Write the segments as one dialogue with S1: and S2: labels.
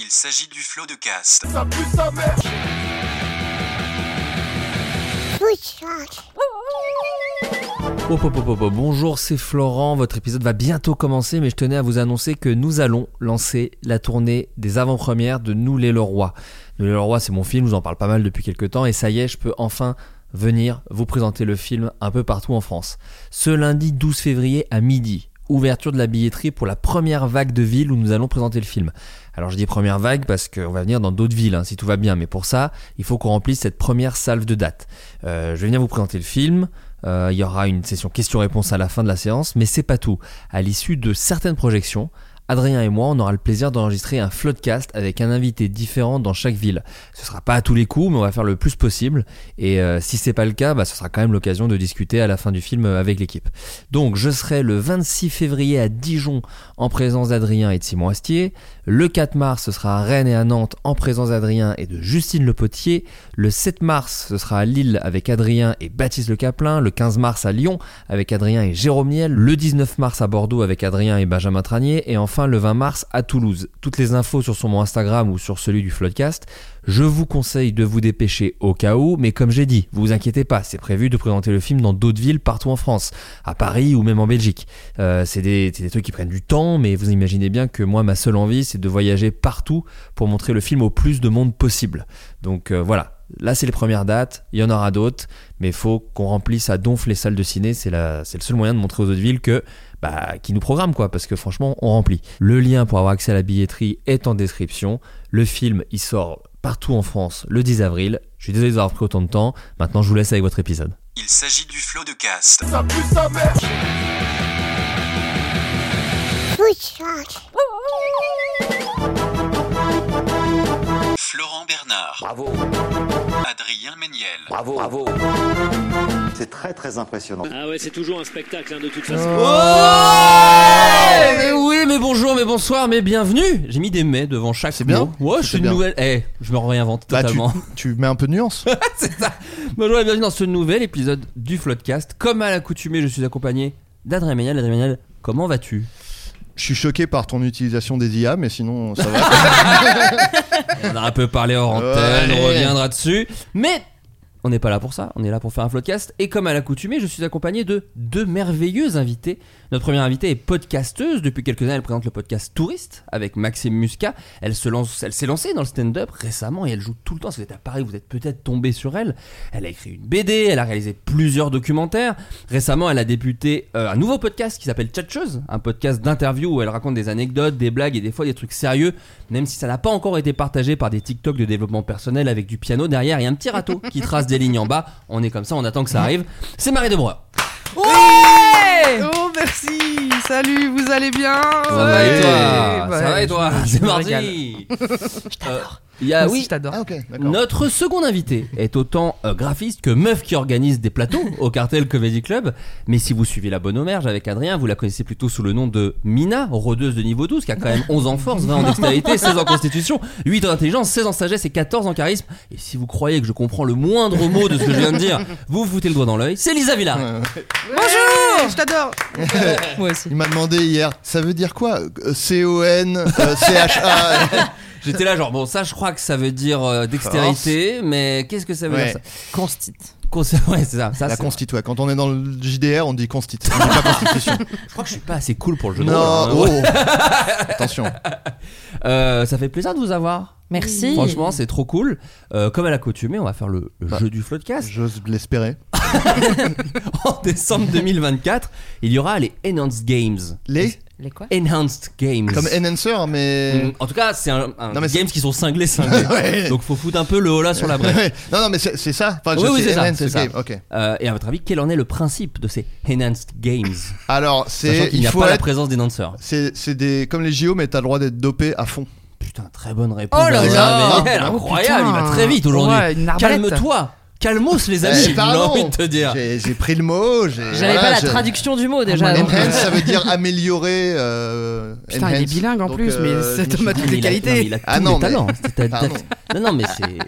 S1: Il s'agit du flot de cast.
S2: Oh, oh, oh, oh, oh, Bonjour, c'est Florent. Votre épisode va bientôt commencer, mais je tenais à vous annoncer que nous allons lancer la tournée des avant-premières de Nous les Leroy. Nous les Leroy, c'est mon film, je vous en parle pas mal depuis quelques temps, et ça y est, je peux enfin venir vous présenter le film un peu partout en France. Ce lundi 12 février à midi, ouverture de la billetterie pour la première vague de villes où nous allons présenter le film. Alors je dis première vague parce qu'on va venir dans d'autres villes hein, si tout va bien, mais pour ça, il faut qu'on remplisse cette première salve de date. Euh, je vais venir vous présenter le film. euh, il y aura une session questions-réponses à la fin de la séance, mais c'est pas tout. À l'issue de certaines projections, Adrien et moi, on aura le plaisir d'enregistrer un floodcast avec un invité différent dans chaque ville. Ce sera pas à tous les coups, mais on va faire le plus possible. Et euh, si c'est pas le cas, bah, ce sera quand même l'occasion de discuter à la fin du film euh, avec l'équipe. Donc, je serai le 26 février à Dijon en présence d'Adrien et de Simon Astier. Le 4 mars, ce sera à Rennes et à Nantes en présence d'Adrien et de Justine Le Potier. Le 7 mars, ce sera à Lille avec Adrien et Baptiste Le Caplin. Le 15 mars à Lyon avec Adrien et Jérôme Niel. Le 19 mars à Bordeaux avec Adrien et Benjamin Tranier. Et enfin, le 20 mars à Toulouse. Toutes les infos sur son Instagram ou sur celui du Floodcast. Je vous conseille de vous dépêcher au cas où, mais comme j'ai dit, vous vous inquiétez pas, c'est prévu de présenter le film dans d'autres villes partout en France, à Paris ou même en Belgique. Euh, c'est des, c'est des trucs qui prennent du temps, mais vous imaginez bien que moi, ma seule envie, c'est de voyager partout pour montrer le film au plus de monde possible. Donc euh, voilà, là c'est les premières dates, il y en aura d'autres, mais faut qu'on remplisse à donf les salles de ciné, c'est, la, c'est le seul moyen de montrer aux autres villes que bah, qui nous programme quoi, parce que franchement on remplit. Le lien pour avoir accès à la billetterie est en description. Le film il sort partout en France le 10 avril. Je suis désolé d'avoir pris autant de temps. Maintenant je vous laisse avec votre épisode.
S1: Il s'agit du flot de cast. Florent Bernard,
S3: Bravo,
S1: Adrien Méniel,
S3: bravo, bravo.
S4: C'est très très impressionnant.
S5: Ah ouais, c'est toujours un spectacle hein, de toute façon.
S2: mais oui, mais bonjour, mais bonsoir, mais bienvenue. J'ai mis des mais devant chaque. C'est
S6: bien.
S2: Ouais, je
S6: C'est
S2: suis une
S6: bien.
S2: nouvelle. Eh, je me réinvente
S6: Bah, tu,
S2: totalement.
S6: tu mets un peu de nuance.
S2: C'est ça. Bonjour et bienvenue dans ce nouvel épisode du Floodcast. Comme à l'accoutumée, je suis accompagné d'Adrien Méniel. Adrien Méniel, comment vas-tu
S6: Je suis choqué par ton utilisation des IA, mais sinon ça va.
S2: On en a un peu parlé hors antenne,
S6: Ouais.
S2: on reviendra dessus. Mais on n'est pas là pour ça, on est là pour faire un floodcast. Et comme à l'accoutumée, je suis accompagné de deux merveilleux invités. Notre première invitée est podcasteuse. Depuis quelques années, elle présente le podcast Touriste avec Maxime Muscat. Elle se lance, elle s'est lancée dans le stand-up récemment et elle joue tout le temps. Si vous êtes à Paris, vous êtes peut-être tombé sur elle. Elle a écrit une BD, elle a réalisé plusieurs documentaires. Récemment, elle a débuté euh, un nouveau podcast qui s'appelle Chatcheuse, un podcast d'interview où elle raconte des anecdotes, des blagues et des fois des trucs sérieux, même si ça n'a pas encore été partagé par des TikTok de développement personnel avec du piano derrière et un petit râteau qui trace des lignes en bas. On est comme ça, on attend que ça arrive. C'est Marie Debreu.
S7: Oh merci, salut, vous allez bien
S2: Ça
S3: Euh,
S2: va et
S7: Ouais.
S2: toi
S7: Ouais,
S2: Ça va et toi
S7: je- je
S2: C'est
S7: me
S2: mardi Euh, il y a-
S7: régale.
S2: oui,
S7: Oui, je t'adore.
S6: ah ok, d'accord.
S2: Notre seconde invitée est autant euh, graphiste que meuf qui organise des plateaux au Cartel Comedy Club. Mais si vous suivez la bonne auberge avec Adrien, vous la connaissez plutôt sous le nom de Mina, rôdeuse de niveau 12, qui a quand même 11 en force, 20 en dextérité, 16 en constitution, 8 en intelligence, 16 en sagesse et 14 en charisme. Et si vous croyez que je comprends le moindre mot de ce que je viens de dire, vous vous foutez le doigt dans l'œil. C'est Lisa Villard.
S7: Bonjour, je t'adore. Moi aussi.
S6: Il m'a demandé hier, ça veut dire quoi Euh, C-O-N, euh,
S2: Ah,
S6: C-H-A.
S2: J'étais là genre, bon, ça je crois que ça veut dire euh, dextérité, mais qu'est-ce que ça veut
S6: Ouais.
S2: dire ça
S7: Constite.
S2: Cons- ouais, c'est ça. ça,
S6: la
S2: c'est-
S6: constitue. ouais. Quand on est dans le JDR, on dit constit. On dit pas constitution.
S2: Je crois que je suis pas assez cool pour le jeu de
S6: non,
S2: rôle, hein.
S6: oh. attention.
S2: Euh, ça fait plaisir de vous avoir.
S8: Merci.
S2: Franchement, c'est trop cool. Euh, comme à l'accoutumée, on va faire le, le jeu du floodcast.
S6: J'ose l'espérer.
S2: En décembre 2024, il y aura les Enhanced Games.
S6: Les
S8: Les quoi
S2: Enhanced Games.
S6: comme Enhancer, E mais.
S2: Mm, En tout cas, c'est un, un
S6: Non, mais c'est-
S2: games qui sont cinglés, cinglés.
S6: Ouais.
S2: Donc faut foutre un peu le holà sur la brèche.
S6: Ouais. Non, non, mais c'est c'est ça. Enfin, je-
S2: Oui, oui, c'est ça,
S6: Enhance
S2: c'est ça.
S6: Game, E Ok.
S2: Euh, et à votre avis, quel en est le principe de ces Enhanced Games
S6: Alors,
S2: Sachant
S6: c'est
S2: qu'il n'y
S6: il
S2: a
S6: faut
S2: pas la
S6: être-
S2: présence d'enhancers.
S6: C'est c'est des comme les JO, mais t'as le droit d'être dopé à fond.
S2: Putain, très bonne réponse.
S8: Oh là
S2: Benjamin
S6: là
S2: Méniel,
S8: Oh,
S2: incroyable,
S8: putain.
S2: il va très vite aujourd'hui.
S8: Ouais, une arbalète.
S2: Calme-toi, calmos les
S6: Eh,
S2: amis. J'ai
S6: pardon.
S2: envie de te dire.
S6: J'ai j'ai pris le mot. j'ai-
S8: J'avais
S6: voilà,
S8: pas la
S6: je-
S8: traduction du mot déjà. donc, euh,
S6: Enhance, ça veut dire améliorer. euh,
S9: Putain, il est
S6: enhance.
S9: bilingue en
S6: Donc,
S9: plus,
S6: euh,
S9: mais
S6: je me
S9: cet
S6: suis-
S9: homme a
S2: Non,
S9: toutes
S2: mais
S9: les
S2: il a- non, mais
S9: qualités.
S2: il a
S6: Ah
S2: tous
S6: non,
S2: les
S6: mais-
S2: talents. C'est- t'as- t'as-
S6: Pardon.
S2: Non, non, mais c'est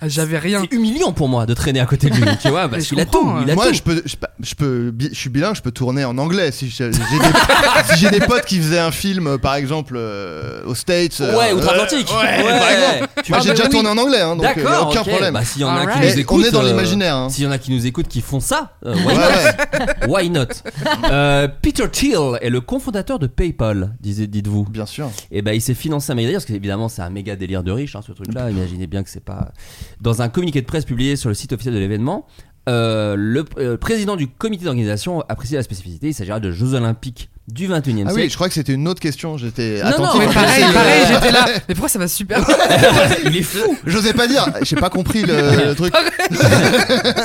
S9: Ah, J'avais rien.
S2: c'est humiliant pour moi de traîner à côté de lui, tu vois, parce
S9: je
S2: qu'il a tout.
S9: comprends,
S2: Il a
S6: Moi,
S2: tout.
S6: je peux, je, peux- je peux, bi- je suis bilingue, je peux tourner en anglais. Si je- j'ai des, si j'ai des potes qui faisaient un film, euh, par exemple, euh, aux States. euh,
S2: Ouais, outre-Atlantique.
S6: ouais, par exemple.
S2: Tu
S6: Moi,
S2: vois,
S6: j'ai
S2: bah
S6: déjà
S2: oui.
S6: tourné en anglais, hein, donc euh, y a
S2: D'accord,
S6: aucun
S2: ok.
S6: problème.
S2: Bah, s'il y en a un qui
S9: Alright.
S2: nous
S6: Mais on
S2: écoute,
S6: est dans
S2: euh,
S6: l'imaginaire, hein.
S2: S'il y en a qui nous écoutent qui font ça, euh, why
S6: Ouais, ouais.
S2: not Why not Euh, Peter Thiel est le cofondateur de PayPal, disait- dites-vous.
S6: Bien sûr.
S2: Et ben il s'est financé un méga délire, parce qu'évidemment c'est un méga délire de riche, hein, ce truc-là. Imaginez bien que c'est pas. Dans un communiqué de presse publié sur le site officiel de l'événement, euh, le euh, président du comité d'organisation a précisé la spécificité. Il s'agira de Jeux Olympiques du 21e
S6: Ah oui,
S2: siècle.
S6: je crois que c'était une autre question. J'étais
S2: Non,
S6: attentif.
S2: non,
S9: Mais
S2: mais
S9: pareil,
S2: c'est-
S9: pareil, j'étais là. Mais pourquoi ça va super
S2: il est fou.
S6: J'osais pas dire. J'ai pas compris le, le truc.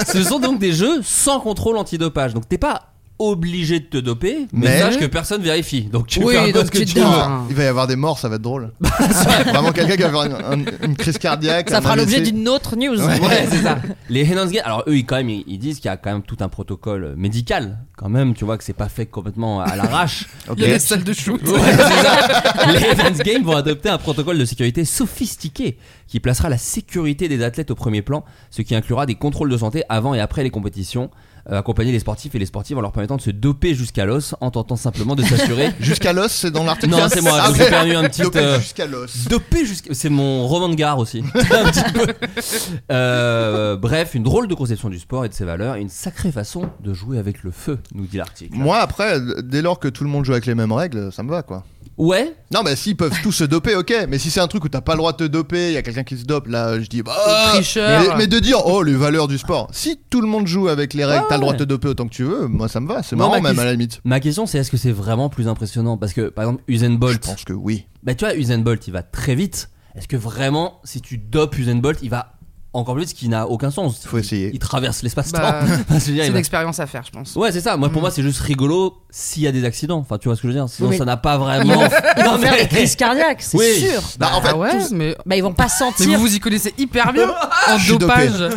S2: Ce sont donc des jeux sans contrôle antidopage. Donc t'es pas obligé de te doper, mais,
S6: Mais-
S2: sache que personne vérifie. Donc tu
S9: Oui,
S2: fais un peu
S9: donc
S2: ce que
S9: tu
S2: tu
S9: te
S2: veux.
S9: donnes.
S6: Il va y avoir des morts, ça va être drôle. Vraiment quelqu'un qui va avoir une, un- une crise cardiaque.
S8: ça
S6: un
S8: fera l'objet
S6: AVC.
S8: d'une autre news.
S2: Ouais, c'est ça. Les Enhanced Games, alors eux, ils, quand même, ils, ils disent qu'il y a quand même tout un protocole euh, médical, quand même, tu vois, que c'est pas fait complètement à l'arrache.
S6: Ok.
S9: Il y a des salles de shoot.
S2: Ouais, c'est ça. Les Enhanced Games vont adopter un protocole de sécurité sophistiqué qui placera la sécurité des athlètes au premier plan, ce qui inclura des contrôles de santé avant et après les compétitions, euh, accompagner les sportifs et les sportives en leur permettant de se doper jusqu'à l'os en tentant simplement de s'assurer.
S6: Jusqu'à l'os, c'est dans l'article.
S2: Non, c'est moi,
S6: Ah,
S2: donc
S6: ouais.
S2: j'ai perdu un petit,
S6: Dopé
S2: euh,
S6: Jusqu'à l'os.
S2: Dopé jusqu'à. C'est mon roman de gare aussi. Un petit peu. Euh, bref, une drôle de conception du sport et de ses valeurs, et une sacrée façon de jouer avec le feu, nous dit l'article.
S6: Moi, après, dès lors que tout le monde joue avec les mêmes règles, ça me va, quoi.
S2: Ouais,
S6: Non, mais s'ils peuvent tous se doper, ok. Mais si c'est un truc où t'as pas le droit de te doper, il y a quelqu'un qui se dope, là, je dis, bah.
S9: Oh, Tricheur.
S6: Mais, mais de dire, oh, les valeurs du sport. Si tout le monde joue avec les règles,
S2: Ouais,
S6: t'as le droit de
S2: ouais.
S6: te doper autant que tu veux, moi ça me va. C'est
S2: Moi,
S6: marrant,
S2: ma
S6: même
S2: question-
S6: à la limite.
S2: ma question c'est est-ce que c'est vraiment plus impressionnant Parce que par exemple, Usain
S6: Je
S2: Bolt,
S6: pense que oui.
S2: bah tu vois, Usain Bolt il va très vite. Est-ce que vraiment, si tu dopes Usain Bolt, il va encore plus vite, ce qui n'a aucun sens
S6: Faut essayer.
S2: Il, il traverse l'espace-temps.
S9: Bah,
S2: Enfin, je veux dire,
S9: C'est
S2: il
S9: une
S2: va-
S9: expérience à faire, je pense.
S2: Ouais, c'est ça. Moi, pour moi, c'est juste rigolo s'il y a des accidents. Enfin, tu vois ce que je veux dire Sinon,
S8: Oui, mais-
S2: ça n'a pas vraiment.
S8: Ils vont
S2: Non,
S8: faire
S2: mais-
S8: des crises cardiaques, c'est
S2: Oui.
S8: sûr.
S6: Bah, en fait,
S9: Ah ouais, mais.
S8: Bah, ils vont pas
S9: Mais
S8: sentir.
S9: vous vous y connaissez hyper Ah, bien en
S6: suis dopé.
S9: dopage.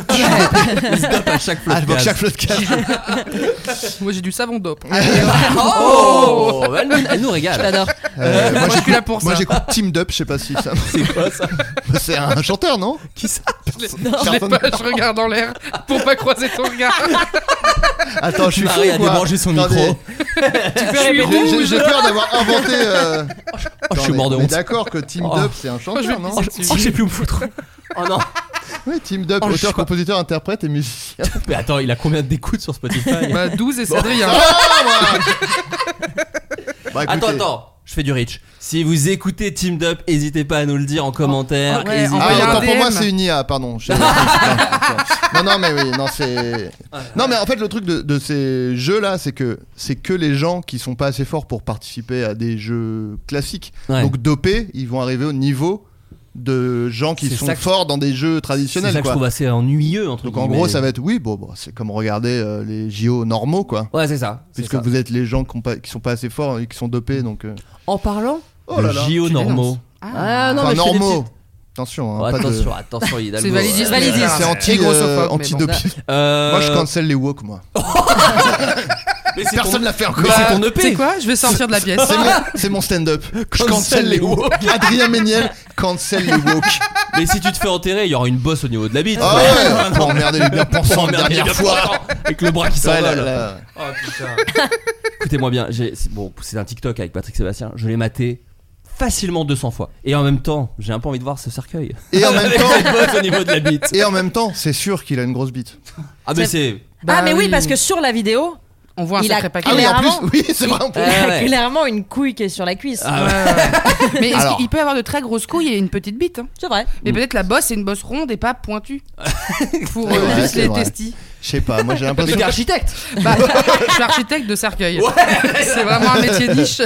S2: Il se dope à chaque
S6: Ah, je vois
S2: podcast.
S6: chaque podcast.
S9: Moi j'ai du savon dope.
S2: Oh, elle, nous- elle nous régale.
S8: J'adore.
S6: Euh,
S9: Moi, je suis
S6: j'écoute-
S9: là pour
S6: Moi
S9: ça.
S6: j'écoute Team Dup, je sais pas si ça.
S2: C'est quoi ça
S6: C'est un chanteur, non
S2: Qui ça
S9: Je l'ai pas, Bah, je regarde en l'air pour pas croiser ton regard.
S6: Attends, je suis fou.
S2: Marie a
S6: quoi.
S2: débranché son
S6: Attendez.
S2: micro. Oh,
S9: tu peux
S6: J'ai-
S9: répéter
S6: J'ai j'ai peur d'avoir inventé. euh,
S2: Oh, je suis
S6: attendez,
S2: mort de
S6: on est
S2: honte.
S6: d'accord que Team
S2: Oh.
S6: Dup c'est
S9: Oh,
S6: un
S9: je vais
S6: chanteur, non
S2: Oh, je oh, je sais plus où me foutre. Oh non.
S6: Oui, Team Dup,
S2: Oh, je
S6: auteur,
S2: sais pas.
S6: compositeur, interprète et musicien.
S2: Mais attends, il a combien d'écoutes sur Spotify
S9: Bah 12 et c'est Adrien.
S6: Ah, Bah,
S2: Attends,
S6: écoutez.
S2: attends. Je fais du rich. Si vous écoutez Team Dup, n'hésitez pas à nous le dire en commentaire.
S9: Ouais,
S2: Hésitez-
S9: en- hein.
S6: Ah,
S9: Envoyez un
S6: attends, pour
S9: DM.
S6: moi, c'est une IA, pardon. Je- non, non, mais oui, non, c'est. Non, mais en fait, le truc de, de ces jeux-là, c'est que c'est que les gens qui sont pas assez forts pour participer à des jeux classiques.
S2: Ouais.
S6: Donc, dopés, ils vont arriver au niveau de gens qui
S2: C'est
S6: sont
S2: ça que-
S6: forts dans des jeux
S2: C'est ça
S6: traditionnels.
S2: que je
S6: quoi.
S2: trouve assez ennuyeux entre
S6: Donc, en
S2: guillemets.
S6: gros, ça va être oui, bon, bah, c'est comme regarder euh, les JO normaux, quoi.
S2: Ouais, c'est ça. c'est
S6: Puisque
S2: ça.
S6: vous êtes les gens qui, ont pas- qui sont pas assez forts et qui sont dopés, donc. euh,
S2: En parlant
S6: Oh là là,
S2: de JO
S6: tu
S2: normaux.
S6: dénonces.
S2: Ah, non,
S6: enfin,
S2: mais je fais des
S6: normaux.
S2: petites-
S6: Attention, hein,
S2: Oh,
S6: pas de-
S2: attention, attention, Hidalgo.
S9: C'est validé,
S2: Ouais.
S9: c'est validé.
S6: C'est anti,
S9: grossophobe,
S6: euh,
S9: mais bon.
S6: anti-doping.
S2: Euh,
S6: Moi je cancel les woke moi.
S2: mais c'est
S6: Personne
S2: ton-
S6: l'a fait encore.
S2: Mais c'est ton E
S9: Tu sais
S2: EP.
S9: quoi Je vais sortir de la pièce.
S6: C'est mon, c'est mon stand-up. Je cancel les woke. Adrien Méniel, cancel les woke.
S2: Mais si tu te fais enterrer, il y aura une bosse au niveau de la bite.
S6: Ah ouais, pour emmerder les bien pensants
S2: Pour
S6: une
S2: emmerder les
S6: dernière
S2: bien
S6: fois.
S2: pensants. Avec le bras qui
S6: Ouais,
S2: s'envole.
S6: là, là.
S2: Oh putain. Écoutez-moi bien, j'ai- c'est- bon, c'est un TikTok avec Patrick Sébastien. Je l'ai maté facilement 200 fois. Et en même temps, j'ai un peu envie de voir ce cercueil.
S6: Et en même
S2: Avec la botte
S6: temps,
S2: au niveau de la bite.
S6: Et en même temps, c'est sûr qu'il a une grosse bite.
S2: Ah mais c'est
S7: ah,
S9: Bah
S7: mais oui, parce que sur la vidéo. On voit
S9: un
S7: il a
S9: sacré paquet. Ah oui, en
S7: clairement,
S6: plus, oui, c'est vrai, en
S7: il
S6: plus.
S7: a
S2: Ah
S6: Ouais, ouais.
S7: clairement une couille qui est sur la cuisse.
S6: Ah
S9: Mais est-ce
S6: Alors.
S9: qu'il peut avoir de très grosses couilles et une petite bite. hein?
S7: C'est vrai.
S9: Mais peut-être la bosse, c'est une bosse ronde et pas pointue. Pour
S6: C'est
S9: euh,
S6: vrai,
S9: juste
S6: c'est
S9: les
S6: vrai.
S9: testis.
S6: Je sais pas, moi j'ai l'impression.
S9: t'es architecte bah, Je suis architecte de cercueil. C'est vraiment un métier niche.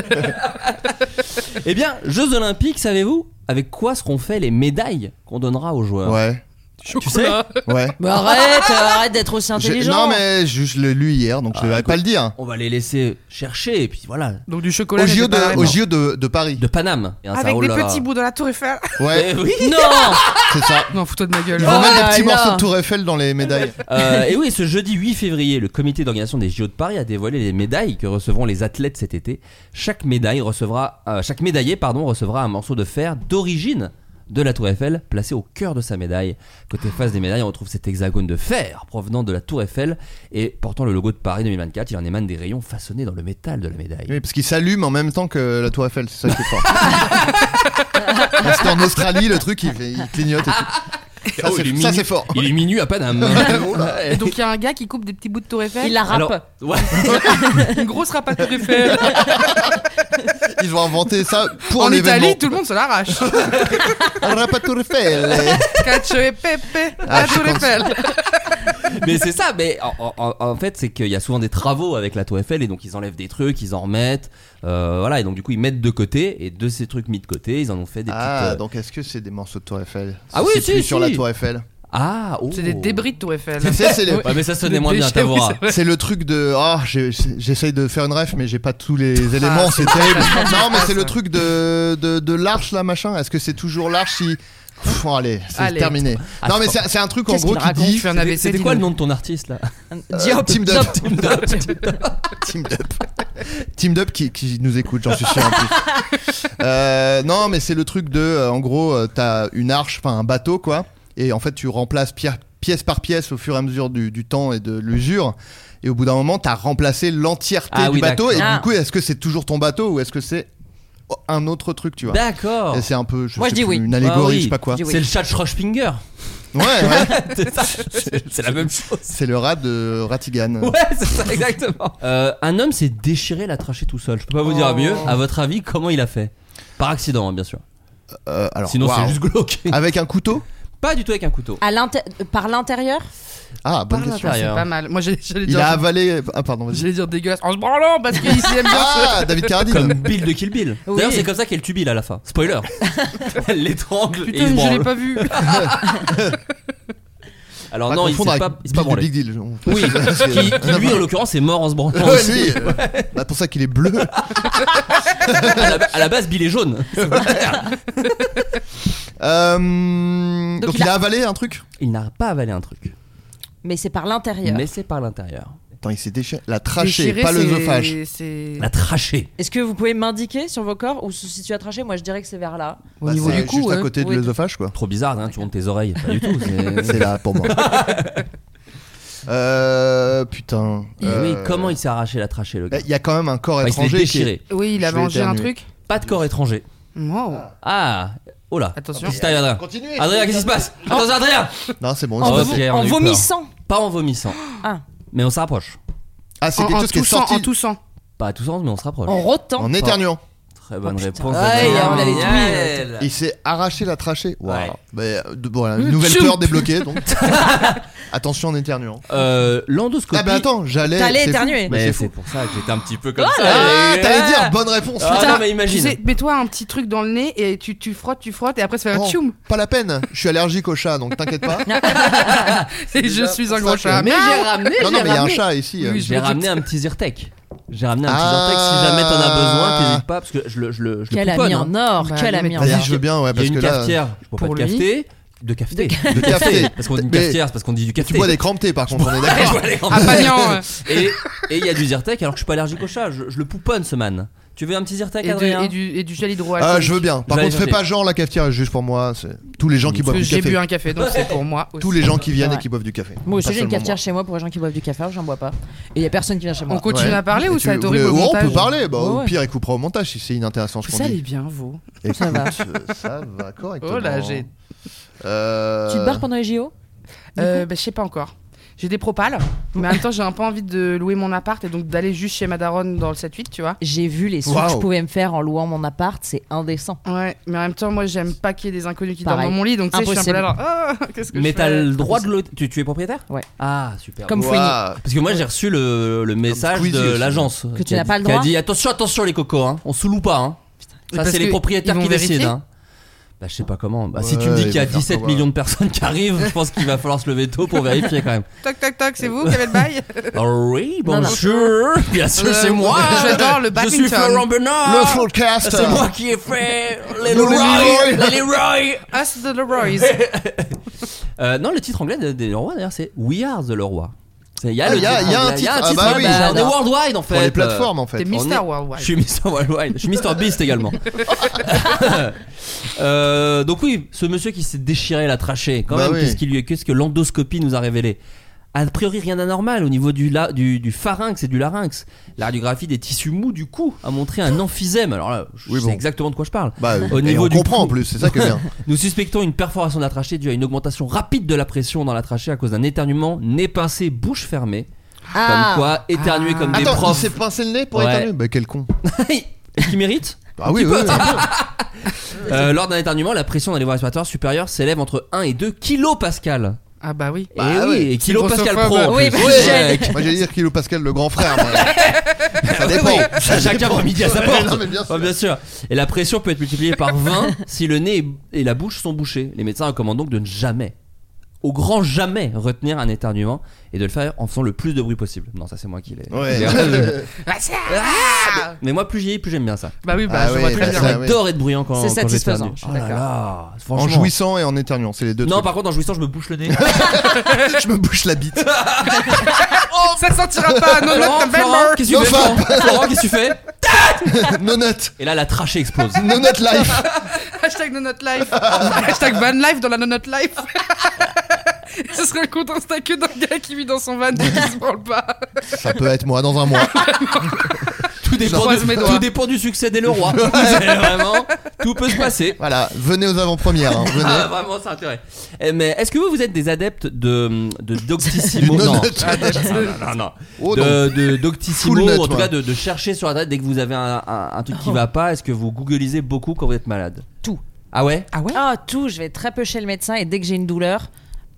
S2: Eh bien, Jeux Olympiques, savez-vous avec quoi seront faites les médailles qu'on donnera aux joueurs
S6: Ouais.
S2: Tu sais
S6: Ouais.
S7: Mais arrête, euh, arrête d'être aussi
S6: J'ai-
S7: intelligent.
S6: Non, mais je, je l'ai lu hier, donc je vais pas le dire.
S2: On va les laisser chercher et puis voilà.
S9: Donc du chocolat.
S6: Au
S9: mais
S6: JO
S9: c'est pas
S6: de,
S9: mal.
S6: au JO de, de Paris.
S2: De Paname.
S6: Ah,
S2: Et un
S9: Avec
S2: sarou
S9: des
S2: là.
S9: petits bouts dans la tour Eiffel.
S6: Ouais,
S2: Eh oui.
S7: Non
S6: c'est ça.
S9: Non, fous-toi de ma gueule.
S6: Ils vont
S9: Oh
S6: mettre
S9: là
S6: des petits
S9: là.
S6: morceaux de Tour Eiffel dans les médailles.
S2: Euh, et oui, ce jeudi 8 février, le comité d'organisation des JO de Paris a dévoilé les médailles que recevront les athlètes cet été. Chaque médaille recevra, euh, chaque médaillé pardon, recevra un morceau de fer d'origine de la Tour Eiffel placé au cœur de sa médaille. Côté face des médailles, on retrouve cet hexagone de fer provenant de la Tour Eiffel et portant le logo de Paris 2024. Il en émane des rayons façonnés dans le métal de la médaille.
S6: Oui, parce qu'ils s'allument en même temps que la Tour Eiffel, c'est ça qui est fort. Parce qu'en Australie, le truc il, fait- il clignote et tout. Ça,
S2: Oh, il
S6: c'est-
S2: est
S6: ça,
S2: minu-
S6: c'est fort.
S2: Il est minuit à Paname. Oh là.
S9: Et donc il y a un gars qui coupe des petits bouts de tour Eiffel.
S7: Il la rappe.
S2: Alors, ouais.
S9: Une grosse râpe à tour Eiffel.
S6: Ils vont inventer ça pour
S9: en
S6: l'événement.
S9: Italie, tout le monde se l'arrache.
S6: Rap à Tour Eiffel.
S9: Cacio et Pepe
S6: Ah,
S9: à
S6: je
S9: tour
S6: pense-
S9: Eiffel.
S2: mais c'est ça, mais en, en- en fait, c'est qu'il y a souvent des travaux avec la Tour Eiffel et donc ils enlèvent des trucs, ils en remettent, euh, voilà, et donc du coup ils mettent de côté et de ces trucs mis de côté, ils en ont fait des petites.
S6: Ah,
S2: euh,
S6: donc est-ce que c'est des morceaux de Tour Eiffel
S2: Ah oui,
S6: C'est
S2: si,
S6: plus
S2: si.
S6: sur la Tour Eiffel.
S2: Ah, oh.
S9: C'est des débris de tour Eiffel.
S6: Tu sais, c'est Ah, le-
S2: Ouais, mais ça sonnait
S9: Des
S2: moins bien,
S9: déchets, oui,
S2: t'avoueras.
S9: c'est vrai.
S6: C'est le truc de ah j'ai- j'essaye de faire une ref mais j'ai pas tous
S9: Ah,
S6: les éléments c'est terrible non mais c'est le truc de de, de l'arche là machin est-ce que c'est toujours l'arche si Pff, allez c'est
S9: Allez. Ah,
S6: terminé non
S2: Attends.
S6: mais c'est c'est un truc en
S9: Qu'est-ce
S6: gros
S9: qu'il
S6: qui
S9: raconte
S6: dit
S9: Tu as un
S2: C'était-
S9: AVC.
S2: C'était quoi le
S9: dis-nous.
S2: nom de ton artiste là
S6: Diop, Team Dup.
S2: Team Dup, Team Dup.
S6: Team Dup. Team Dup qui, qui nous écoute, j'en suis sûr en plus. Euh, non, mais c'est le truc de, euh, en gros, euh, t'as une arche, enfin un bateau quoi, et en fait tu remplaces pierre- pièce par pièce au fur et à mesure du, du temps et de l'usure. Et au bout d'un moment, t'as remplacé l'entièreté
S2: Ah
S6: du
S2: oui,
S6: bateau. Et
S7: d'accord.
S6: du coup, est-ce que c'est toujours ton bateau ou est-ce que c'est un autre truc, tu vois
S2: D'accord.
S6: Et c'est un peu, je
S7: Moi,
S6: sais
S7: je dis oui.
S6: plus, une allégorie,
S2: Ah oui.
S6: je sais pas quoi.
S7: Je dis oui.
S2: C'est le chat Schrochpinger.
S6: Ouais, ouais.
S2: c'est ça. C'est c'est la même chose.
S6: c'est le rat de Ratigan.
S2: Ouais, c'est ça, exactement. Euh, un homme s'est déchiré la trachée tout seul. Je peux pas vous dire mieux. À votre avis, comment il a fait Par accident, hein, bien sûr.
S6: Euh, alors,
S2: Sinon,
S6: waouh.
S2: c'est juste glauque.
S6: Avec un couteau
S2: Ah, Pas du tout avec un couteau.
S7: À l'inté- euh, par l'intérieur
S6: Ah, bonne
S2: Par
S6: question.
S2: l'intérieur.
S9: Pas mal. Moi j'ai- j'allais
S6: Il a
S9: dire.
S6: avalé. Ah, pardon, vas-y.
S9: J'allais dire dégueulasse. En se branlant parce qu'il s'y aime bien.
S6: Ah, David Carradine.
S2: Comme Bill de Kill Bill.
S7: Oui.
S2: D'ailleurs, c'est comme ça qu'elle tue Bill à la fin. Spoiler. Elle l'étrangle et il
S9: Putain,
S2: se
S9: je l'ai
S2: branle.
S9: pas vu.
S2: Alors
S6: Pas
S2: Ah non, il s'est
S6: confondre avec
S2: pas, il s'est pas
S6: Bill du
S2: branlé.
S6: Big Deal. on-
S2: Oui,
S6: C'est-
S2: qui, qui, lui en l'occurrence est mort en se branlant.
S6: Ouais,
S2: aussi.
S6: lui, euh, bah, pour ça qu'il est bleu.
S2: à, la, à la base, Bill est jaune.
S6: Euh, donc,
S7: Donc,
S6: il
S7: il
S6: a avalé un truc.
S2: Il n'a pas avalé un truc,
S7: Mais c'est par l'intérieur.
S2: mais c'est par l'intérieur.
S6: Attends, il s'est déchiré. La trachée,
S9: Déchiré,
S6: pas
S9: c'est-
S6: l'œsophage.
S9: c'est-
S2: La trachée.
S7: Est-ce que vous pouvez m'indiquer sur vos corps ou si tu as traché Moi, je dirais que c'est vers là.
S9: Au
S6: Bah,
S9: niveau
S6: c'est
S9: du cou.
S6: juste à
S9: ouais.
S6: côté de
S7: Oui.
S6: l'œsophage, quoi.
S2: Trop bizarre, hein, tu montes tes oreilles. Pas du tout. c'est-
S6: C'est là pour moi. Euh, putain.
S2: Eh
S6: Euh,
S2: oui, comment il s'est arraché la trachée, le
S6: bah,
S2: gars
S6: Il y a quand même un corps
S2: Bah, Il s'est
S6: étranger. qui est-
S2: déchiré.
S9: Oui, il a
S6: Je vais
S9: mangé un
S6: éternuer.
S9: truc.
S2: Pas de corps étranger.
S9: Wow.
S2: Ah, oh là.
S9: Attention.
S2: Qu'est-ce qui t'arrive, Adrien
S6: Continuez.
S2: Adrien, qu'est-ce qui se passe Attention, Adrien
S6: Non, c'est bon.
S7: En,
S2: Oh,
S6: c'est
S7: vo-
S6: bon.
S2: ok, on
S7: en
S2: a eu peur.
S7: vomissant.
S2: Pas en vomissant.
S7: Ah.
S2: Mais on se rapproche.
S6: Ah, c'est
S9: En,
S6: quelque
S9: en
S6: chose qui est
S9: toussant, en
S6: sorti
S9: toussant.
S2: Pas à tout sens, mais on se rapproche.
S7: En rotant.
S6: en éternuant.
S2: Très bonne
S7: Oh, putain.
S2: réponse.
S7: Ouais,
S2: Adrien.
S7: on l'avait dit,
S2: Génial.
S6: Il s'est arraché la trachée. Waouh.
S2: Ouais.
S6: Bah, euh, de- voilà, nouvelle
S9: Tchoum.
S6: peur débloquée. Donc, attention en éternuant.
S2: Euh, L'endoscopie.
S6: Ah bah attends, j'allais.
S7: T'allais
S6: c'est fou.
S7: éternuer.
S6: Mais c'est
S2: Mais
S6: fou.
S2: c'est pour ça que j'étais un petit peu comme
S7: Oh
S2: ça.
S6: Ah,
S2: Et-
S6: t'allais dire bonne réponse.
S2: Ah,
S6: putain.
S2: non, mais imagine.
S9: Tu sais, mets-toi un petit truc dans le nez et tu, tu frottes, tu frottes et après ça fait un
S6: Oh,
S9: tchoum.
S6: pas la peine, je suis allergique au chat donc t'inquiète pas.
S9: Et je suis un
S6: ça
S9: gros
S6: que-
S9: chat.
S6: Mais
S9: j'ai
S6: non, non, mais il y a un chat ici.
S9: Oui,
S6: euh.
S9: je
S2: J'ai
S9: me doute.
S2: ramené un petit Zyrtec. J'ai ramené un petit
S6: Ah.
S2: Zyrtec. Si jamais t'en as besoin, t'hésites pas parce que je le, je le, je le
S7: Quel
S2: pouponne,
S7: ami
S2: hein.
S7: en or
S9: Bah,
S7: Quel
S9: non,
S7: ami
S9: mais
S7: en
S6: Vas-y,
S7: or
S6: je veux bien, ouais,
S2: Il y
S6: parce
S2: a
S6: que
S2: une
S6: là.
S2: cafetière. Je peux pas
S9: pour
S2: de
S9: lui.
S2: cafeter. De cafeter.
S6: De café.
S2: Parce qu'on dit une
S6: Mais-
S2: cafetière, c'est parce qu'on dit du café.
S6: Tu bois des crampetés par contre, on est d'accord.
S9: Ah, Pagnan, euh,
S2: Et et il y a du Zyrtec alors que je suis pas allergique au chat. Je, je le pouponne ce man. Tu veux un petit Zyrtec,
S9: et, de-
S2: Adrien
S9: et du, et du gel hydroalcoolique.
S6: Ah, je veux bien. Par
S2: J'allais
S6: contre, fais
S2: chercher.
S6: pas genre la cafetière est juste pour moi, c'est tout Tous les gens qui boivent
S9: Parce
S6: du
S9: que j'ai
S6: café.
S9: bu un café, donc c'est pour moi aussi.
S6: Tous les gens qui viennent
S9: Ouais.
S6: et qui boivent du café.
S8: Moi
S6: Pas
S8: aussi, j'ai une
S6: seulement
S8: cafetière chez moi pour les gens qui boivent du café, alors j'en bois pas. Et il y a personne qui vient chez moi.
S9: On continue
S6: Ouais.
S9: à parler
S6: Et
S9: ou
S6: tu
S9: ça
S6: veux-
S9: t'aurait
S6: ouais,
S9: au
S6: On
S9: montage
S6: peut parler, bah,
S9: Ouais,
S6: au
S9: ouais.
S6: pire, il coupera au montage si c'est inintéressant. Je
S9: Ça, elle est bien, vous.
S8: Ça va.
S6: euh, Ça va correctement.
S9: Oh là, j'ai.
S6: Euh,
S8: Tu te barres pendant les JO
S9: Euh, bah, je sais pas encore. J'ai des propales, mais en même temps, j'ai un peu envie de louer mon appart et donc d'aller juste chez ma daronne dans le 7-8, tu vois.
S8: J'ai vu les sous que je pouvais me faire en louant mon appart, c'est indécent.
S9: Ouais, mais en même temps, moi, j'aime pas qu'il y ait des inconnus qui
S8: Pareil.
S9: dorment dans mon lit, donc tu sais, je suis un peu là, genre,
S8: Impossible.
S9: Ah, qu'est-ce que
S2: Mais
S9: je
S2: t'as
S9: fais
S2: le droit de le. Tu, tu es propriétaire
S8: Ouais.
S2: Ah, super.
S8: Comme
S2: Waouh.
S8: Fouini.
S2: Parce que moi, j'ai reçu le, le message
S8: Squeezie
S2: de
S8: aussi.
S2: l'agence.
S8: Que tu
S2: qui a
S8: n'as
S2: dit-
S8: pas le
S2: Qui a
S8: droit.
S2: dit attention, attention, les cocos, hein. on se loue pas. Hein.
S8: Mais
S2: Ça,
S8: parce
S2: c'est les
S8: que
S2: propriétaires
S8: ils vont
S2: qui
S8: vérifier
S2: décident. hein. Bah, je sais pas comment. Bah, si tu me
S10: Ouais,
S2: dis
S10: ils
S2: qu'il y a
S10: vont faire
S2: 17
S10: quoi,
S2: millions de personnes qui arrivent, je pense qu'il va falloir se lever tôt pour vérifier quand même.
S9: Toc, toc, toc, c'est vous qui avez le bail
S2: Ah oui,
S9: Non, non.
S2: bonjour. Bien sûr,
S9: Euh,
S2: c'est moi.
S9: j'adore le
S2: Je suis
S9: badminton.
S2: Florent Bernard.
S9: Le forecaster.
S2: Ah, C'est moi qui ai fait les
S9: Le
S2: Leroy.
S9: Leroy.
S2: Les Leroy.
S9: Us the Leroys.
S2: Euh, non, le titre anglais de- des Leroy, d'ailleurs, c'est We Are the Leroy. C'est- Il y, a
S6: Ah,
S2: le
S6: il y a-
S2: titre
S6: il y a un
S2: anglais, il y a un
S6: titre, ah
S2: titre
S6: bah
S2: anglais,
S6: oui,
S2: mais on est
S6: j'adore.
S2: worldwide en fait.
S6: Pour les plateformes, en fait. T'es
S2: On
S6: Mr.
S2: est-
S9: Worldwide.
S2: Je suis Mr. Worldwide. Je suis Mr. Beast également. Euh, donc, oui, ce monsieur qui s'est déchiré la trachée, quand
S6: Bah
S2: même,
S6: oui.
S2: qu'est-ce qu'il lui- qu'est-ce que l'endoscopie nous a révélé a priori rien d'anormal au niveau du, la- du, du pharynx et du larynx. La radiographie des tissus mous du cou a montré un emphysème. Alors là, je sais exactement de quoi je parle.
S6: Oh, Bah, et on comprend en plus, c'est ça qui est bien.
S2: Nous suspectons une perforation de la trachée due à une augmentation rapide de la pression dans la trachée à cause d'un éternuement, nez pincé, bouche fermée.
S6: Ah.
S2: comme quoi, éternuer comme des
S6: Attends, il
S2: profs.
S6: s'est pincé le nez pour
S2: Ouais.
S6: éternuer Bah quel con.
S2: qui mérite
S6: Ah oui,
S2: Tu
S6: oui,
S2: peux,
S6: oui.
S2: Euh, lors d'un éternuement, la pression dans les voies respiratoires supérieures s'élève entre 1 et 2 kilopascales.
S9: Ah bah oui.
S2: Eh oui, et kilopascal pro. en plus. Ouais.
S6: Moi j'allais dire Kilo Pascal le grand frère. mais- Ça
S2: Oui,
S6: dépend.
S2: oui,
S6: Ça
S2: Chacun
S6: dépend.
S2: prend midi à sa porte.
S6: Non, mais bien sûr.
S2: Oh, Et la pression peut être multipliée par 20 si le nez et la bouche sont bouchés. Les médecins recommandent donc de ne jamais, au grand jamais, retenir un éternuement et de le faire en faisant le plus de bruit possible. Non, ça c'est moi qui l'ai.
S6: Ouais. Euh,
S2: l'ai-
S9: Ah, c'est-
S2: mais, mais moi, plus j'y ai, plus j'aime bien ça.
S9: Bah oui, bah, Ah je vois oui, très bah bien. ça, oui.
S2: J'adore être bruyant quand
S9: C'est
S2: quand
S9: satisfaisant,
S2: j'éternue.
S9: je suis
S2: Oh là
S9: d'accord.
S2: là,
S6: En
S2: franchement.
S6: jouissant et en éternuant, c'est les deux
S2: Non,
S6: trucs.
S2: par contre, en jouissant, je me bouche le nez.
S6: je me bouche la bite.
S9: Oh, Ça ne sortira pas, non,
S2: Florent,
S9: non,
S2: Florent, qu'est-ce que tu fais, Florent Florent, qu'est-ce que tu fais
S6: Nonote.
S2: Et là, la trachée explose.
S6: Nonote life.
S9: Hashtag Nonot Life. Hashtag Van Life dans la Nonot Life. Ce serait un compte Insta que d'un gars qui vit dans son van et qui se branle pas.
S6: Ça peut être moi dans un mois.
S2: Tout dépend,
S9: croise mes
S2: du,
S9: doigts.
S2: tout dépend du succès des Leroy. C'est vraiment, tout peut se passer.
S6: Voilà, venez aux avant-premières. hein, venez.
S2: Ah, vraiment, c'est intérêt. Eh, Mais est-ce que vous, vous êtes des adeptes de, de Doctissimo
S6: Du
S2: Non,
S6: note.
S2: non, non, non.
S6: Oh,
S2: de,
S6: non.
S2: de Doctissimo,
S6: Full note,
S2: en tout
S6: moi.
S2: cas de, de chercher sur Internet dès que vous avez un, un- un truc qui va pas. Est-ce que vous googlisez beaucoup quand vous êtes malade
S8: Tout.
S2: Ah ouais
S8: Ah ouais tout, je vais très peu chez le médecin et dès que j'ai une douleur,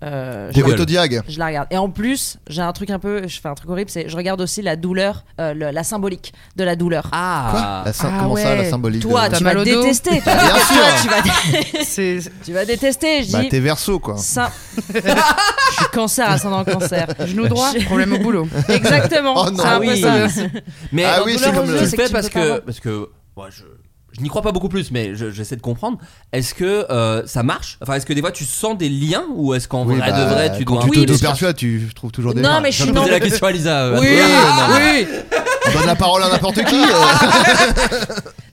S8: euh,
S6: Des
S8: je-
S6: autodiagues.
S8: Je la regarde. Et en plus, j'ai un truc un peu, je fais un truc horrible, c'est je regarde aussi la douleur, euh, le- la symbolique de la douleur.
S2: Ah.
S6: Quoi La sym- Ah comment ça, ouais. la symbolique de
S8: Toi,
S6: la
S8: tu
S6: douleur
S8: vas
S6: T'as mal au dos
S8: détester.
S6: Bah, bien sûr.
S8: Toi, tu vas, tu vas détester. Je
S6: Bah
S8: dis.
S6: t'es verso quoi.
S8: ça- je suis cancer, ascendant cancer.
S9: Genou droit, problème au boulot.
S8: Exactement.
S6: Oh non.
S8: c'est un
S6: Ah
S8: peu
S6: oui.
S8: ça.
S2: Mais
S6: Ah
S2: la
S6: oui,
S2: douleur
S6: c'est comme
S2: aux
S6: le-
S2: yeux,
S6: C'est
S2: tu le
S6: que
S2: fais
S6: tu
S2: parce
S6: peux pas
S2: que
S6: voir.
S2: parce que moi, je je n'y crois pas beaucoup plus, mais je- j'essaie de comprendre. Est-ce que euh, ça marche Enfin, est-ce que des fois tu sens des liens ou est-ce qu'en
S6: Oui,
S2: vrai
S6: bah,
S2: de vrai tu
S6: quand
S2: dois
S6: tu
S2: Oui, parce que-
S6: t'auto-perçois, tu trouves toujours des
S8: Non,
S6: liens.
S8: mais je
S2: Je
S8: suis
S2: posais
S8: non-
S2: la question à Lisa. euh,
S8: Oui,
S2: non.
S8: oui.
S6: On donne la parole à n'importe qui. euh.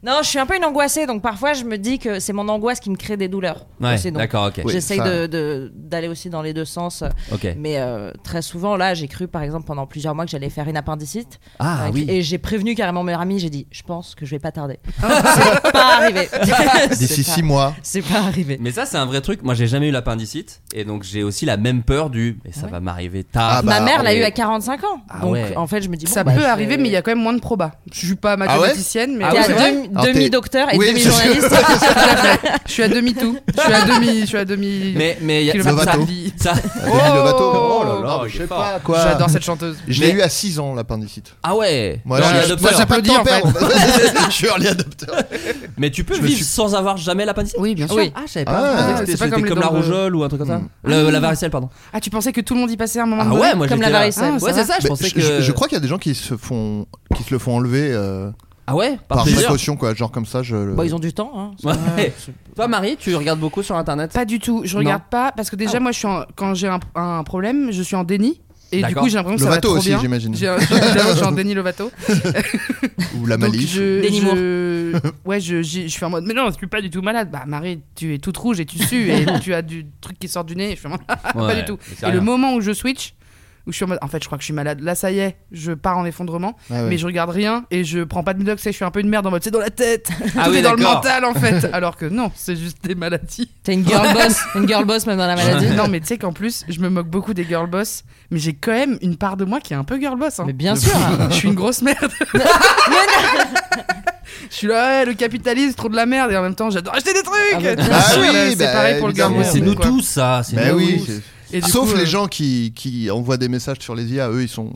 S8: Non, je suis un peu une angoissée, donc parfois je me dis que c'est mon angoisse qui me crée des douleurs.
S2: Ouais,
S8: C'est donc-
S2: d'accord, ok. Oui,
S8: J'essaye
S2: ça-
S8: de- de- d'aller aussi dans les deux sens.
S2: Ok.
S8: Mais euh, très souvent, là, j'ai cru par exemple pendant plusieurs mois que j'allais faire une appendicite.
S2: Ah, oui.
S8: Et j'ai prévenu carrément mes amis, j'ai dit je pense que je vais pas tarder. c'est pas arrivé.
S6: D'ici
S8: C'est
S6: six
S8: pas-
S6: mois.
S8: C'est pas arrivé.
S2: Mais ça, c'est un vrai truc. Moi, j'ai jamais eu l'appendicite. Et donc, j'ai aussi la même peur du. Mais ça va m'arriver
S6: Ah,
S2: tard.
S8: Ma
S6: bah,
S8: mère l'a
S2: Et-
S8: eu à 45 ans.
S2: Ah
S8: donc
S2: ouais.
S8: en fait, je me dis bon,
S9: Ça
S8: bah,
S9: peut
S8: je- Ah
S9: arriver, mais il y a quand même moins de probas. Je suis pas mathématicienne,
S2: Ah
S9: mais.
S8: T'es à demi-
S2: Alors, t'es-
S8: demi-docteur et
S2: Oui,
S8: demi-journaliste.
S9: Je suis à demi tout. Je suis à demi. Je suis à demi.
S2: Mais, mais y a, ça,
S9: Kilomètre
S2: ça,
S9: par
S2: ça-
S6: Denis Lovato.
S2: Oh là là,
S6: Non, mais
S2: il
S6: je
S2: est
S6: sais
S2: fort.
S6: pas quoi.
S9: J'adore cette chanteuse.
S6: Je l'ai eu à 6 ans l'appendicite.
S2: Ah ouais.
S6: Moi,
S2: Dans
S6: je-
S2: la
S6: je-
S2: docteur.
S6: moi, j'ai pas de temps à perdre. Je suis early adopteur.
S2: Ah, Mais tu peux
S6: Je me
S2: vivre
S6: suis-
S2: sans avoir jamais l'appendicite
S9: Oui, bien sûr.
S2: Oui. Ah, je savais pas.
S9: Ah,
S2: Je pensais que
S9: ouais.
S2: c'était-
S9: C'est pas
S2: c'était
S9: comme les
S2: comme, la
S9: dents de-
S2: rougeole ou un truc comme ça. Le- la varicelle, pardon.
S9: Ah, tu pensais que tout le monde y passait un moment
S2: Ah
S9: donné
S2: ouais, moi
S9: Comme la
S2: j'étais là. Ah,
S9: varicelle.
S2: Ouais, c'est ça, je
S6: Mais
S2: pensais
S6: je-
S2: que.
S6: je crois qu'il y a des gens qui se font, qui se le font enlever euh,
S2: Ah ouais Par
S6: par
S2: plaisir.
S6: précaution quoi, genre comme ça. Je le...
S8: Bah, ils ont du temps. hein.
S2: Ouais. Toi, Marie, tu regardes beaucoup sur internet
S9: Pas du tout. Je
S2: Non.
S9: regarde pas parce que déjà,
S2: Ah ouais.
S9: moi, je suis en- quand j'ai un, un problème, je suis en déni. Et du coup, j'ai l'impression que ça va
S6: Lovato
S9: trop
S6: aussi,
S9: bien.
S6: j'imagine.
S9: J'ai un- j'ai un genre Denis Lovato.
S6: Ou la
S9: Donc
S6: Malif.
S9: je,
S8: Denis
S9: je- ouais, je, j'ai- je suis en mode, mais non, je suis pas du tout malade. Bah, Marie, tu es toute rouge et tu sues et tu as du truc qui sort du nez. Je suis en mode, pas
S8: Ouais,
S9: du tout.
S8: mais c'est
S9: Et le
S8: rien.
S9: moment où je switch, où je suis en mode, en fait, je crois que je suis malade. Là, ça y est, je pars en effondrement,
S8: Ah ouais.
S9: mais je regarde rien et je prends pas de minox et je suis un peu une merde en mode, c'est dans la tête.
S8: Ah
S9: Tout
S8: oui,
S9: est dans le
S8: d'accord.
S9: mental, en fait. Alors que non, c'est juste des maladies.
S8: T'es une girl boss, une girl boss même dans la maladie.
S9: non, mais tu sais qu'en plus, je me moque beaucoup des girl boss, mais j'ai quand même une part de moi qui est un peu girl boss. Mais
S8: bien sûr.
S6: Ah
S9: Je suis une grosse merde. Je suis là, ouais, le capitalisme, trop de la merde, et en même temps, j'adore acheter des trucs.
S6: bah,
S9: Tu
S6: bien
S9: vois,
S6: sûr.
S9: là,
S6: Ah oui,
S9: c'est
S6: bah,
S9: pareil pour le girl
S6: évidemment.
S9: boss.
S6: Mais c'est nous
S9: quoi.
S6: tous,
S2: ça, c'est
S6: Bah
S2: nous
S6: oui.
S2: tous.
S6: c'est-
S9: Et du
S6: Sauf
S9: coup,
S6: les
S9: euh,
S6: gens qui, qui envoient des messages sur les IA, eux ils sont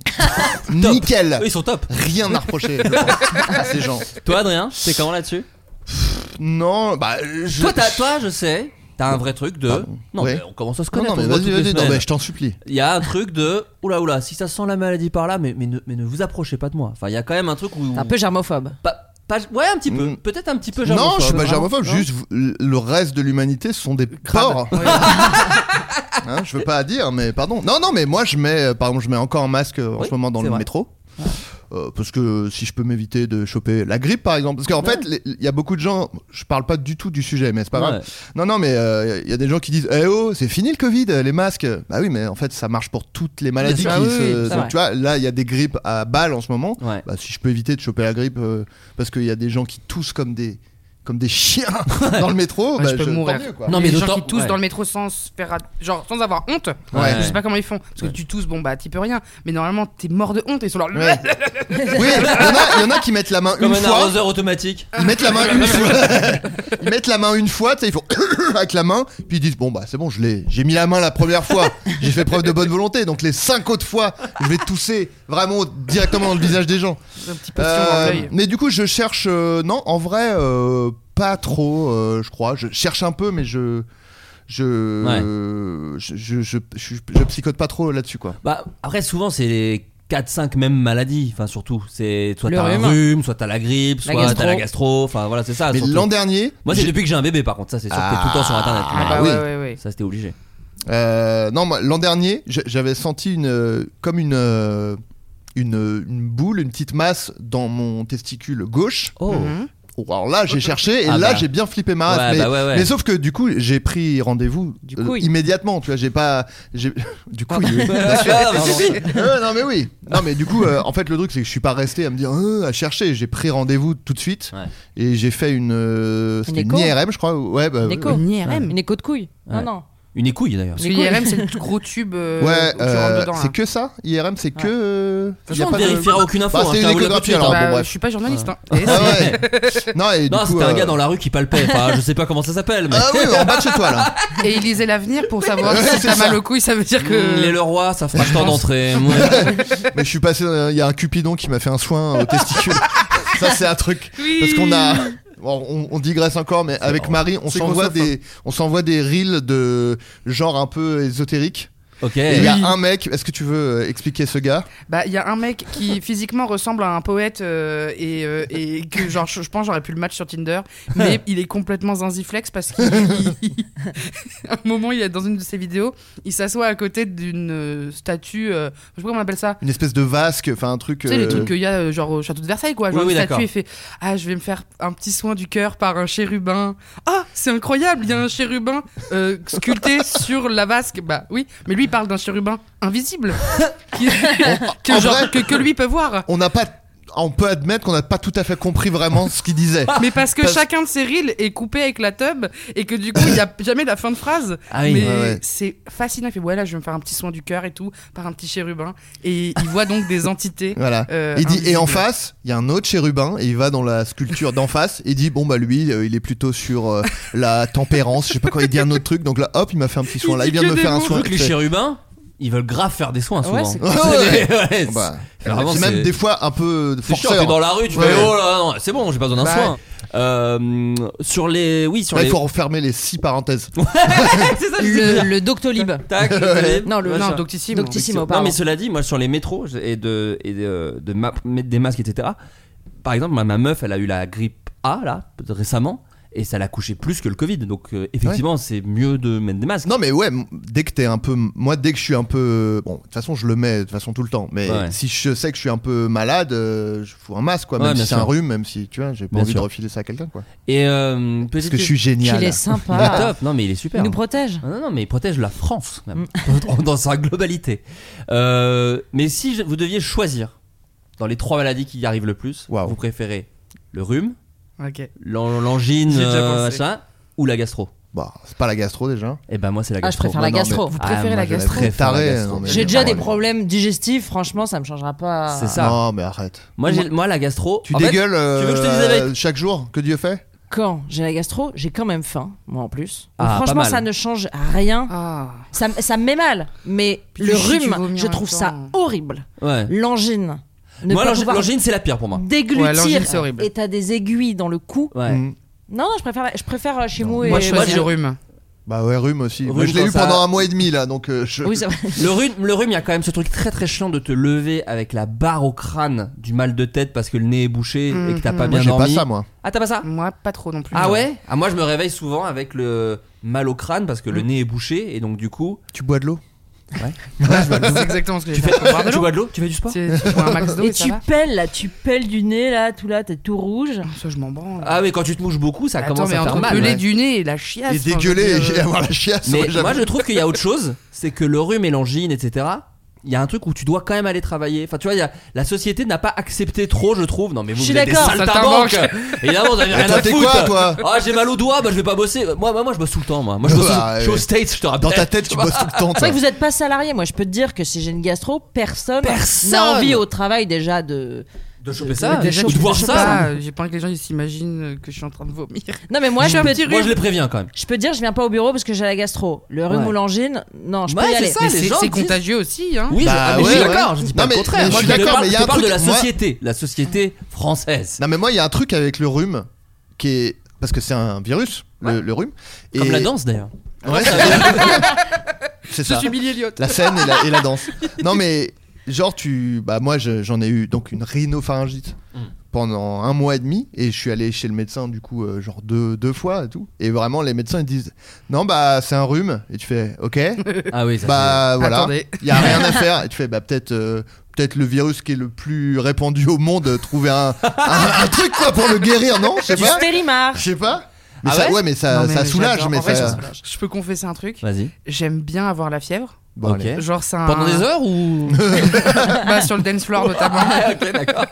S6: nickel.
S2: Eux, ils sont top.
S6: Rien à reprocher je pense, à ces gens.
S2: Toi, Adrien, t'es comment là-dessus
S6: Non, bah. Je... Ah,
S2: Toi, t'as- toi, je sais, t'as un vrai truc de. Non,
S6: Ouais.
S2: mais on commence à se
S6: Non,
S2: connaître.
S6: non, mais
S2: on se voit
S6: vas-y,
S2: toutes les
S6: vas-y, non,
S2: semaines.
S6: mais je t'en supplie.
S2: Il y a un truc de. Oula, oula, si ça sent la maladie par là, mais, mais, ne, mais ne vous approchez pas de moi. Enfin, il y a quand même un truc où.
S8: un peu germophobe.
S2: Pas- pas- ouais, un petit peu. Peut-être un petit peu germophobe.
S6: Mm.
S2: hein.
S6: Non, je suis pas
S2: Vraiment.
S6: germophobe,
S2: Non.
S6: juste vous- le reste de l'humanité ce sont des porcs. Hein, je veux pas dire, mais pardon. Non, non, mais moi je mets, euh, par exemple, je mets encore un masque euh, en ce moment dans
S2: c'est
S6: le
S2: vrai.
S6: métro. Euh, parce que si je peux m'éviter de choper la grippe par exemple parce qu'en fait les- il y a beaucoup de gens je parle pas du tout du sujet mais c'est pas
S2: Ouais.
S6: grave non non mais euh, il y a des gens qui disent eh oh c'est fini le covid les masques bah oui mais en fait ça marche pour toutes les maladies
S2: Bien
S6: qui
S2: sûr. Ah oui,
S6: se
S2: c'est
S6: donc,
S2: vrai.
S6: tu vois là il y a des grippes à balles en ce moment
S2: Ouais.
S6: bah, si je peux éviter de choper la grippe euh, parce qu'il y a des gens qui toussent comme des comme des chiens dans le métro
S9: Ouais,
S6: bah,
S9: je peux
S6: tant
S9: mourir.
S6: mieux, quoi.
S9: Non, mais les gens qui toussent dans le métro sans se faire, ra- genre sans avoir honte.
S6: Ouais.
S9: Je sais pas comment ils font parce que tu tousses, bon bah t'y peux rien. Mais normalement t'es mort de honte et ils sont là.
S6: Ouais. Oui, il y, en a- il y en a qui mettent la main
S2: Comme
S6: une
S2: un
S6: fois.
S2: arroseur automatique.
S6: Ils mettent la main une fois. ils mettent la main une fois, tu sais, ils font avec la main, puis ils disent bon bah c'est bon, je l'ai, j'ai mis la main la première fois, j'ai fait preuve de bonne volonté, donc les cinq autres fois, je vais tousser vraiment directement dans le visage des gens. Euh,
S9: Un petit postillon dans l'œil.
S6: mais du coup, je cherche euh, non, en vrai euh, pas trop, euh, je crois. Je cherche un peu, mais je je je, je, je, je- je psychote pas trop là-dessus quoi.
S2: Bah, après, souvent, c'est les 4-5 mêmes maladies. Enfin, surtout. C'est soit
S6: Le
S2: t'as un
S6: rhume.
S2: rhume, soit t'as la grippe,
S6: La
S2: soit t'as
S6: gastro.
S2: la gastro. Enfin, voilà, c'est ça. Ah,
S6: Mais
S2: surtout.
S6: l'an dernier,
S2: Moi, c'est
S6: j'ai-
S2: depuis que j'ai un bébé, par contre. Ça, c'est sûr que t'es tout le temps sur internet.
S6: Ah, bah oui. ouais,
S2: Ça, c'était obligé.
S6: Euh, non, moi, l'an dernier, j'a- j'avais senti une, euh, comme une, euh, une, euh, une boule, une petite masse dans mon testicule gauche.
S2: Oh.
S9: Mhm.
S6: Oh, Alors là, j'ai cherché et
S2: Ah
S6: là,
S2: bah.
S6: j'ai bien flippé ma race.
S2: Ouais,
S6: mais,
S2: bah ouais, ouais.
S6: mais sauf que du coup, j'ai pris rendez-vous euh,
S2: coup, il-
S6: immédiatement. Tu vois, j'ai pas. j'ai- Du coup, il-
S2: Ah, pardon.
S6: Euh, non mais oui. Non mais du coup, euh, en fait, le truc c'est que je suis pas resté à me dire euh, à chercher. J'ai pris rendez-vous tout de suite et j'ai fait une, euh, c'était une
S8: écho.
S6: IRM, je crois. Ouais, bah,
S8: Une
S6: ouais.
S8: écho.
S9: Une IRM.
S8: Mmh. Une écho de couille. Non,
S6: Ouais.
S8: non.
S2: Une écouille, d'ailleurs.
S9: Parce que l'IRM c'est le gros tube euh,
S6: Ouais,
S9: où tu rentres
S6: euh,
S9: dedans.
S6: c'est que ça IRM, c'est que. euh,
S2: toute
S6: y a
S2: façon, on
S6: pas de-
S2: vérifiera aucune info,
S6: Bah,
S2: hein,
S6: c'est
S2: je
S6: une
S2: t'avoue
S6: écho
S2: tout de
S6: gratuite,
S2: suite,
S6: alors
S2: hein.
S6: bon,
S9: Bah,
S6: bref.
S9: je suis pas journaliste. hein.
S6: Ah
S9: Et c'est-
S6: ouais. Non, et du
S2: Non,
S6: coup,
S2: c'était un
S6: euh,
S2: gars dans la rue qui palpait. Enfin, je sais pas comment ça s'appelle, mais.
S6: Ah oui, en bas de chez toi là.
S9: Et il lisait l'avenir pour savoir
S6: Ouais,
S9: si
S6: c'est
S9: t'as
S6: ça.
S9: mal au couille, ça veut dire
S2: Mmh,
S9: que.
S2: Les Leroy, ça fera le temps d'entrer. Moi,
S6: Mais je suis passé, il y a un Cupidon qui m'a fait un soin au testicule. ça, c'est un truc. Parce qu'on a. bon, on, on digresse encore, mais avec Marie, on
S2: C'est
S6: s'envoie
S2: grosse info.
S6: des, on s'envoie des reels de genre un peu ésotérique.
S2: Ok. Bah,
S6: Et il y a un mec. Est-ce que tu veux euh, expliquer ce gars
S9: Bah, il y a un mec qui physiquement ressemble à un poète euh, et, euh, et que genre je, je pense j'aurais pu le match sur Tinder, mais il est complètement zinziflex parce qu'à un moment il est dans une de ses vidéos, il s'assoit à côté d'une euh, statue, euh, je sais pas comment on appelle ça.
S6: Une espèce de vasque, enfin un truc.
S9: Tu sais, les
S6: euh,
S9: trucs qu'il y a euh, genre au château de Versailles, quoi. Genre
S6: Oui, oui,
S9: une statue,
S6: d'accord.
S9: il fait Ah, je vais me faire un petit soin du cœur par un chérubin. Ah, c'est incroyable, il y a un chérubin euh, sculpté sur la vasque. Bah oui, mais lui, il parle d'un chérubin invisible qui- que,
S6: en
S9: genre,
S6: vrai-
S9: que, que lui peut voir.
S6: On n'a pas. On peut admettre qu'on n'a pas tout à fait compris vraiment ce qu'il disait.
S9: Mais parce que
S6: Parce-
S9: chacun de ses reels est coupé avec la tub et que du coup il n'y a jamais la fin de phrase.
S6: Ah oui.
S9: mais
S6: Ouais, ouais.
S9: c'est fascinant. Il fait ouais là je vais me faire un petit soin du cœur et tout par un petit chérubin et il voit donc des entités.
S6: Voilà.
S9: euh,
S6: il dit, et en
S9: invisibles.
S6: face, il y a un autre chérubin, et il va dans la sculpture d'en face, et il dit, bon, bah lui, euh, il est plutôt sur euh, la tempérance, je sais pas quoi, il dit un autre truc, donc là, hop, il m'a fait un petit soin, là, il vient de me faire un soin.
S2: Surtout que les chérubins, ils veulent grave faire des soins souvent.
S6: Ouais, c'est-
S2: Ouais,
S6: Ouais, ouais.
S2: ouais,
S6: Bah,
S2: c'est- vraiment,
S6: c'est
S2: c'est-
S6: même des fois un peu
S2: C'est
S6: forceur. hein.
S2: chiant, t'es dans la rue, tu
S6: Ouais.
S2: fais oh là, non, c'est bon, j'ai pas besoin d'un
S6: Bah
S2: soin. Euh, sur les. Oui, sur
S6: Là,
S2: les.
S6: il faut refermer les six parenthèses.
S8: Le, le Doctolib.
S2: Tac,
S8: Non, le
S2: machin.
S8: non, Doctissimo. Doctissimo,
S2: Non,
S8: pardon.
S2: mais cela dit, moi sur les métros je- et de, et de, de ma- mettre des masques, etc. Par exemple, ma, ma meuf, elle a eu la grippe A là, peut-être récemment. et ça l'a couché plus que le Covid. Donc euh, effectivement, c'est mieux de mettre des masques.
S6: Non mais ouais, m- dès que t'es un peu, moi dès que je suis un peu, bon de toute façon je le mets de toute façon tout le temps. Mais
S2: Ouais.
S6: si je sais que je suis un peu malade, euh, je fous un masque quoi. Même
S2: Ouais,
S6: si
S2: bien
S6: c'est
S2: sûr.
S6: un rhume, même si tu vois, j'ai pas
S2: Bien
S6: envie
S2: sûr.
S6: de refiler ça à quelqu'un quoi.
S2: Et euh, petite-
S6: que je suis génial.
S8: Qu'il est sympa.
S2: Il est top. Non, mais il est super. hein.
S8: Il nous protège. Mm.
S2: Non, non, non, mais il protège la France, même, dans sa globalité. Euh, mais si je- vous deviez choisir, dans les trois maladies qui y arrivent le plus, vous préférez le rhume,
S9: Ok.
S2: l'an- l'angine,
S6: J'ai déjà
S2: euh,
S6: pensé.
S2: machin, ou la gastro
S6: Bah, c'est pas la gastro déjà.
S2: Eh ben moi c'est la
S8: Ah, je
S2: gastro.
S8: préfère la
S2: Non, non,
S8: gastro.
S2: mais-
S8: Vous
S2: Ah,
S8: préférez
S2: moi,
S8: la
S2: je
S8: gastro
S2: préfère la
S6: Taré, hein,
S2: gastro.
S6: non, mais-
S8: J'ai déjà
S9: Ah,
S6: Ouais.
S8: des problèmes digestifs, franchement, ça me changera pas.
S2: C'est ça.
S6: Ah Non mais arrête.
S2: Ah. Moi, j'ai- moi, la gastro.
S6: Tu
S2: en fait,
S6: dégueules euh,
S2: tu veux que je te dise avec
S6: chaque jour que Dieu fait.
S8: Quand j'ai la gastro, j'ai quand même faim, moi en plus.
S6: Ah,
S8: Donc,
S6: pas
S8: franchement,
S6: mal.
S8: ça ne change rien. Ça, m- ça me met mal, mais
S9: Ah. Puis tu
S8: le
S9: chies, tu
S8: rhume,
S9: vomis
S8: je
S9: en
S8: trouve
S9: même
S8: ça horrible.
S2: Ouais.
S8: L'angine. Ne
S2: Moi
S8: pas
S2: l'angi-
S8: pouvoir Mm.
S2: l'angine c'est la pire pour moi.
S8: Déglutir.
S2: Ouais, l'angine, c'est horrible.
S8: Et t'as des aiguilles dans le cou.
S2: Ouais. Mm.
S8: Non, non, je préfère, la- je préfère euh, chez moi. et-
S2: Moi, je choisis
S8: vas-y.
S2: le rhume.
S6: Bah ouais, rhume aussi.
S2: Rhume
S6: Moi, je l'ai
S2: quand
S6: eu
S2: ça-
S6: pendant un mois et demi là, donc euh, je.
S8: Oui, ça va.
S2: Le rhume, le rhume, il y a quand même ce truc très très chiant de te lever avec la barre au crâne du mal de tête parce que le nez est bouché et que t'as pas
S6: Mhm.
S2: bien
S6: Moi, j'ai pas
S2: dormi.
S6: ça, moi.
S2: Ah, t'as pas ça
S9: Moi, pas trop Mm. non plus.
S2: Ah ouais ah, Moi je me réveille souvent avec le mal au crâne parce que le nez est bouché et donc du coup.
S6: Tu bois de l'eau
S2: Ouais.
S9: C'est exactement ce que j'ai fait. pour boire de
S2: Tu
S9: l'eau.
S2: bois de l'eau Tu fais du sport
S9: C'est- tu bois un max d'eau
S8: Et
S9: ça
S8: tu
S9: va.
S8: pelles là, tu pelles du nez là, tout là, t'es tout rouge.
S9: Ça, je m'en branle.
S2: Ah oui, quand tu te mouches beaucoup, ça
S9: Attends,
S2: commence
S9: mais
S2: à faire
S9: entre
S2: mal.
S9: peler
S2: ouais.
S9: du nez et la
S8: Ah,
S9: chiasse.
S6: Et
S9: enfin, je veux
S6: dégueuler
S9: dire,
S6: et
S9: euh,
S6: avoir la chiasse.
S2: Mais
S6: ouais, j'avoue.
S2: moi je trouve qu'il y a autre chose, c'est que le rhume et l'angine, etc. Il y a un truc où tu dois quand même aller travailler. Enfin, tu vois, il y a- la société n'a pas accepté trop, je trouve. Non, mais vous,
S8: Je suis
S2: vous êtes des
S8: d'accord.
S2: saltimbanques.
S8: Saltimbanques.
S2: Évidemment, vous avez
S6: Et
S2: rien
S6: toi,
S2: à
S6: t'es
S2: foutre.
S6: quoi, toi
S2: ah, j'ai mal au doigt, bah je vais pas bosser. Moi, moi, moi, je bosse tout le temps, moi. Moi, je bosse.
S6: Bah,
S2: je suis
S6: ouais.
S2: aux States, je te rappelle.
S6: Dans ta tête, tu
S2: vois.
S6: bosses tout le temps.
S8: C'est vrai
S6: toi.
S8: que vous n'êtes pas salarié. Moi, je peux te dire que si j'ai une gastro, personne
S2: Personne
S8: n'a envie au travail déjà de.
S2: De choper ça,
S8: de
S2: déjà,
S8: choper-
S2: de voir
S8: de
S9: ah, Je sais
S8: choper
S9: pas, euh, j'ai pas envie que les gens ils s'imaginent euh, que je suis en train de vomir.
S8: Non, mais moi, je, peux
S2: Moi, je les préviens quand même.
S8: je peux te dire, je viens pas au bureau parce que j'ai la gastro. Le rhume
S2: Ouais.
S8: ou l'angine, non, je
S2: Ouais,
S8: peux y
S2: c'est
S8: aller.
S2: ça,
S9: Mais
S2: les
S9: c'est
S2: gens
S9: c'est
S2: disent-
S9: contagieux aussi, hein.
S2: Oui,
S6: Bah,
S2: je, ah, mais je
S6: ouais,
S2: suis
S6: ouais.
S2: d'accord, je dis pas
S6: Non, mais-
S2: le contraire.
S6: mais
S2: Moi,
S6: je suis
S2: te
S6: d'accord,
S2: parle-
S6: mais il y a
S2: je
S6: un
S2: te parle
S6: truc-
S2: de la
S6: moi-
S2: société, la société française.
S6: Non, mais moi, il y a un truc avec le rhume qui est. Parce que c'est un virus, le, le rhume. Et-
S2: Comme la danse d'ailleurs.
S6: Ouais, c'est c'est
S9: Je
S6: ça.
S9: suis Billy Elliot.
S6: La scène et la, et la danse. Non, mais genre, tu. Bah, moi, je- j'en ai eu donc une rhinopharyngite
S9: Mmh.
S6: pendant un mois et demi et je suis allé chez le médecin, du coup, euh, genre deux, deux fois et tout. Et vraiment, les médecins, ils disent Non, bah, c'est un rhume. Et tu fais Ok.
S2: Ah oui, ça,
S6: bah,
S2: c'est-
S6: voilà.
S9: Attendez.
S6: Il y a rien à faire. Et tu fais Bah, peut-être. euh, Peut-être le virus qui est le plus répandu au monde, euh, trouver un, un- un truc quoi pour le guérir, non Je sais
S8: Du
S6: pas.
S8: Stérimar.
S6: Je sais pas. Mais
S2: Ah
S6: ça,
S2: ouais
S6: ouais, mais ça,
S9: Non, mais
S6: ça soulage,
S9: j'adore.
S6: mais
S9: En vrai,
S6: ça.
S9: je- Je peux confesser un truc.
S2: Vas-y.
S9: J'aime bien avoir la fièvre.
S6: Bon,
S2: Ok.
S6: allez.
S9: Genre, c'est un.
S2: Pendant des heures ou
S9: Bah, sur le dance floor notamment.
S2: Ah, ok, d'accord.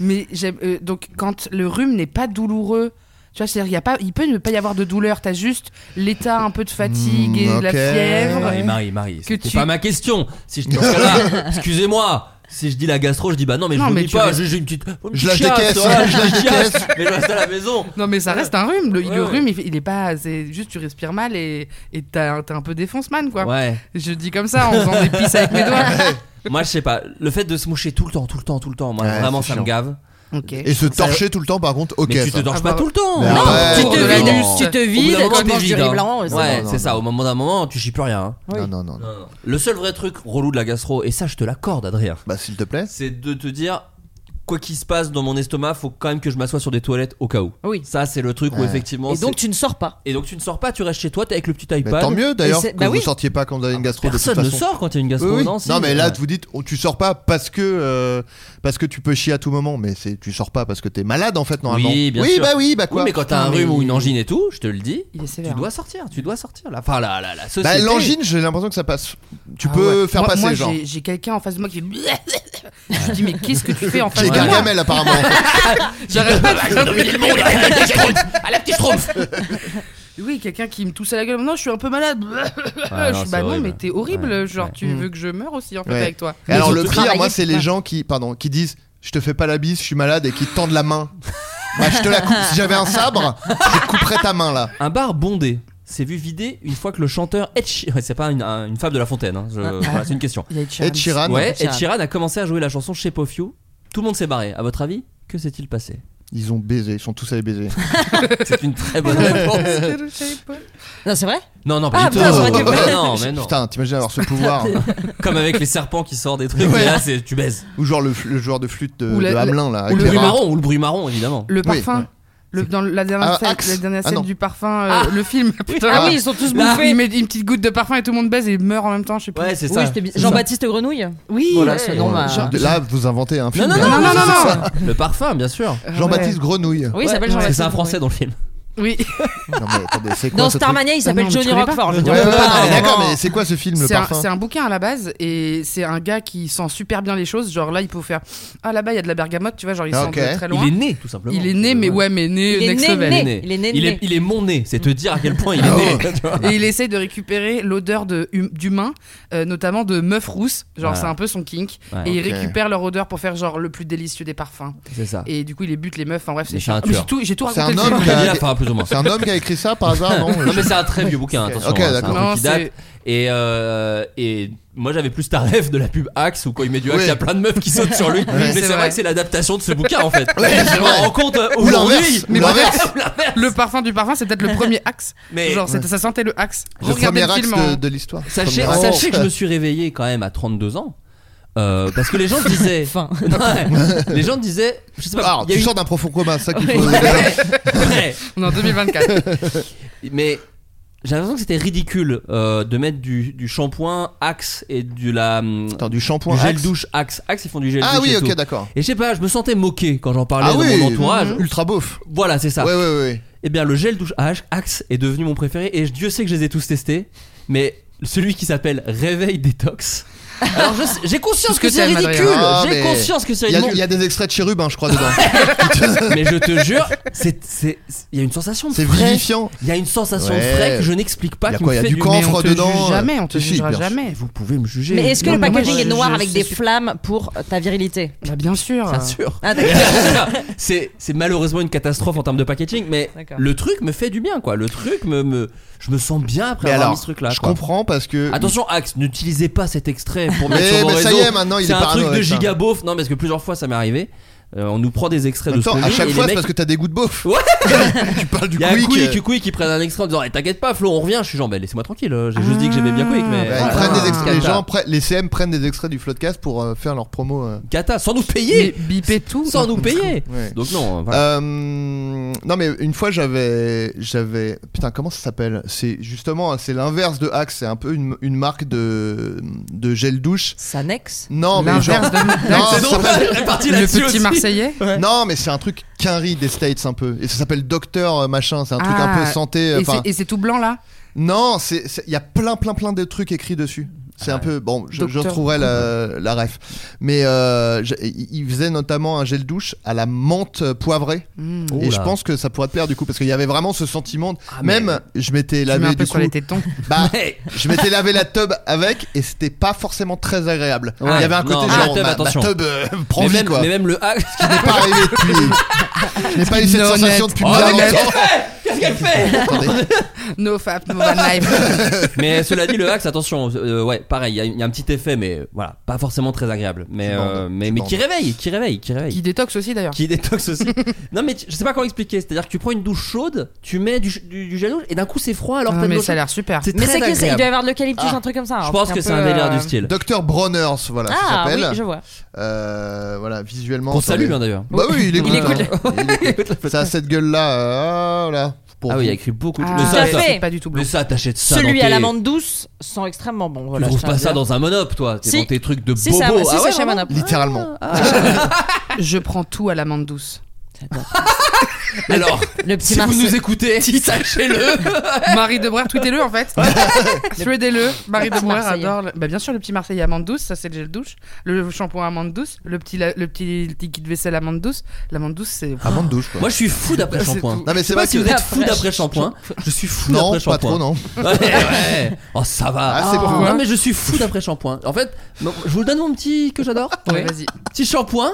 S9: Mais j'aime. euh, donc, quand le rhume n'est pas douloureux. Tu vois, c'est-à-dire, il y a pas, il peut ne pas y avoir de douleur. T'as juste l'état un peu de fatigue et
S6: Mm,
S9: de la
S6: ok.
S9: fièvre.
S2: Marie, Ah, Marie, Marie, c'était
S9: tu-
S2: pas ma question. Si je dis dans ce cas-là, excusez-moi. Si je dis la gastro, je dis bah non, mais je
S9: Non, mais
S2: vomis
S9: tu
S2: pas,
S9: restes-
S2: j'ai j'ai une petite. une petite
S6: Je lâche des
S2: chiasse,
S6: caisses,
S2: voilà,
S6: je
S2: j'ai une
S6: lâche des
S2: chiasse,
S6: caisses.
S2: Mais je reste à la maison.
S9: Non, mais ça reste un rhume. Le,
S2: Ouais,
S9: le
S2: ouais.
S9: rhume, il, il est pas. C'est juste, tu respires mal et et t'as t'es un peu défonce-man, quoi.
S2: Ouais.
S9: Je dis comme ça en faisant des pisses avec mes doigts.
S2: Moi, je sais pas. Le fait de se moucher tout le temps, tout le temps, tout le temps, moi,
S6: Ouais,
S2: vraiment,
S6: c'est
S2: ça me
S6: chiant.
S2: gave.
S9: Ok.
S6: Et se torcher tout le temps, par contre, ok.
S2: mais tu te
S6: ça.
S2: torches
S9: Ah,
S2: pas
S9: bah,
S2: tout le temps.
S6: Mais Non, ouais.
S8: tu te
S2: Au bout d'un
S8: vides,
S2: moment.
S8: tu te
S2: Au bout d'un
S8: vides,
S2: moment,
S8: tu
S2: t'es
S8: manges du
S2: vide,
S8: riz
S2: hein.
S9: euh,
S8: blanc, et c'est
S2: Ouais,
S6: bon.
S2: c'est ça. Au moment d'un moment, tu chies plus rien. hein.
S6: Non, non, non. non.
S2: Le seul vrai truc relou de la gastro, et ça, je te l'accorde, Adrien,
S6: Bah, s'il te plaît.
S2: c'est de te dire. Quoi qu'il se passe dans mon estomac, faut quand même que je m'assoie sur des toilettes au cas où.
S8: Oui.
S2: Ça, c'est le truc où
S6: Ouais.
S2: effectivement.
S8: Et
S2: c'est-
S8: donc, tu ne sors pas.
S2: Et donc tu ne sors pas, tu restes chez toi, t'es avec le petit
S6: Mais
S2: iPad.
S6: tant mieux d'ailleurs
S8: Et c'est-
S6: que
S8: bah
S6: vous
S8: oui.
S6: sortiez pas quand vous avez une gastro de
S2: Ah, Personne
S6: toute
S2: ne
S6: façon.
S2: sort quand t'as une gastro,
S6: Oui, oui.
S2: non si,
S6: non mais
S2: euh,
S6: là vous dites oh, tu sors pas parce que euh, parce que tu peux chier à tout moment mais c'est tu sors pas parce que t'es malade en fait normalement
S2: Oui, bien
S6: oui
S2: sûr.
S6: bah oui bah quoi
S2: Oui, mais quand t'as un
S9: Putain,
S2: rhume
S9: mais-
S2: ou une angine et tout, je te le dis,
S9: Il est sévère. hein.
S2: tu dois sortir, tu dois sortir. Là. Enfin, la, la, la
S6: bah,
S2: société.
S6: l'angine j'ai l'impression que ça passe tu
S9: Ah
S6: peux
S9: ouais.
S6: faire
S9: Moi-
S6: passer
S9: moi,
S6: genre
S9: j'ai- J'ai quelqu'un en face de moi qui fait. je lui dis, mais qu'est-ce que tu fais en face
S6: j'ai
S9: de moi
S6: Gargamel apparemment en fait.
S9: J'arrête pas
S8: Ah,
S9: de-
S2: le monde à la petite schtroumpf, à la petite schtroumpf.
S9: Oui, quelqu'un qui me tousse à la gueule. Non, je suis un peu malade.
S2: Ah,
S9: Je
S2: non,
S9: suis,
S2: c'est
S9: bah non,
S2: horrible.
S9: mais t'es horrible.
S2: Ouais,
S9: genre,
S2: ouais.
S9: tu veux
S8: Mm.
S9: que je meure aussi en fait
S6: Ouais.
S9: avec toi.
S6: Et alors le
S8: surtout-
S6: pire moi
S8: Travailler,
S6: c'est les
S8: putain.
S6: gens qui pardon qui disent je te fais pas la bise je suis malade et qui te tendent la main bah je te la coupe si j'avais un sabre je couperais ta main là
S2: Un bar bondé s'est vu vider une fois que le chanteur Ed Sheeran. Ouais, C'est pas une, un- une fable de la fontaine, hein, je-
S9: Ah.
S2: voilà, c'est une question.
S9: Il y a Ed Sheeran.
S6: Ed Sheeran
S2: Ouais, Ed
S8: Sheeran.
S2: Sheeran a commencé à jouer la chanson Shape of You. Tout le monde s'est barré. À votre avis, que s'est-il passé
S6: ils ont baisé ils sont tous allés baiser
S2: C'est une très bonne
S8: Oh.
S2: réponse.
S8: Non, c'est vrai
S2: Non, non, pas
S8: Ah,
S2: du tout.
S8: putain, ça aurait été
S2: Mais
S8: vrai.
S2: Oh. non, mais non.
S6: putain t'imagines avoir ce pouvoir
S2: Comme avec les serpents qui sortent des trucs, mais là c'est tu baises.
S6: Ou genre le, f- le joueur de flûte de,
S9: Ou la-
S6: de
S9: la-
S6: Hamelin là.
S2: Ou
S6: avec
S2: le
S6: les
S2: bruit
S6: rats.
S2: marron, ou le bruit marron évidemment.
S9: Le
S6: Oui,
S9: parfum.
S6: ouais.
S9: Le- dans la dernière
S6: Ah,
S9: scène,
S6: Axe.
S9: la dernière
S6: Ah,
S9: scène
S6: non.
S9: du parfum, euh,
S6: Ah.
S9: le film. putain.
S8: Ah oui, ils sont tous
S9: Là,
S8: bouffés.
S9: Il met une petite goutte de parfum et tout le monde baise et il meurt en même temps, je sais plus.
S2: Ouais, c'est
S8: Oui, ça. c'était bi- C'est Jean-Baptiste Grenouille
S9: Oui,
S8: Voilà, ce nom m'a-
S6: Jean- Là, vous inventez un film.
S2: bah, non,
S6: là.
S2: non, non, non,
S6: C'est
S2: non,
S6: ça.
S2: Le parfum, bien sûr.
S9: Euh,
S6: Jean-Baptiste Grenouille.
S8: Oui, il s'appelle
S2: Parce que
S8: Jean-Baptiste
S2: C'est un français dans le film.
S9: Oui.
S6: Non, mais attendez, c'est quoi
S8: Dans
S6: ce
S8: Starmania,
S6: truc
S8: il s'appelle
S9: Ah non, mais
S8: Johnny
S9: tu connais pas
S8: Rockford. Je veux
S6: Ouais,
S8: dire,
S6: ouais,
S8: on peut pas-
S2: hein.
S6: non, mais
S8: vraiment.
S6: D'accord, mais c'est quoi ce film, le
S9: C'est un,
S6: parfum
S9: c'est un bouquin à la base et c'est un gars qui sent super bien les choses. Genre là, il peut faire Ah là-bas, il y a de la bergamote, tu vois, genre il
S2: Ah,
S9: sent
S2: ok.
S9: de très loin.
S2: Il est né, tout simplement.
S9: Il est né, mais ouais, mais né
S8: Il est
S9: next
S8: né,
S9: level.
S8: né. Il est né,
S2: Il
S8: né.
S2: est, il est mon nez, c'est te dire à quel point il est né. tu vois.
S9: Et il essaye de récupérer l'odeur de hum- d'humain, euh, notamment de meuf rousse. Genre,
S2: Voilà.
S9: c'est un peu son kink.
S2: Ouais.
S9: et il
S2: Ok.
S9: récupère leur odeur pour faire genre le plus délicieux des parfums.
S2: C'est ça.
S9: Et du coup, il les bute les meufs. Enfin bref, c'est
S2: Mais c'est un
S9: chiant. Mais
S2: tueur.
S9: j'ai tout, j'ai tout
S6: C'est
S9: raconté.
S6: un
S9: le
S6: homme
S9: film.
S6: qui a...
S2: Enfin, plus ou moins.
S6: C'est un homme qui a écrit ça par hasard, non
S2: Non, mais c'est un très vieux bouquin,
S6: Ok,
S2: attention. hein,
S6: ok,
S2: c'est un
S6: d'accord.
S2: truc
S9: Non,
S2: qui date.
S9: c'est-
S2: Et, euh, et moi, j'avais plus ta rêve de la pub Axe où quand il met du Axe,
S6: Oui.
S2: il y a plein de meufs qui sautent sur lui. mais c'est
S9: c'est
S2: vrai.
S9: vrai.
S2: que c'est l'adaptation de ce bouquin en fait.
S6: Ouais,
S2: je
S6: c'est
S2: me
S6: vrai.
S2: rends compte euh,
S6: Ou l'inverse,
S2: aujourd'hui.
S6: ou l'inverse.
S9: Le parfum du parfum, c'est peut-être le premier axe.
S2: Mais-
S9: Genre, c'était- ça sentait le axe.
S6: Le
S9: Regardez
S6: premier
S9: le
S6: axe
S9: film
S2: hein.
S6: de,
S9: en-
S6: de l'histoire.
S2: Sachez,
S6: Premier axe.
S2: sachez que je me suis réveillé quand même à 32 ans. euh, parce que les gens disaient.
S8: Fin.
S2: Non, ouais. les gens disaient. Je sais pas.
S6: Alors,
S2: il y a
S6: Ah, tu
S2: eu-
S6: sors d'un profond coma, c'est ça qu'il
S8: Ouais.
S6: faut.
S2: Ouais.
S9: On est en 2024.
S2: Mais j'ai l'impression que c'était ridicule euh, de mettre du, du shampoing Axe et du la hum,
S6: Attends, du shampoing.
S2: du gel
S6: axe.
S2: douche Axe. Axe ils font du gel
S6: Ah
S2: douche.
S6: oui,
S2: et
S6: ok,
S2: tout.
S6: d'accord.
S2: Et je sais pas, je me sentais moqué quand j'en parlais
S6: Ah
S2: dans
S6: oui,
S2: mon entourage.
S6: Ultra beauf.
S2: Voilà, c'est ça.
S6: Ouais, ouais, ouais.
S2: Et bien le gel douche Axe- Axe est devenu mon préféré et Dieu sait que je les ai tous testés, mais celui qui s'appelle Réveil Détox. Alors je sais- j'ai conscience
S9: Tout ce
S2: que
S9: que
S2: c'est
S9: t'aimes,
S2: ridicule,
S6: Ah,
S2: j'ai
S6: mais
S2: conscience que c'est
S6: Il y, a, il
S2: ridicule.
S6: y a des extraits de chérubin, je crois, dedans.
S2: Mais je te jure, c'est c'est- il y a une sensation de
S6: C'est
S2: frais.
S6: vivifiant.
S2: Il y a une sensation de
S6: Ouais.
S2: frais que je n'explique pas
S6: Il y a
S2: qui
S6: quoi,
S2: me
S6: il y a
S2: fait
S6: du Eh,
S2: du
S6: camphre
S9: Mais on te
S6: dedans,
S9: juge
S6: euh,
S9: jamais, on te
S6: si,
S9: jugera
S6: bien sûr.
S9: jamais.
S2: Vous pouvez me juger.
S8: Mais est-ce que
S9: Non,
S8: le
S9: mais moi,
S8: packaging
S9: je-
S8: est noir
S9: je
S8: avec
S9: sais
S8: des
S9: pas.
S8: flammes pour euh, ta virilité
S9: Bah, bien sûr.
S2: Bien sûr.
S8: Ah, d'accord.
S2: C'est c'est malheureusement une catastrophe en termes de packaging, mais
S8: D'accord.
S2: le truc me fait du bien, quoi. Le truc me, me- je me sens bien après
S6: Mais
S2: avoir
S6: alors,
S2: mis ce truc-là.
S6: je
S2: quoi.
S6: comprends parce que.
S2: Attention, Axe, n'utilisez pas cet extrait pour
S6: Mais-
S2: mettre sur vos
S6: mais ça
S2: réseaux.
S6: y est, maintenant, il
S2: C'est
S6: est
S2: un
S6: parano
S2: truc de
S6: avec ça.
S2: giga beauf. Non, parce que plusieurs fois, ça m'est arrivé. Euh, on nous prend des extraits de
S6: Attends,
S2: ce
S6: à chaque fois, c'est
S2: mecs...
S6: parce que t'as des goûts de beauf.
S2: Ouais.
S6: tu parles du
S2: Il y a
S6: quick.
S2: Quick,
S6: euh,
S2: Quick, qui prennent un extrait en disant Eh, T'inquiète pas, Flo, on revient. Je suis genre, bah, laissez-moi tranquille. euh, J'ai juste dit que j'aimais bien Quick, mais.
S6: ouais, Bah, ils
S2: Voilà. Ah,
S6: prennent des extraits- les,
S2: Cata.
S6: gens prennent- les CM prennent des extraits du Floodcast pour euh, faire leur promo. euh.
S2: Cata, sans nous
S9: Mais
S2: payer
S9: bipez tout.
S2: Sans nous payer
S6: Ouais.
S2: Donc, non, voilà.
S6: Euh, non mais une fois j'avais j'avais putain comment ça s'appelle c'est justement c'est l'inverse de Axe c'est un peu une, une marque de de gel douche
S8: Sanex
S6: non mais genre
S9: L'inverse de-
S6: non, ça
S2: C'est donc
S6: s'appelle-
S2: elle est partie
S9: Le
S2: là-dessus
S9: petit
S2: aussi.
S9: Marseillais.
S6: non, mais c'est un truc qu'un riz des States un peu et ça s'appelle docteur euh, machin c'est un truc
S9: Ah,
S6: un peu santé
S9: Et
S6: enfin
S9: c'est- Et c'est tout blanc là
S6: non c'est c'est- il y a plein plein plein de trucs écrits dessus c'est un
S2: Ah
S6: peu bon je, je
S9: Docteur
S6: retrouverai la, la ref mais euh, je- il il faisait notamment un gel douche à la menthe euh, poivrée
S9: Hmm.
S2: Oh
S6: et
S2: là.
S6: je pense que ça pourrait te plaire du coup parce qu'il y avait vraiment ce sentiment. de-
S2: Ah, mais-
S6: Même je m'étais
S9: Tu mets
S6: lavé
S9: un peu
S6: du
S9: sur
S6: coup.
S9: les tétons.
S6: Bah,
S2: Mais-
S6: je m'étais lavé la tub avec et c'était pas forcément très agréable.
S2: Ouais,
S6: Il y avait un
S2: non,
S6: côté
S2: ah, la
S6: genre
S2: tub,
S6: ma, ma
S2: attention.
S6: tub euh, prend
S2: mais,
S6: vie
S2: même,
S6: quoi.
S2: mais même le Axe.
S6: Ce qui n'est pas arrivé depuis. Je n'ai pas eu cette
S9: Non,
S6: sensation
S9: net.
S6: depuis
S2: Oh,
S6: bien
S2: mais qu'est-ce
S6: longtemps.
S2: qu'elle fait Qu'est-ce qu'elle fait
S6: Attendez.
S9: No fap, no van life.
S2: Mais cela dit, le axe, attention, euh, ouais, pareil, il y a- il y, a un petit effet, mais euh, voilà, pas forcément très agréable. Mais,
S6: Tu bandes,
S2: euh,
S6: tu
S2: mais, mais qui
S6: bandes.
S2: réveille, qui réveille, qui réveille.
S9: Qui détoxe aussi d'ailleurs.
S2: Qui détoxe aussi. non, mais tu- je sais pas comment expliquer. C'est-à-dire que tu prends une douche chaude, tu mets du, du, du gel douche, et d'un coup c'est froid alors que
S9: Ah,
S2: t'as de
S9: mais
S2: l'eau
S9: ça a
S2: chaude.
S9: l'air super.
S2: C'est
S8: Mais
S2: très
S8: c'est que c'est- il
S2: agréable.
S8: doit y avoir de l'eucalyptus,
S6: Ah.
S8: un truc comme ça.
S2: Je pense que c'est un
S8: peu,
S2: délire
S8: euh,
S2: du style.
S6: Docteur Bronners, voilà, ça
S8: Ah oui,
S6: s'appelle.
S8: je vois.
S6: Euh, voilà, visuellement.
S2: Qu'on salue
S6: attendez.
S2: bien hein, d'ailleurs.
S6: Bah oui, il écoute.
S8: Il écoute.
S6: hein. Il écoute. Ça a cette gueule-là. euh, voilà. Pour
S2: Ah oui, il y a
S6: vous.
S2: écrit beaucoup de
S9: Ah,
S2: choses.
S8: Tout à
S2: Mais ça,
S8: fait.
S9: c'est pas du tout blanc.
S2: mais ça, t'achètes ça.
S8: Celui
S2: dans
S8: à
S2: tes-
S8: l'amande douce sent extrêmement bon.
S2: Tu
S8: Voilà,
S2: trouves
S8: je tiens à
S2: pas
S8: dire.
S2: ça dans un monop, toi. T'es
S8: Si.
S2: dans tes trucs de
S8: Si, ça-
S2: bobo.
S8: si,
S2: Ah
S8: c'est
S2: ouais,
S8: chez
S2: vraiment
S8: Monop.
S6: littéralement.
S8: Ah,
S9: Je prends tout à l'amande douce.
S2: Alors,
S8: Le petit
S2: si vous
S8: Marseillais.
S2: nous écoutez, sachez-le.
S9: Marie Debrère, tweetez-le en fait. Threadez-le. Marie
S8: Le petit
S9: Debrère
S8: Marseillais.
S9: adore. le- Bah, bien sûr, le petit Marseillais amande douce, ça c'est le gel douche. Le shampoing amande douce. Le petit, la- le petit liquide vaisselle amande douce. L'amande douce, c'est.
S6: Amande Ah, douce quoi.
S2: Moi, je suis fou d'après shampoing.
S6: Non, mais
S2: Je sais
S6: c'est
S2: pas
S6: vrai
S2: si
S6: que-
S2: vous êtes fou
S8: Après-
S2: d'après shampoing. Je suis fou
S6: Non,
S2: d'après
S6: pas
S2: shampoing.
S6: trop, non.
S2: Ouais, ouais. Oh, ça va.
S6: Ah, c'est
S2: Oh.
S6: pourquoi
S2: Non, mais je suis fou d'après shampoing. En fait, non, je vous donne mon petit que j'adore.
S9: Ouais, Vas-y.
S2: Petit shampoing,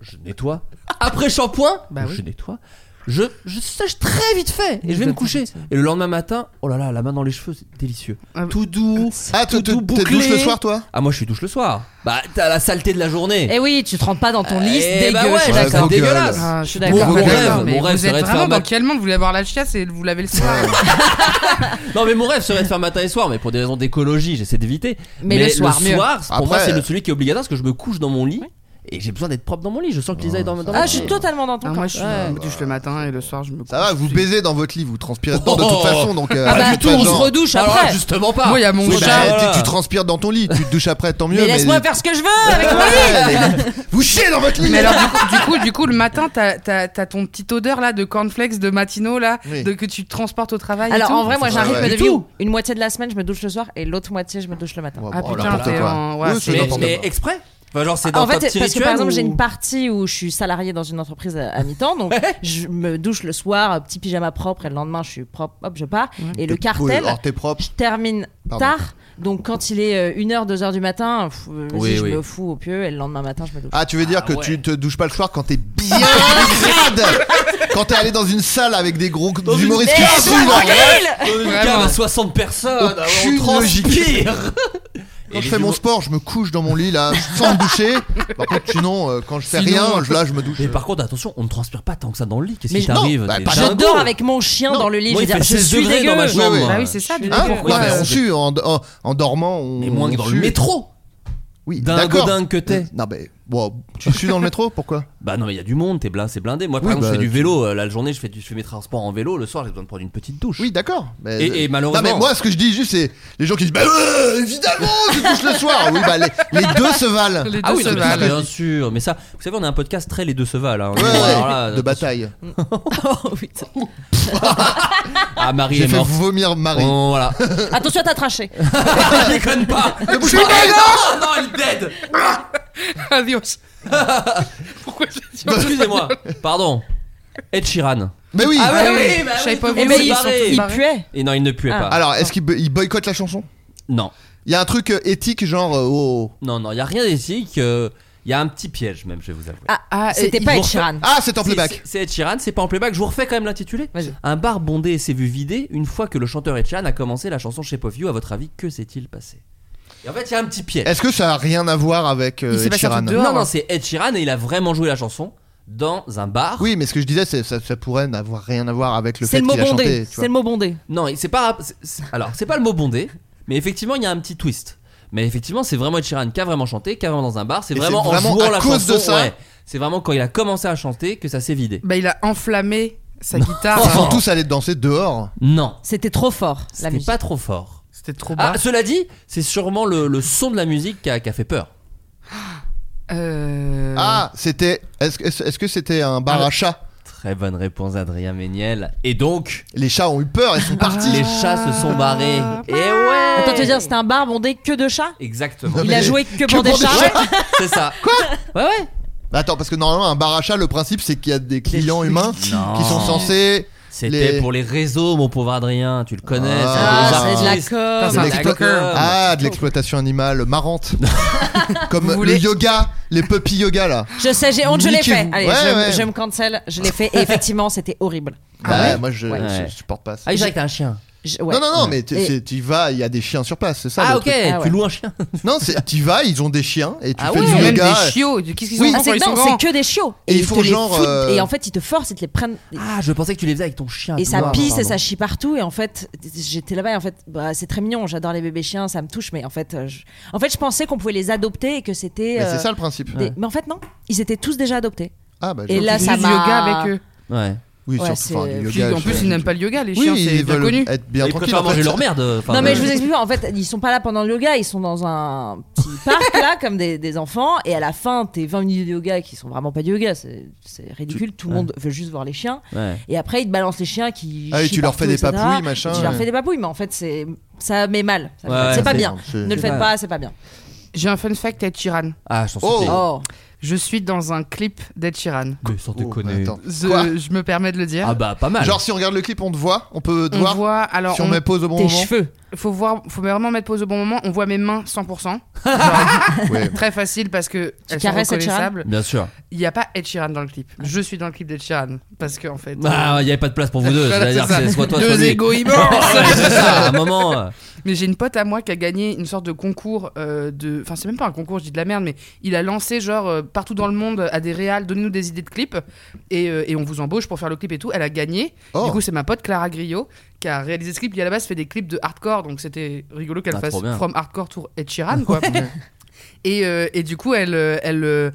S2: je nettoie. Après shampoing,
S9: Bah oui.
S2: je nettoie. Je, je sèche très vite fait et je vais me coucher. Et le lendemain matin, oh là là, la main dans les cheveux, c'est délicieux.
S9: Ah oui.
S2: Tout doux.
S6: Ah, tu
S2: tout
S6: te
S2: doux,
S6: t'es
S2: bouclé.
S6: douche le soir, toi
S2: Ah, moi, je suis douche le soir. Bah, t'as la saleté de la journée.
S8: Eh oui, tu te rentres pas dans ton lit, c'est
S2: Eh bah
S8: dégueu.
S2: ouais,
S8: je suis
S2: c'est
S8: d'accord.
S6: dégueu.
S2: dégueulasse.
S9: Ah, je
S8: suis
S9: d'accord.
S8: d'accord.
S2: Mon
S9: Pas
S2: rêve,
S9: d'accord,
S2: mon
S9: mais
S2: rêve
S9: vous
S2: serait
S9: êtes
S2: de faire un
S9: vraiment dans
S2: bac-
S9: quel monde vous voulez avoir la chiasse et vous l'avez le soir
S2: Non mais mon rêve serait de faire matin et soir, mais pour des raisons d'écologie, j'essaie d'éviter.
S8: Mais le soir, mieux.
S2: pour moi,
S6: Après,
S2: c'est le-
S6: euh,
S2: celui qui est obligatoire parce que je me couche dans mon lit et j'ai besoin d'être propre dans mon lit. Je sens que Lisa est dans, dans mon
S8: Ah,
S2: lit.
S8: je suis totalement dans ton
S9: Ah,
S8: camp.
S9: moi, je suis
S8: Ouais.
S9: je me douche le matin et le soir, je me.
S6: Ça va, vous baisez dans votre lit, vous transpirez dedans de
S9: Oh
S6: toute façon. Donc, euh,
S9: Ah bah,
S6: dites
S9: tout,
S6: pas
S9: on
S6: genre-
S9: se redouche Alors, après. justement pas. Moi, il y a mon
S6: Oui, bah,
S9: chat,
S6: tu-
S9: voilà.
S6: tu, transpires dans ton lit, tu te douches après, tant mieux.
S8: Mais laisse-moi faire ce que je veux avec mon lit.
S6: Vous chiez dans votre lit.
S9: Mais alors, du coup, du coup, du coup, le matin, t'as as, ton petite odeur là de cornflakes, de matinaux là, de, que tu transportes au travail. et
S8: Alors
S9: tout.
S8: en vrai, moi j'ai un rythme de
S9: Du
S8: vie
S9: tout.
S8: où une moitié de la semaine je me douche le soir et l'autre moitié je me douche le matin.
S9: Ah, bon, putain, n'importe t'es quoi. en- ouais, Oui, c'est
S2: mais,
S9: n'importe
S2: mais
S9: quoi.
S2: exprès Enfin, genre, c'est dans
S8: En
S2: ta
S8: fait,
S2: petite
S8: parce que par exemple, j'ai une partie où je suis salarié dans une entreprise à, à mi-temps, donc je me douche le soir, euh, petit pyjama propre, et le lendemain, je suis propre, hop, je pars. Et le
S6: T'es- oui,
S8: cartel,
S6: alors, t'es propre.
S8: je termine
S6: Pardon.
S8: tard, donc quand il est euh, 1h, 2h du matin, pff, euh, vas-y,
S6: Oui,
S8: je
S6: oui.
S8: me fous au pieu, et le lendemain matin, je me douche.
S6: Ah, tu veux dire que tu te douches pas le soir quand t'es bien grade Quand t'es allé dans une salle avec des gros humoristes qui hein.
S2: cave,
S6: suent,
S2: Ah ouais,
S6: là.
S2: tranquille Dans une cave
S6: Vraiment.
S2: à 60 personnes,
S6: Aucune
S2: on
S6: logique.
S2: transpire.
S6: Quand
S2: Et
S6: je
S2: les
S6: fais mon
S2: humour-
S6: sport, je me couche dans mon lit là, sans me doucher. Par contre, sinon, euh, quand je fais
S2: Sinon-
S6: rien, je- là, je me douche.
S2: Mais par contre, attention, on ne transpire pas tant que ça dans le lit. Qu'est-ce
S6: Mais
S2: qui
S6: non,
S2: t'arrive
S6: bah,
S2: t'es-
S6: pas
S2: t'as un
S6: du
S2: goût.
S8: Dors avec mon chien dans le lit,
S2: Moi,
S8: je veux
S2: il fait
S8: dire, je
S2: 16
S8: suis
S2: degrés
S8: dégueu.
S2: dans ma chambre.
S6: Ouais, ouais. Bah oui,
S9: c'est ça,
S2: Ah,
S8: Je suis
S6: Hein
S8: dégueu.
S6: Ouais, mais on sue en, en- en dormant. On,
S2: Mais moins que dans le métro.
S6: Oui,
S2: Dingo,
S6: d'accord. Euh,
S2: dingue que t'es.
S6: Non, mais wow, tu sues dans le métro, pourquoi
S2: Bah non, mais il y a du monde, t'es blindé, c'est blindé. Moi, par
S6: Oui,
S2: exemple,
S6: bah,
S2: je fais du
S6: tu-
S2: vélo. euh, la journée, je fais, du- je fais mes transports en vélo. Le soir, j'ai besoin de prendre une petite douche.
S6: Oui, d'accord. Mais- euh,
S2: Et- et malheureusement-
S6: Non, mais moi, ce que je dis juste, c'est les gens qui disent Bah, euh, évidemment, tu douches le soir. Oui, bah, les, les deux se valent.
S2: ah oui, non, mais ça, bien sûr. Mais ça, vous savez, on a un podcast très les deux se valent. hein.
S6: Ouais,
S2: Alors là,
S6: de bataille.
S2: Ah, Marie
S6: J'ai
S2: est
S6: fait
S2: morte.
S6: vomir Marie.
S2: Oh, voilà.
S8: Attention à ta trachée.
S2: Je déconne pas.
S6: Ne bouge
S2: Je
S6: pas,
S2: déconne-
S6: non
S2: non, elle est dead.
S9: Adios.
S2: Pourquoi Excusez-moi. Pardon. Ed Sheeran.
S6: Mais oui.
S2: Ah
S6: Ah
S2: oui,
S6: oui.
S2: bah
S9: Je savais
S2: oui,
S9: pas
S2: tout
S9: où
S2: est
S9: ils
S2: barré.
S9: sont tous
S2: Il
S9: barrés.
S2: puait. Et non, il ne puait pas.
S6: Alors, est-ce qu'il bo- il boycotte la chanson
S2: Non.
S6: Il y a un truc euh, éthique, genre. euh, oh.
S2: Non, non, il y a rien d'éthique. euh, Il y a un petit piège, même, je vais vous avouer.
S9: Ah,
S8: C'était pas
S2: Je vous
S8: Ed Sheeran.
S2: refais-
S6: Ah, c'est en playback.
S2: C'est- C'est Ed Sheeran, c'est pas en playback. Je vous refais quand même l'intitulé.
S8: Vas-y.
S2: Un bar bondé s'est vu vider une fois que le chanteur Ed Sheeran a commencé la chanson Shape of You. À votre avis, que s'est-il passé Et en fait, il y a un petit piège.
S6: Est-ce que ça a rien à voir avec euh,
S9: Il s'est
S6: Ed
S9: passé un
S6: Sheeran
S9: truc dehors,
S2: non, non,
S9: hein.
S2: c'est Ed Sheeran et il a vraiment joué la chanson dans un bar.
S6: Oui, mais ce que je disais, c'est ça, ça pourrait n'avoir rien à voir avec le
S8: C'est
S6: fait
S8: le mot
S6: qu'il a chanté.
S8: bondé.
S6: tu
S8: C'est
S6: vois.
S8: le mot bondé.
S2: Non, et c'est pas. c'est- c'est- alors, c'est pas le mot bondé, mais effectivement, il y a un petit twist. Mais effectivement, c'est vraiment Ed Sheeran qui a vraiment chanté, qui a vraiment dans un bar. C'est
S6: Et
S2: vraiment,
S6: c'est vraiment
S2: en jouant
S6: à
S2: la
S6: cause
S2: chanson.
S6: de ça
S2: ouais. C'est vraiment quand il a commencé à chanter que ça s'est vidé.
S9: Bah, il a enflammé sa
S6: Ah, Ils sont
S9: guitare.
S6: tous allés danser dehors.
S2: Non,
S8: C'était trop fort, la
S2: c'était
S8: musique.
S2: pas trop fort.
S9: C'était trop bas.
S2: Ah, cela dit, c'est sûrement le, le son de la musique qui a, qui a fait peur.
S9: Euh,
S6: Ah, c'était. Est-ce est-ce- est-ce que c'était un bar à chats
S2: Très bonne réponse, Adrien Méniel. Et donc,
S6: Les chats ont eu peur, ils sont partis.
S2: les chats se sont barrés.
S8: Ah.
S2: Et ouais
S8: Attends, tu veux dire, c'était un bar bondé que de chats
S2: Exactement.
S8: Il a joué que pour des chats.
S2: C'est ça.
S8: Ouais, ouais.
S6: Bah, Attends, parce que normalement, un bar à chats, le principe, c'est qu'il y a des clients humains qui
S2: Non.
S6: sont censés.
S2: C'était
S6: Les-
S2: pour les réseaux, mon pauvre Adrien. Tu le connais.
S6: Ah,
S2: c'est
S8: Ah,
S2: des
S8: c'est de la
S2: artistes.
S8: com.
S9: c'est un
S2: la
S9: TikToker.
S2: com.
S6: Ah, de l'exploitation animale marrante. Comme le
S9: voulez-
S6: yoga, les puppy yoga là.
S8: Je sais, j'ai honte, je l'ai fait.
S6: Niquez-vous.
S8: Allez,
S6: Ouais,
S8: je,
S6: ouais.
S8: je me cancel, je l'ai fait. Et effectivement, c'était horrible.
S6: Bah, moi je,
S8: Ouais.
S6: je- je supporte pas ça.
S2: Ah, il dirait que t'as un chien.
S8: Je- ouais.
S6: Non, non, non, mais tu
S8: Et-
S6: c'est- tu y vas, il y a des chiens sur place, c'est ça
S2: Ah,
S6: le
S2: ok,
S6: truc.
S8: Ah ouais.
S2: tu loues un chien.
S6: Non, c'est- tu y vas, ils ont des chiens et tu
S2: Ah
S6: fais
S2: ouais.
S9: Ils
S6: du
S9: ont même
S6: yoga.
S9: des chiots. Qu'est-ce qu'ils
S6: Oui.
S9: ont
S8: Ah,
S9: quand
S8: c'est
S9: ils sont
S8: non,
S9: grands
S8: c'est que des chiots.
S6: Et
S8: Et,
S6: ils
S8: ils
S6: font
S8: te les
S6: genre,
S8: foutent.
S6: euh,
S8: Et en fait, ils te forcent, ils te les prennent.
S2: Ah, je pensais que tu les faisais avec ton chien.
S8: Et ça
S2: Non,
S8: pisse et
S2: pardon.
S8: ça chie partout. Et en fait, j'étais là-bas. Et en fait, bah, c'est très mignon. J'adore les bébés chiens, ça me touche. Mais en fait, euh, je, en fait, je pensais qu'on pouvait les adopter et que c'était.
S6: Mais
S8: euh,
S6: c'est ça le principe.
S8: des- Mais en fait, non. Ils étaient tous déjà adoptés.
S6: Ah, bah,
S8: Et
S6: je-
S8: là,
S9: Ils
S8: ça
S9: font du yoga
S8: m'a-
S9: avec eux.
S2: Ouais.
S6: oui,
S8: ouais,
S6: surtout,
S8: c'est-
S6: enfin, du
S8: Puis,
S6: yoga,
S9: en
S6: je-
S9: plus, ils n'aiment pas le yoga, les
S6: Oui,
S9: chiens, c'est
S6: ils
S9: bien
S6: veulent
S9: connu.
S6: être bien
S2: Ils
S6: tranquilles.
S2: préfèrent
S6: en
S2: manger
S6: fait.
S2: leur merde. enfin,
S8: non, mais
S2: euh,
S8: je vous explique pas. En fait, ils sont pas là pendant le yoga. Ils sont dans un petit parc là, comme des, des enfants. Et à la fin, tes 20 minutes de yoga qui sont vraiment pas de yoga. C'est c'est ridicule. Tout le monde veut juste voir les chiens.
S2: Ouais.
S8: Et après, ils te balancent les chiens qui.
S6: Ah oui,
S8: chient
S6: tu leur
S8: partout,
S6: fais des
S8: etc.
S6: papouilles, machin,
S8: Tu leur
S6: ouais.
S8: fais des papouilles, mais en fait, c'est ça met mal. Ça fait
S2: Ouais,
S8: mal.
S2: ouais,
S8: c'est pas
S2: c'est-
S8: bien.
S6: c'est-
S8: Ne le faites
S2: Ouais.
S8: pas, c'est pas bien.
S9: J'ai un fun fact Ed Sheeran.
S2: Ah, je t'en
S6: Oh.
S2: supplie.
S8: Oh.
S9: Je suis dans un clip d'Ed Sheeran.
S2: Mais sans
S6: Oh,
S2: déconner.
S6: mais attends.
S9: Je,
S6: Quoi
S9: je me permets de le dire.
S2: Ah, bah, pas mal.
S6: Genre si on regarde le clip, on te voit, on peut te
S9: on
S6: voir.
S9: voit, alors
S6: si on,
S9: on-
S6: met pause au bon
S8: Tes
S6: moment.
S8: cheveux.
S9: faut voir, faut vraiment mettre pause au bon moment. On voit mes mains 100%. Genre,
S6: Ouais.
S9: Très facile parce que elles sont
S8: caresses Ed Sheeran
S9: reconnaissables.
S2: Bien sûr.
S9: Il n'y a pas Ed Sheeran dans le clip. Je suis dans le clip d'Ed Sheeran parce que en fait.
S2: Ah, il n'y avait pas de place pour vous deux.
S9: Voilà,
S2: C'est-à-dire
S9: c'est
S2: que
S9: ça.
S2: c'est soit toi, soit
S9: Deux
S2: lui.
S9: égos immenses.
S2: Ouais, c'est ça, à un moment. euh,
S9: Mais j'ai une pote à moi qui a gagné une sorte de concours euh, de. Enfin, c'est même pas un concours, je dis de la merde, mais il a lancé, genre, euh, partout dans le monde, à des réals, donnez-nous des idées de clips, et, euh, et on vous embauche pour faire le clip et tout. Elle a gagné.
S6: Oh.
S9: Du coup, c'est ma pote Clara Griot qui a réalisé ce clip. Il à la base fait des clips de hardcore, donc c'était rigolo qu'elle
S2: Ah,
S9: fasse
S2: trop bien.
S9: From Hardcore Tour et Sheeran, quoi. et, euh, et du coup, elle. euh, elle euh,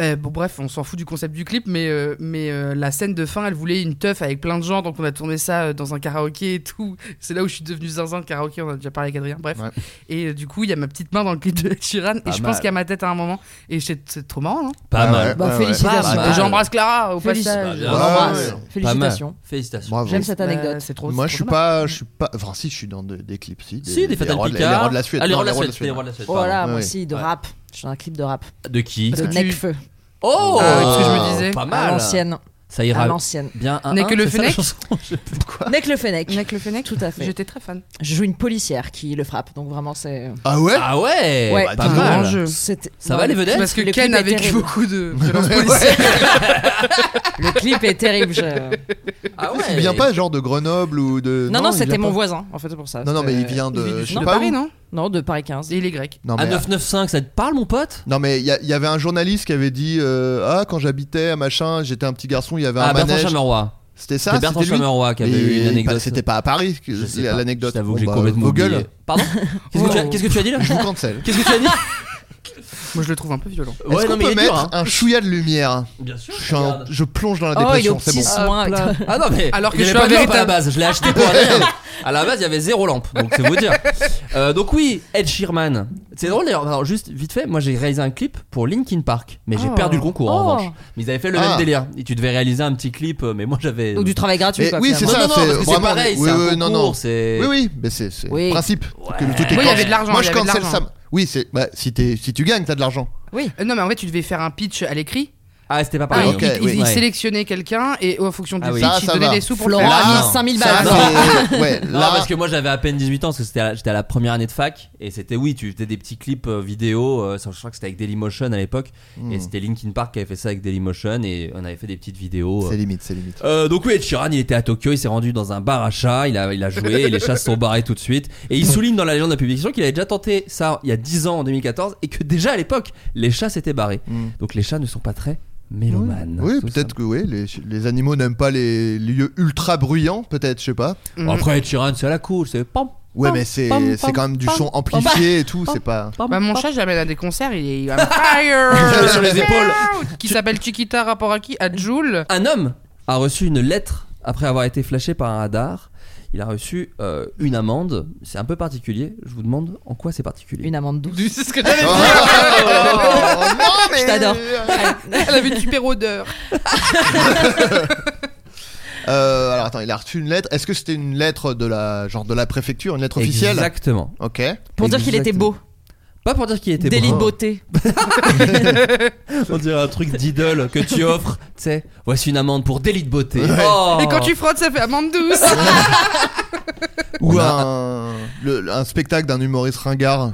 S9: Euh, bon, bref, on s'en fout du concept du clip, mais, euh, mais euh, la scène de fin, elle voulait une teuf avec plein de gens, donc on a tourné ça euh, dans un karaoké et tout. C'est là où je suis devenu zinzin de karaoké, on a déjà parlé avec Adrien, bref.
S6: Ouais.
S9: Et euh, du coup, il y a ma petite main dans le clip de Ed Sheeran, et
S10: Pas
S9: je
S10: mal.
S9: pense qu'il y a ma tête à un moment. Et c'est c'est trop marrant, non
S10: Pas Ah mal. ouais, Bah, ouais, félicitations.
S9: Pas mal. Et J'embrasse Clara au
S2: Bah,
S9: passage.
S6: bien.
S9: On l'embrasse.
S6: Ouais, ouais.
S8: Félicitations.
S2: Félicitations.
S6: Bravo.
S8: J'aime cette anecdote.
S9: Bah, c'est trop-
S6: Moi,
S9: c'est
S6: je suis
S9: trop
S6: pas, je suis pas. Enfin, si, je suis dans de- des clips, si.
S2: Si, des Fatal
S6: rois de-
S2: Picard.
S6: Les rois de la Suède.
S2: Ah, les
S6: non,
S2: rois de la
S6: rois
S2: Suède, les rois de la Suède,
S8: Oh là,
S6: Ouais,
S8: moi
S6: ouais.
S8: aussi, de
S2: Ouais.
S8: rap. J'ai un clip de rap.
S2: De qui
S8: De
S9: Parce que tu-
S8: Necfeu.
S2: Oh
S9: Ah, c'est ce que je me disais.
S2: Pas
S8: À
S2: mal.
S8: l'ancienne.
S2: Ça ira
S8: À l'ancienne.
S2: bien un
S9: N'est que
S2: un,
S9: le
S2: c'est ça, la
S9: Fennec
S2: chanson Je-
S8: Nec le Fennec.
S9: Avec le Fennec,
S8: Tout à fait.
S9: j'étais très fan.
S8: Je joue une policière qui le frappe, donc vraiment c'est.
S6: Ah ouais.
S2: Ah ouais,
S8: Ouais.
S9: Bah,
S2: Pas mal.
S9: dis donc.
S8: C'était-
S2: Ça va les vedettes
S9: Parce que
S8: Le
S9: Ken
S8: clip est
S9: a vécu
S8: terrible.
S9: beaucoup de violences policières.
S8: Le clip est terrible. je-
S2: Ah ouais.
S6: Il vient pas genre de Grenoble ou de.
S8: Non, non,
S6: il vient
S8: c'était
S6: pas.
S8: mon voisin, en fait, c'est pour ça.
S6: Non, non, mais il
S8: C'était-
S6: vient de. Je sais
S9: De
S6: pas
S9: Paris,
S6: où.
S9: non
S8: Non, de Paris 15.
S9: Et il est grec.
S6: Non
S2: À
S6: mais,
S2: 995, ça te parle mon pote
S6: non mais il y, a- il y avait un journaliste qui avait dit euh, ah quand j'habitais à machin j'étais un petit garçon il y avait un
S2: Ah Bertrand
S6: Bah, manège
S2: Chameroy.
S6: c'était ça
S2: C'est Bertrand
S6: c'était lui
S2: Chameroy qui avait
S6: Mais
S2: eu une
S6: pas-
S2: anecdote.
S6: c'était pas à Paris que-
S2: Je sais
S6: la-
S2: pas.
S6: l'anecdote
S2: Je t'avoue que
S6: Bon,
S2: j'ai
S6: bah,
S2: complètement
S6: vos gueules.
S2: oublié. Pardon Qu'est-ce que tu as- Qu'est-ce que tu as dit là
S6: je vous cancelle
S2: Qu'est-ce que tu as dit
S9: Moi, je le trouve un peu violent.
S6: est-ce qu'on
S2: mais
S6: peut
S2: il est
S6: mettre
S2: dur, hein.
S6: un chouïa de lumière
S2: Bien sûr.
S6: je, suis un-
S2: regarde.
S6: je plonge dans la
S8: Oh, il est au
S6: dépression c'est
S8: petit
S6: bon
S8: soin avec toi.
S2: Ah non mais
S9: Alors que
S2: il y
S9: je
S2: avait
S9: suis un
S2: pas de lampe à la
S9: véritable-
S2: base, je l'ai acheté pour Adrien. à la base, il y avait zéro lampe, donc c'est vous dire. Euh, donc oui, Ed Sheeran. C'est drôle d'ailleurs. Alors, Juste vite fait, moi j'ai réalisé un clip pour Linkin Park, mais j'ai
S9: Oh.
S2: perdu le concours en
S8: Oh.
S2: revanche. Mais ils avaient fait le
S6: Ah.
S2: même délire. Et tu devais réaliser un petit clip, euh, mais moi j'avais.
S8: Donc du travail gratuit.
S6: Et
S8: quoi,
S6: oui, c'est
S8: finalement.
S6: ça,
S2: non, non, parce que c'est
S6: vraiment-
S2: pareil,
S6: oui,
S2: c'est un
S6: oui, non, non.
S2: concours, c'est-
S6: Oui, oui, mais c'est c'est
S8: Oui.
S6: le principe. Que le truc est
S9: Oui, il y
S6: cance-
S9: avait de l'argent,
S6: Moi,
S9: il y
S6: je
S9: avait de
S6: cancelle
S9: l'argent.
S6: ça. Oui, c'est bah, si, t'es- si tu gagnes, t'as de l'argent.
S8: Oui.
S9: Euh, Non, mais en fait, tu devais faire un pitch à l'écrit.
S2: Ah c'était pas
S9: Ah,
S2: pareil.
S6: ok,
S2: non.
S9: il, il- il
S2: Ouais.
S9: sélectionnait quelqu'un et oh, en fonction du
S2: Ah oui.
S9: pitch,
S6: Ça,
S9: il
S6: ça
S9: donnait
S6: va.
S9: des sous pour
S8: Florent
S9: le faire.
S8: a
S6: Là,
S8: mis 5000
S6: ça,
S8: balles.
S6: c'est- ouais,
S2: Non,
S6: là,
S2: parce que moi j'avais à peine 18 ans parce que c'était à la- j'étais à la première année de fac et c'était oui tu faisais des petits clips euh, vidéo euh, je crois que c'était avec Dailymotion à l'époque
S6: Hmm.
S2: et c'était Linkin Park qui avait fait ça avec Dailymotion et on avait fait des petites vidéos euh,
S6: c'est limite, c'est limite.
S2: Euh, donc oui, Ed Sheeran, il était à Tokyo, il s'est rendu dans un bar à chats, il a, il a joué, et les chats se sont barrés tout de suite. Et il souligne dans la légende de la publication qu'il avait déjà tenté ça il y a 10 ans, en 2014, et que déjà à l'époque, les chats s'étaient barrés.
S6: Mm.
S2: Donc les chats ne sont pas très mélomanes.
S6: Oui,
S2: Tout
S6: peut-être que oui, les, les animaux n'aiment pas les lieux ultra bruyants, peut-être, je sais pas.
S2: simple. Bon, après, Ed Sheeran, c'est à la cool, c'est pam.
S6: Ouais,
S2: pam,
S6: mais c'est
S2: pam,
S6: c'est quand
S2: pam,
S6: même du
S2: pam,
S6: son
S2: pam,
S6: amplifié et tout, c'est pas.
S2: pam,
S9: Bah, mon
S2: pam.
S9: chat, je l'amène à des concerts, il est I'm fired
S2: Sur les épaules.
S9: Qui s'appelle Chiquita rapport à qui À Joule.
S2: Un homme a reçu une lettre après avoir été flashé par un radar. Il a reçu euh, une amende. C'est un peu particulier. Je vous demande en quoi c'est particulier.
S8: Une amende douce.
S9: C'est ce que j'avais
S6: Oh,
S9: dit.
S6: non, mais-
S8: Je t'adore.
S9: Elle avait une super odeur.
S6: Euh, alors attends, il a reçu une lettre. Est-ce que c'était une lettre de la genre de la préfecture, une lettre officielle
S2: Exactement.
S6: Ok.
S8: Pour dire qu'il était beau.
S2: Pas pour dire qu'il était
S8: Délit de
S2: beau.
S8: beauté.
S2: On dirait un truc d'idole que tu offres. Tu sais, voici une amende pour délit de beauté. Oh.
S9: Et quand tu frottes, ça fait amande douce.
S6: Ou
S2: On a-
S6: un, le- le- un spectacle d'un humoriste ringard.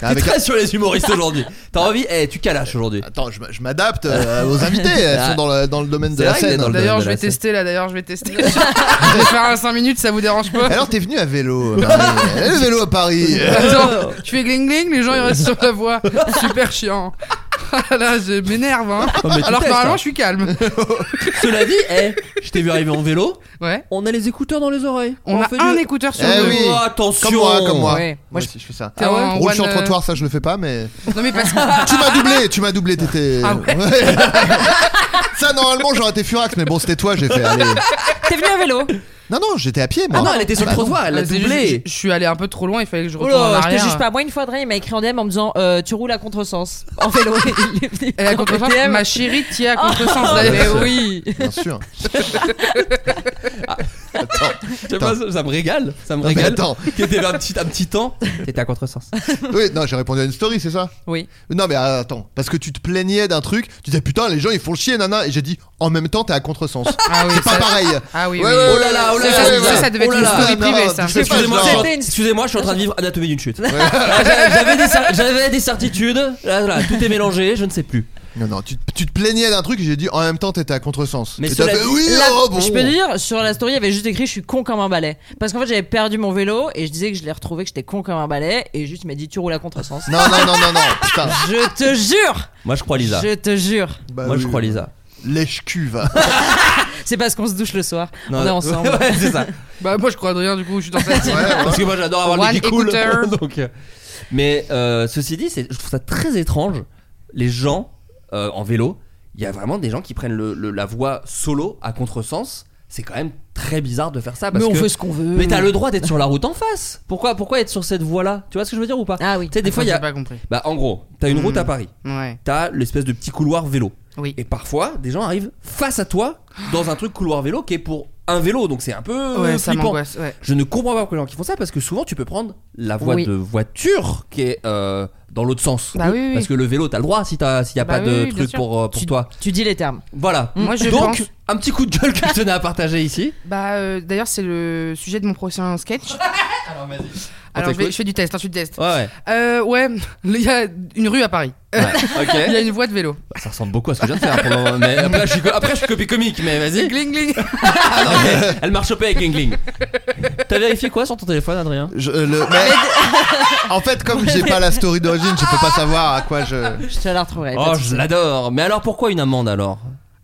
S2: T'es
S6: Avec un-
S2: très sur les humoristes aujourd'hui. T'as envie Eh, tu calaches aujourd'hui.
S6: Attends, je, m- je m'adapte euh, aux invités. Elles sont dans le, dans le domaine de
S2: C'est
S6: la
S2: vrai qu'il est
S6: scène.
S2: dans le-
S9: D'ailleurs,
S2: de
S9: je vais
S2: la scène.
S9: tester là, d'ailleurs, je vais tester. je vais faire un 5 minutes, ça vous dérange pas
S6: Alors t'es venu à vélo. Marie. Eh, le vélo à Paris.
S9: Attends, je fais gling gling, les gens ils restent sur la voie. Super chiant. Ah là, je m'énerve. Hein.
S2: Oh, mais tu
S9: Alors que
S2: testes,
S9: normalement,
S2: hein.
S9: je suis calme.
S2: Cela dit, eh, je t'ai vu arriver en vélo.
S9: Ouais.
S2: On a les écouteurs dans les oreilles.
S9: On, a
S2: fait
S9: un
S2: du-
S9: écouteur sur
S6: Eh
S9: nous.
S6: oui.
S2: Oh, attention.
S6: Comme moi, comme moi.
S8: Ouais.
S6: Moi
S8: Moi,
S6: aussi, je fais ça.
S9: T'es en
S6: Rouler sur
S9: one,
S6: le
S9: euh,
S6: trottoir, ça je le fais pas, mais
S9: Non mais parce que
S6: tu m'as doublé, tu m'as doublé, t'étais.
S9: Ah ouais.
S6: Ouais. ça normalement j'aurais été furax, mais bon c'était toi, j'ai fait. allez.
S8: Bah, T'es venu à vélo.
S6: Non non, j'étais à pied moi.
S2: Ah non, elle était sur le
S6: Bah non.
S2: trottoir, elle l'a
S9: Ouais, Ah, c'est juste,
S2: doublé.
S9: je, je suis allé un peu trop loin, il fallait que je
S8: Oh
S9: retourne en
S8: là, je te
S9: arrière.
S8: juge pas. Moi, une fois, Adrien, il m'a écrit en DM en me disant euh, Tu roules à contresens. En vélo. Il est venu
S9: Elle est à
S8: prendre le
S9: contresens,
S8: DM.
S9: ma chérie, t'y es à contresens
S8: Oh,
S9: d'ailleurs.
S8: mais oui.
S6: Bien sûr. Attends.
S2: Je sais pas, ça ça me régale. Ça me
S6: Non, mais
S2: régale.
S6: attends.
S2: Qui était là un petit, un petit temps. T'étais à contresens.
S6: Oui, non, j'ai répondu à une story, c'est ça
S8: Oui.
S6: Non, mais euh, attends, parce que tu te plaignais d'un truc, tu disais putain, les gens ils font chier, nana, et j'ai dit en même temps, t'es à contresens.
S9: Ah oui,
S6: c'est pas
S9: ça-
S6: pareil.
S9: Ah oui,
S6: Ouais,
S9: oui.
S6: ouais,
S2: Oh là là, oh là
S9: Ça,
S2: là,
S9: ça,
S2: oh
S9: ça,
S2: là
S9: ça devait
S6: là.
S9: être une
S6: Oh là
S9: story
S6: là,
S9: privée,
S6: tu
S9: ça.
S6: sais pas,
S2: Excusez-moi,
S6: je
S2: je suis en-
S8: C'était une-
S2: excusez-moi, je suis en train de vivre Anatomie d'une chute. J'avais j'avais des, cer- j'avais des certitudes. Là, là, tout est mélangé, je ne sais plus.
S6: Non, non, tu, tu te plaignais d'un truc, et j'ai dit en même temps, t'étais à contresens.
S2: Mais
S6: Et t'as
S2: cela
S6: fait,
S2: dit,
S6: oui,
S8: La-
S6: oh, bon.
S8: Je peux dire, sur la story, il y avait juste écrit Je suis con comme un balai. Parce qu'en fait, j'avais perdu mon vélo et je disais que je l'ai retrouvé, que j'étais con comme un balai. Et juste, il m'a dit Tu roules à contresens.
S6: Non, non, non, non, non, putain.
S8: Je te jure
S2: Moi, je crois Lisa.
S8: Je te jure
S6: Bah
S2: Moi, je
S6: oui.
S2: crois Lisa.
S6: Lèche-cuve.
S8: C'est parce qu'on se douche le soir.
S2: Non,
S8: Bah on est ensemble.
S2: ouais, c'est ça.
S9: Bah moi je crois Adrien, du coup, je suis dans cette team.
S2: Parce que moi j'adore avoir
S9: One
S2: les cool.
S9: écouteur.
S2: Donc, euh, mais euh, ceci dit, c'est- je trouve ça très étrange les gens euh, en vélo, il y a vraiment des gens qui prennent le- le- la voie solo à contresens. C'est quand même très bizarre de faire ça. Parce
S8: Mais on
S2: que-
S8: fait ce qu'on veut.
S2: Mais t'as le droit d'être sur la route en face. Pourquoi, pourquoi être sur cette voie-là Tu vois ce que je veux dire ou pas Ah oui. Tu sais, des fois, il y a.
S9: J'ai pas compris.
S2: Bah, en gros, t'as une
S9: Hmm.
S2: route à Paris.
S9: Ouais.
S2: T'as l'espèce de petit couloir vélo.
S9: Oui.
S2: Et parfois, des gens arrivent face à toi dans un truc couloir vélo qui est pour un vélo. Donc c'est un
S8: Euh,
S2: peu
S9: Ouais, ça
S2: flippant.
S9: m'angoisse, ouais.
S2: Je ne comprends pas pourquoi les gens qui font ça parce que souvent tu peux prendre la voie
S9: Oui.
S2: de voiture qui est euh, dans l'autre sens.
S8: Bah oui, oui,
S2: Parce
S8: oui.
S2: que le vélo, t'as le droit si t'as- s'il n'y a
S8: Bah
S2: pas
S8: oui, oui,
S2: de
S8: bien
S2: truc
S8: sûr.
S2: pour, euh, pour toi.
S8: Tu dis les termes.
S2: Voilà.
S9: Moi, je
S2: Donc,
S9: pense-
S2: un petit coup de gueule que je tenais à partager ici.
S9: Bah, euh, d'ailleurs, c'est le sujet de mon prochain sketch.
S2: Alors, vas-y.
S9: Alors, je, vais-
S2: t'écoute.
S9: je fais du test, hein, je fais du test.
S2: Ouais, ouais.
S9: Euh, ouais, il y a une rue à Paris.
S2: ok.
S9: Il y a une voie de vélo.
S2: Ça ressemble beaucoup à ce que je viens de faire pour le moment. Mais après, je suis, co- après, je suis copie comique, mais vas-y.
S9: Gling gling.
S2: Ah, non, mais elle marche au avec Gling Gling. T'as vérifié quoi sur ton téléphone, Adrien
S6: Je- euh, le- mais- en fait, comme j'ai pas la story d'origine, je peux pas savoir à quoi je.
S8: Je te la retrouverai.
S2: Oh, je l'adore. Mais alors, pourquoi une amende alors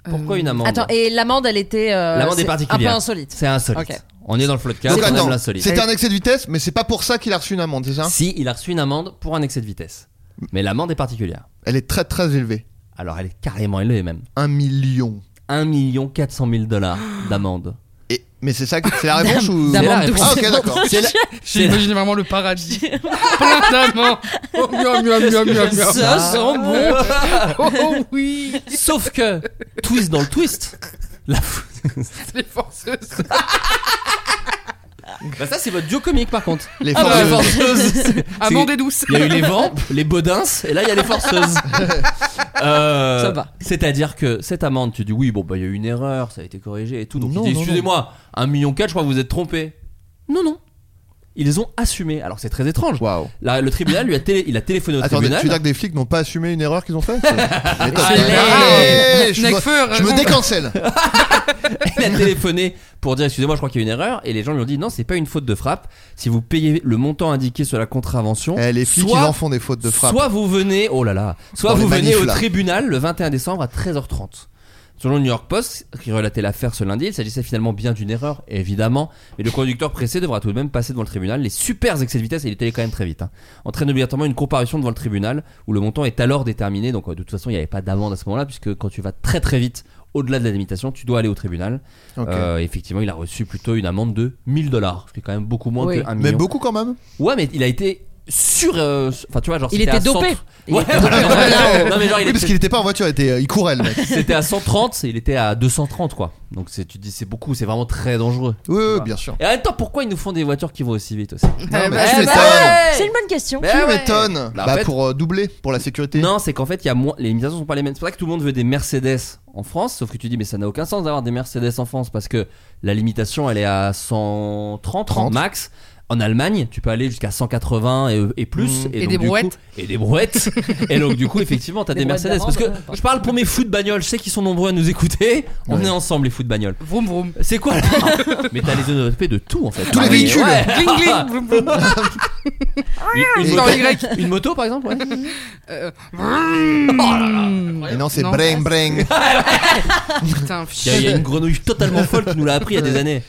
S2: Pourquoi une amende
S8: Euh, Attends, et l'amende, elle était. euh,
S2: L'amende est
S8: c'est
S2: particulière.
S8: Un peu insolite.
S2: C'est insolite.
S8: Ok.
S2: On est dans le floodcast,
S6: Donc
S2: on aime
S6: attends,
S2: l'insolite.
S6: c'était un excès de vitesse, mais c'est pas pour ça qu'il a reçu une amende, c'est ça
S2: Si, il a reçu une amende pour un excès de vitesse. Mais l'amende est particulière.
S6: Elle est très très élevée.
S2: Alors, elle est carrément élevée même.
S6: Un million.
S2: 1 million 400 000 dollars d'amende.
S6: Et, mais c'est ça, que- c'est la réponse
S2: Dame-
S6: ou
S2: d'amende C'est la de
S6: Ah
S2: réponse.
S6: ok d'accord.
S2: C'est la- c'est la-
S9: J'imagine vraiment le paradis. Plein d'amants. Oh, miam, miam, miam, miam, miam.
S2: Ça sent bon.
S9: Oh oui.
S2: Sauf que, twist dans le twist, la
S9: Les forceuses.
S2: Bah ça c'est votre duo comique par contre.
S6: Les
S2: Ah,
S6: forceuses.
S2: forceuses. C'est-
S9: Amande
S2: c'est-
S9: et douce.
S2: Il y a eu les vents, les baudins et là il y a les forceuses. Euh,
S8: Ça va.
S2: C'est-à-dire que cette amende, tu dis oui bon bah il y a eu une erreur, ça a été corrigé et tout. Donc
S8: Non,
S2: il dit
S8: non,
S2: excusez-moi, 1 million 4, je crois que vous vous êtes trompé. Non non. Ils ont assumé. Alors c'est très étrange. La- le tribunal lui a télé- il a téléphoné au
S6: Attendez,
S2: tribunal.
S6: tu dis que des flics n'ont pas assumé une erreur qu'ils ont faite C'est- Mais attends,
S2: Allez. Ah,
S6: allez, je,
S2: Nekfeu,
S6: me, je me
S2: raconte.
S6: décancelle.
S2: Il a téléphoné pour dire excusez-moi, je crois qu'il y a une erreur et les gens lui ont dit non, c'est pas une faute de frappe. Si vous payez le montant indiqué sur la contravention,
S6: Eh, les flics,
S2: soit-
S6: ils en font des fautes de frappe.
S2: Soit vous venez, oh là là, soit
S6: Dans les
S2: vous venez
S6: manifs,
S2: au
S6: là.
S2: tribunal le 21 décembre à 13h30. Selon le New York Post, qui relatait l'affaire ce lundi, il s'agissait finalement bien d'une erreur, évidemment, mais le conducteur pressé devra tout de même passer devant le tribunal. Les super excès de vitesse, et il était allé quand même très vite, hein, entraîne obligatoirement une comparution devant le tribunal, où le montant est alors déterminé. Donc euh, de toute façon, il n'y avait pas d'amende à ce moment-là, puisque quand tu vas très très vite au-delà de la limitation, tu dois aller au tribunal.
S6: Ok.
S2: Euh, effectivement, il a reçu plutôt une amende de 1000 dollars, ce qui est quand même beaucoup moins
S6: Oui.
S2: que 1
S6: Mais
S2: million.
S6: beaucoup quand même.
S2: Ouais, mais il a été sur. euh, sur- Enfin, tu vois, genre.
S8: Il
S2: c'était
S8: était
S2: à
S8: dopé.
S2: 100.
S8: Il
S2: Ouais,
S8: était
S2: voilà,
S8: dopé.
S2: voilà. Non, mais genre, il
S6: Oui, parce
S2: était-
S6: qu'il était pas en voiture, il, était, euh, il courait le mec.
S2: C'était à 130 et il était à 230, quoi. Donc c'est- tu te dis, c'est beaucoup, c'est vraiment très dangereux.
S6: Oui, oui,
S2: Voilà.
S6: bien sûr.
S2: Et en même temps, pourquoi ils nous font des voitures qui vont aussi vite aussi
S9: ben,
S6: Non, mais
S8: Eh
S6: tu
S8: bah,
S6: m'étonnes.
S8: C'est une bonne question.
S6: Tu m'étonnes.
S2: Bah,
S6: Bah,
S2: en fait-
S6: pour euh, doubler, pour la sécurité.
S2: Non, c'est qu'en fait, il y a moins... les limitations sont pas les mêmes. C'est pour ça que tout le monde veut des Mercedes en France, sauf que tu dis, mais ça n'a aucun sens d'avoir des Mercedes en France parce que la limitation, elle est à 130
S6: 30.
S2: max. En Allemagne, tu peux aller jusqu'à 180 et, et
S9: Et
S2: plus. donc,
S9: des
S2: du coup-
S9: brouettes.
S2: et des brouettes. et donc, du coup, effectivement, t'as
S8: Des
S2: des
S8: brouettes
S2: Mercedes. Parce que
S8: d'amande, ouais.
S2: je parle pour mes fous de bagnole. Je sais qu'ils sont nombreux à nous écouter. On
S6: Ouais.
S2: est ensemble, les fous de bagnole.
S9: Vroom vroom.
S2: C'est quoi là Mais t'as les ODP de tout en fait.
S6: Tous les
S2: Ah, mais-
S6: véhicules.
S2: ouais.
S9: Gling gling. Vroom vroom.
S2: Une- une
S9: Dans
S2: moto-
S9: Y.
S2: Une moto par exemple ouais.
S9: Euh, vroom.
S6: Et non, c'est
S9: Non.
S6: bring bring.
S9: Putain,
S2: Il y, a- il y a
S9: chier.
S2: une grenouille totalement folle qui nous l'a appris il y a des années.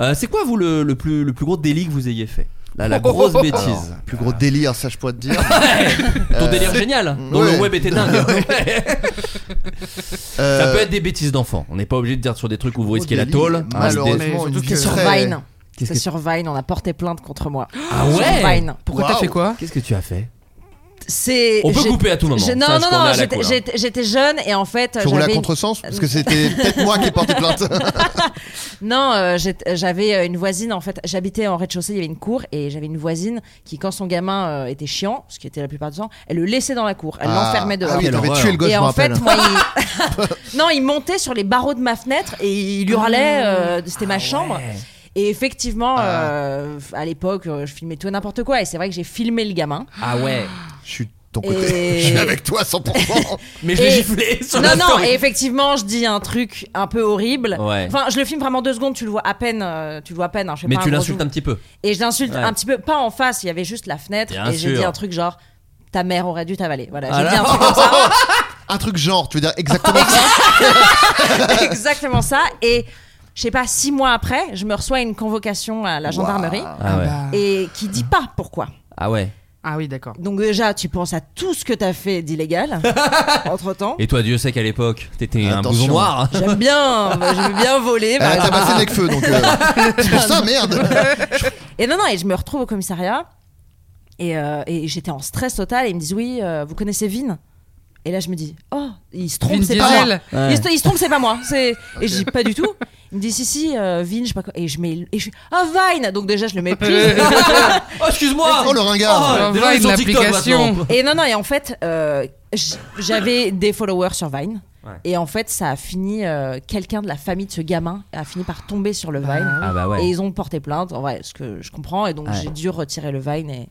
S2: Euh, c'est quoi vous le, le plus, le plus gros délit que vous ayez fait Là, la grosse bêtise.
S6: Plus gros délire, ça je pourrais te dire.
S2: Ton délire génial, dont
S6: ouais.
S2: le web était dingue. Ça
S6: Euh,
S2: peut être des bêtises d'enfants. On n'est pas obligé de dire sur des trucs où vous risquez la
S6: délit,
S2: tôle. hein,
S6: malheureusement,
S2: des-
S6: une
S9: surtout
S6: vie
S9: que
S8: Sur
S6: très-
S8: Vine.
S2: Qu'est-ce
S8: C'est
S2: que-
S8: sur Vine, on a porté plainte contre moi.
S2: Ah ouais
S8: Sur Vine.
S9: Pourquoi t'as
S6: Waouh.
S9: fait quoi
S2: Qu'est-ce que tu as fait
S8: C'est.
S2: On peut
S8: j'ai-
S2: couper à tout moment.
S8: j'ai- Non,
S2: Sache
S8: non,
S2: qu'on est à
S8: non,
S2: la
S8: j'étais-
S2: cool, hein.
S8: j'étais j'étais jeune et en fait.
S6: Tu roules à
S8: j'avais une-
S6: contresens Parce que c'était peut-être moi qui ai porté plainte.
S8: Non, euh, j'étais- j'avais euh, une voisine en fait. J'habitais en rez-de-chaussée, il y avait une cour et j'avais une voisine qui, quand son gamin euh, était chiant, ce qui était la plupart du temps, elle le laissait dans la cour. Elle
S6: Ah,
S8: l'enfermait dehors.
S6: Ah oui,
S2: Quelle
S6: t'avais
S2: horreur.
S6: tué le gosse,
S8: et
S6: je me
S8: en
S6: rappelle.
S8: fait, moi,
S2: Ah.
S8: il... non, il montait sur les barreaux de ma fenêtre et il hurlait. euh, C'était ma chambre. Et effectivement,
S9: Ah,
S8: euh, à l'époque, euh, je filmais tout et n'importe quoi. Et c'est vrai que j'ai filmé le gamin.
S2: Ah ouais.
S6: Je suis de ton côté.
S8: Et-
S6: Je suis avec toi 100%.
S2: Mais je l'ai
S8: Et-
S2: giflé sur
S8: non,
S2: la
S8: non,
S2: story.
S8: et effectivement, je dis un truc un peu horrible.
S2: Ouais.
S8: Enfin, je le filme vraiment deux secondes, tu le vois à peine. euh, tu le vois à peine. hein, je fais
S2: Mais
S8: pas
S2: tu
S8: un gros
S2: l'insultes
S8: zoom.
S2: un petit peu.
S8: Et je l'insulte
S2: Ouais.
S8: un petit peu, pas en face, il y avait juste la fenêtre.
S2: Bien
S8: et j'ai
S2: sûr.
S8: dit un truc genre, ta mère aurait dû t'avaler. Voilà,
S2: Ah
S8: j'ai dit
S2: là.
S8: un truc comme ça.
S6: Un truc genre, tu veux dire exactement ça
S8: Exactement ça. Et je sais pas, six mois après, je me reçois une convocation à la gendarmerie.
S2: Ah ouais.
S8: Et qui dit pas pourquoi.
S2: Ah ouais.
S9: Ah oui, d'accord.
S8: Donc déjà, tu penses à tout ce que t'as fait d'illégal entre temps.
S2: Et toi, Dieu sait qu'à l'époque, t'étais un bouson noir.
S8: J'aime bien, moi, j'aime bien voler.
S6: Ah, t'as passé avec feu, donc. euh, c'est pour ça, merde.
S8: Et non, non, et je me retrouve au commissariat et, euh, et j'étais en stress total. Et ils me disent Oui, euh, vous connaissez Vin Et là, je me dis Oh, il se trompe,
S9: Vin
S8: c'est pas moi.
S9: Diesel.
S8: Il, se,
S9: Ouais.
S8: il se trompe, c'est pas moi. C'est... Et je dis Pas du tout. Il me dit Si, si, euh, Vin, je sais pas quoi. Et je mets. Et je suis Ah, Vine Donc déjà, je le méprise.
S2: Oh,
S6: Ah,
S2: excuse-moi. Oh, le ringard. Oh, déjà, ils sont TikTok maintenant.
S8: Et non, non, et en fait, euh, j- j'avais des followers sur Vine.
S2: Ouais.
S8: Et en fait, ça a fini. euh, Quelqu'un de la famille de ce gamin a fini par tomber sur le Vine.
S2: Ah bah ouais.
S8: Et ils ont porté plainte. En vrai, ce que je comprends. Et donc,
S2: Ouais.
S8: j'ai dû retirer le Vine et,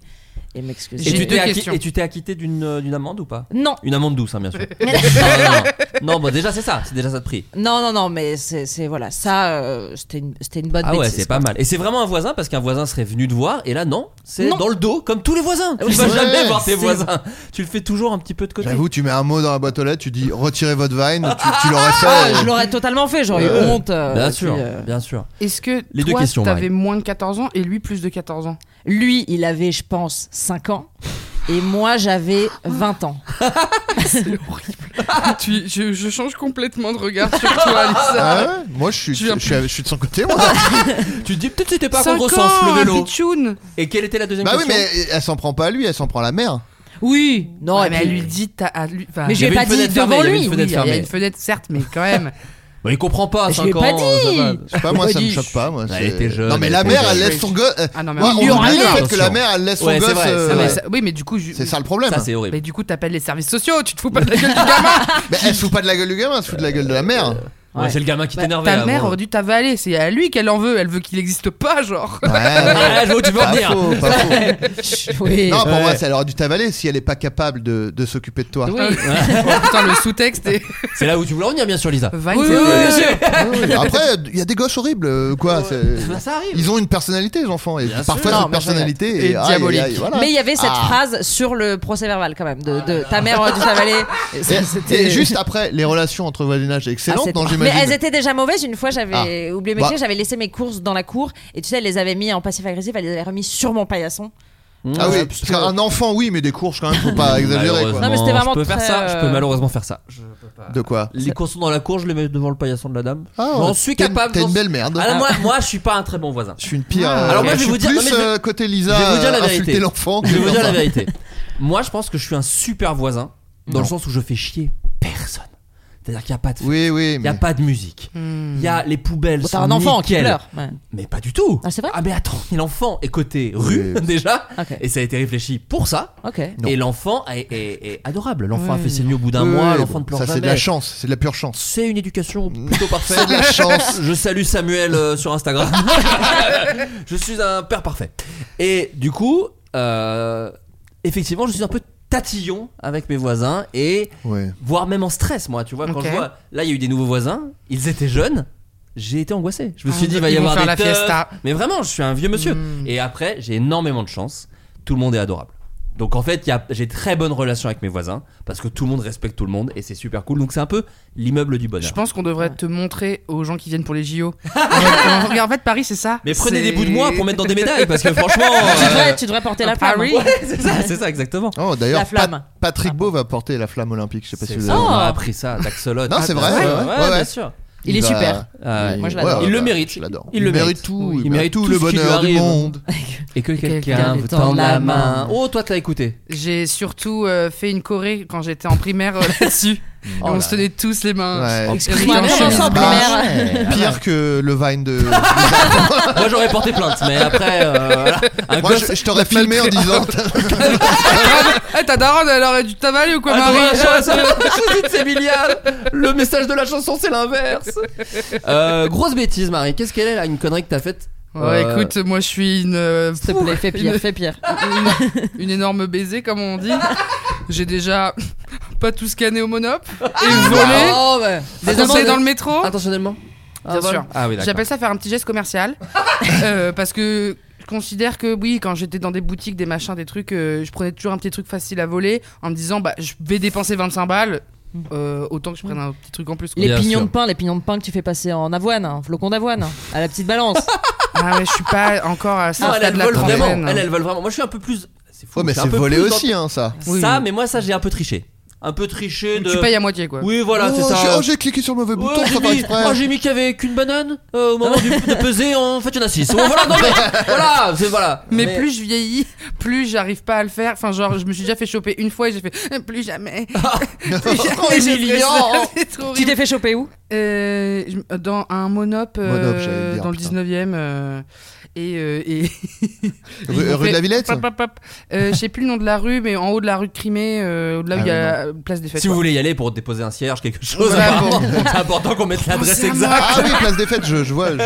S8: et m'excuser.
S2: Et tu, t'es acqui- et tu t'es acquitté d'une euh, d'une amende ou pas
S8: Non.
S2: Une amende douce, hein, bien sûr. non, non, non. Non, bah déjà, c'est ça. C'est déjà ça de prix.
S8: Non, non, non, mais c'est c'est- voilà. Ça, euh, c'était une, c'était une bonne
S2: Ah ouais,
S8: bêtise,
S2: c'est pas
S8: quoi.
S2: mal. Et c'est vraiment un voisin parce qu'un voisin serait venu te voir et là non, c'est
S8: Non. Ah
S2: dans le dos comme tous les voisins. Tu
S8: Oui,
S2: vas
S8: c'est
S2: jamais
S8: vrai.
S2: voir tes
S8: C'est-
S2: voisins. Tu le fais toujours un petit peu de côté.
S6: J'avoue, tu mets un mot dans la boîte aux lettres, tu dis retirez votre vine, tu, tu l'aurais
S8: Ah,
S6: fait.
S8: je l'aurais totalement fait. J'aurais eu
S6: Euh,
S8: honte. euh,
S2: bien
S8: et
S2: sûr,
S8: puis, euh,
S2: bien sûr.
S9: Est-ce que
S2: Les deux
S9: toi,
S2: questions,
S9: t'avais
S2: Marie.
S9: moins de 14 ans et lui plus de 14 ans
S8: Lui, il avait, je pense, 5 ans. Et moi, j'avais 20 ans.
S9: Tu- je, je change complètement de regard sur toi,
S6: Ah
S9: Alissa.
S6: ouais moi je suis,
S9: Je viens
S6: je, suis, je suis de son côté moi. Bah
S2: Tu te dis peut-être c'était pas
S9: Cinq
S2: qu'on ressent
S9: ans,
S2: le vélo.
S9: un pitchoun.
S2: Et quelle était la deuxième
S6: bah oui
S2: question
S6: mais elle s'en prend pas à lui, elle s'en prend à la mère.
S8: Oui, non,
S9: Ouais,
S8: et
S9: Ah, mais
S8: puis-
S9: elle lui dit. t'as- à lui- enfin,
S8: Mais je
S2: Il y
S8: lui ai
S2: avait
S8: pas
S2: une
S8: dit
S2: fenêtre fermée,
S8: devant
S2: il y avait
S8: lui.
S2: une
S9: Oui,
S2: fenêtre
S9: il y a
S2: fermée.
S9: une fenêtre, certes, mais quand même.
S2: Bah, il comprend pas.
S8: Je
S2: 5
S8: lui ai
S2: ans,
S8: pas
S2: euh, ça
S8: dit.
S2: va.
S6: Je sais pas moi ça me
S8: Vas-y.
S6: choque pas moi.
S2: Elle
S6: c'est-
S2: était jeune,
S6: non mais
S2: elle
S6: la
S2: était
S6: mère
S2: jeune.
S6: elle laisse son gosse. euh,
S9: Ah non, mais
S6: moi,
S9: on
S6: on
S9: lui
S6: oublie
S9: hurlait.
S6: le fait que la
S2: Attention.
S6: mère elle laisse son
S2: Ouais, c'est
S6: gosse.
S2: vrai, c'est
S6: euh,
S9: Ah, mais
S2: vrai.
S9: ça- oui, mais du coup. je-
S6: C'est ça le problème.
S2: Ça c'est horrible.
S9: Mais du coup, t'appelles les services sociaux, tu te fous pas de la gueule du gamin.
S6: Mais elle se fout pas de la gueule du gamin, elle se fout de la gueule de la mère.
S2: Ouais,
S8: Ouais.
S2: c'est le gamin qui
S9: Bah,
S2: t'énervait.
S9: ta
S2: là,
S9: mère
S2: bon.
S9: aurait dû t'avaler, c'est à lui qu'elle en veut, elle veut qu'il n'existe pas, genre.
S6: Ouais,
S2: Ah, je vois où tu veux
S6: pas
S2: en venir.
S6: faux, pas faux.
S8: Oui.
S6: Non, pour
S2: Ouais.
S6: moi, ça aurait dû t'avaler si elle est pas capable de, de s'occuper de toi.
S8: Oui.
S2: hein.
S9: Oh, putain, le sous-texte est.
S2: C'est là où tu voulais en venir bien sûr Lisa.
S9: Vine,
S2: Oui,
S9: c'est-
S2: oui, oui, bien sûr.
S6: Ah oui. Après, il y a des gosses horribles, euh, quoi. c'est-
S2: Bah, ça arrive.
S6: Ils ont une personnalité, les enfants, et
S2: Bien
S6: parfois
S2: sûr.
S6: cette
S2: Non,
S8: mais
S6: personnalité
S9: c'est-
S6: est
S9: et
S6: aïe, aïe, aïe,
S9: diabolique.
S6: voilà.
S8: Mais il y avait cette
S6: Ah.
S8: phrase sur le procès verbal quand même de, de ta mère euh, aurait dû t'avaler. Et ça,
S6: Et-
S8: c'était-
S6: Et juste après, les relations entre voisinage
S8: Ah,
S6: excellentes,
S8: c'était-
S6: non,
S8: mais
S6: j'imagine.
S8: elles étaient déjà mauvaises. Une fois, j'avais oublié mes
S6: Bah.
S8: clés, j'avais laissé mes courses dans la cour et tu sais, elle les avait mis en passif agressif, elle les avait remis sur mon paillasson.
S6: Ah oui,
S2: Ouais,
S6: parce qu'un enfant, oui, mais des courses quand même, faut pas exagérer.
S2: Malheureusement,
S6: quoi.
S8: Non, mais c'était vraiment
S2: je peux faire
S8: très,
S2: ça, je peux
S8: euh,
S2: malheureusement faire ça.
S6: De quoi
S2: Les courses dans la cour, je les mets devant le paillasson de la dame.
S6: Ah,
S2: J'en suis
S6: t'es-
S2: capable.
S6: T'es
S2: j'en
S6: une
S2: suis-
S6: belle merde.
S2: Ah, moi, moi, je suis pas un très bon voisin.
S6: Je suis une pire. euh,
S2: Alors moi, je vais vous dire- non,
S6: Plus
S2: mais je vais-
S6: euh, côté Lisa,
S2: je vais vous dire la
S6: euh,
S2: vérité.
S6: insulter l'enfant.
S2: Je vais
S6: que
S2: vous dire la
S6: faire ça.
S2: vérité. Moi, je pense que je suis un super voisin dans le sens où je fais chier personne. C'est-à-dire qu'il n'y a pas de fête,
S6: Oui, oui.
S2: il n'y a
S6: mais-
S2: pas de musique, il y a les poubelles.
S8: Bon, T'as
S2: sont
S8: un enfant qui
S2: nickel.
S8: pleure. Ouais.
S2: Mais pas du tout.
S8: Ah, c'est vrai
S2: Ah, mais attends, mais l'enfant est côté rue
S6: Oui.
S2: déjà,
S8: Ok.
S2: et ça a été réfléchi pour ça.
S8: Ok.
S6: Non.
S2: Et l'enfant est, est- est adorable. L'enfant a
S9: Oui.
S2: fait ses mieux au bout d'un
S6: Oui,
S2: mois,
S6: oui,
S2: l'enfant
S6: bon,
S2: ne pleure
S6: Ça, c'est de
S2: jamais.
S6: la chance, c'est de la pure chance.
S2: C'est une éducation plutôt parfaite.
S6: C'est de la chance.
S2: Je salue Samuel euh, sur Instagram. je suis un père parfait. Et du coup, euh, effectivement, je suis un peu tatillon avec mes voisins et
S6: Ouais.
S2: voire même en stress, moi. Tu vois, quand
S9: Ok.
S2: je vois, là, il y a eu des nouveaux voisins. Ils étaient jeunes. J'ai été angoissé. Je me suis
S9: Ah,
S2: dit, il va y
S9: ils vont
S2: avoir
S9: faire
S2: des
S9: la
S2: teufs.
S9: fiesta.
S2: Mais vraiment, je suis un vieux monsieur.
S9: Mm.
S2: Et après, j'ai énormément de chance. Tout le monde est adorable. Donc en fait, il y a- j'ai très bonne relation avec mes voisins parce que tout le monde respecte tout le monde et c'est super cool. Donc c'est un peu l'immeuble du bonheur.
S9: Je pense qu'on devrait te montrer aux gens qui viennent pour les JO. Regarde, regarde, en fait, Paris, c'est ça.
S2: Mais prenez
S9: C'est-
S2: des bouts de moi pour mettre dans des médailles parce que franchement.
S8: Tu,
S2: euh,
S8: devrais, tu devrais porter la flamme.
S9: Paris.
S8: hein.
S2: ouais, c'est ça, c'est ça exactement.
S6: Oh, d'ailleurs,
S8: La flamme.
S6: Pat- Patrick Beau va porter la flamme olympique. Je sais pas si
S2: C'est
S6: vous
S2: ça,
S6: avez.
S2: on a appris ça d'Axolot.
S6: Non, c'est vrai,
S2: Ouais,
S6: ouais, ouais, ouais.
S2: bien sûr.
S8: Il est
S6: va-
S8: super.
S2: Euh,
S8: Moi, je l'adore.
S6: ouais,
S2: Il le
S6: bah,
S2: mérite.
S6: je l'adore.
S2: Il le mérite.
S6: tout.
S2: Oui, il
S6: il
S2: mérite
S6: mérite tout
S2: tout
S6: le
S2: ce qui lui
S6: bonheur du
S2: arrive.
S6: monde.
S2: Et que quelqu'un
S9: quelqu'un
S2: vous
S9: vous
S2: tend
S9: tende
S2: la
S9: la
S2: main.
S9: main.
S2: Oh, toi, t'as écouté.
S9: J'ai surtout euh, fait une choré quand j'étais en primaire euh, là-dessus. Et
S2: Oh là
S9: on se tenait tous les mains.
S6: Ouais.
S8: Excuse-moi, mais on s'en
S9: ensemble.
S6: Bah,
S8: primaire.
S6: Pire que le Vine de.
S2: Moi, j'aurais porté plainte, mais après, euh, voilà. Un
S6: Moi,
S2: gosse.
S6: je, je t'aurais filmé en disant.
S9: Eh, ta daronne, elle aurait dû t'avaler ou quoi,
S2: Ah,
S9: Marie
S2: dommage, ça, ça, je dis de Sémilial. Le message de la chanson, c'est l'inverse. Euh, grosse bêtise, Marie. Qu'est-ce qu'elle est là, une connerie que t'as faite
S9: Ouais,
S2: Euh,
S9: écoute, moi, je suis une. euh,
S8: S'il te plaît, fais pire,
S9: une-
S8: fais pire.
S9: une énorme baiser, comme on dit. J'ai déjà pas tout scanné au monop et
S2: Ah,
S9: volé.
S8: Oh, ouais.
S9: Des
S2: amendes-
S9: dans le métro.
S2: Intentionnellement
S9: Bien sûr.
S2: Ah oui, d'accord.
S9: J'appelle ça faire un petit geste commercial. Euh, parce que je considère que oui, quand j'étais dans des boutiques, des machins, des trucs, euh, je prenais toujours un petit truc facile à voler en me disant bah je vais dépenser 25 balles. euh, autant que je prenne un petit truc en plus. quoi.
S8: Les
S2: Bien
S8: pignons
S2: sûr. Ah,
S8: de pain, les pignons de pain que tu fais passer en avoine, hein, flocon d'avoine, hein, à la petite balance.
S9: Ah ouais, je suis pas encore à ça
S2: Non, elle,
S9: de
S2: elle
S9: la
S2: vole vraiment.
S9: trentaine. hein.
S2: Elle, elle vole vraiment. Moi, je suis un peu plus. c'est fou.
S6: Ouais, mais
S2: un
S6: c'est
S2: peu
S6: volé
S2: plus dans-
S6: aussi, hein, ça. Oui,
S2: Ça,
S6: oui.
S2: mais moi, ça, j'ai un peu triché. Un peu triché de.
S9: Tu payes à moitié, quoi.
S2: Oui, voilà,
S6: Oh,
S2: c'est
S6: j'ai-
S2: ça.
S6: oh, j'ai cliqué sur le mauvais bouton,
S2: j'ai
S6: ça va
S2: mis-
S6: exprès.
S2: oh, j'ai mis qu'il y avait qu'une banane euh, au moment du, de peser. En fait, il y en a 6. voilà, non, mais, voilà, c'est- voilà.
S9: Mais, plus je vieillis, plus j'arrive pas à le faire. Enfin, genre, je me suis déjà fait choper une fois et j'ai fait plus jamais.
S6: Ah.
S9: Plus jamais je ferai
S8: humiliant.
S9: ça. C'est trop
S8: Tu
S9: horrible.
S8: t'es fait choper où
S9: Euh, je- Dans un monop, euh,
S6: Monop, j'allais le dire,
S9: dans le
S6: putain.
S9: 19 e et. euh, et ils
S6: Rue-
S9: m'ont
S6: rue de
S9: fait
S6: la Villette
S9: pop, pop, pop. Euh, Je sais plus le nom de la rue, mais en haut de la rue de Crimée, euh, là où
S2: Ah
S9: il y a
S2: oui,
S9: place des fêtes.
S2: Si vous
S9: quoi.
S2: voulez y aller pour déposer un cierge, quelque chose,
S9: Voilà, bon.
S2: c'est important qu'on mette l'adresse
S9: Pensez à moi.
S2: exacte.
S6: Ah oui, place des fêtes, je, je vois, je vois,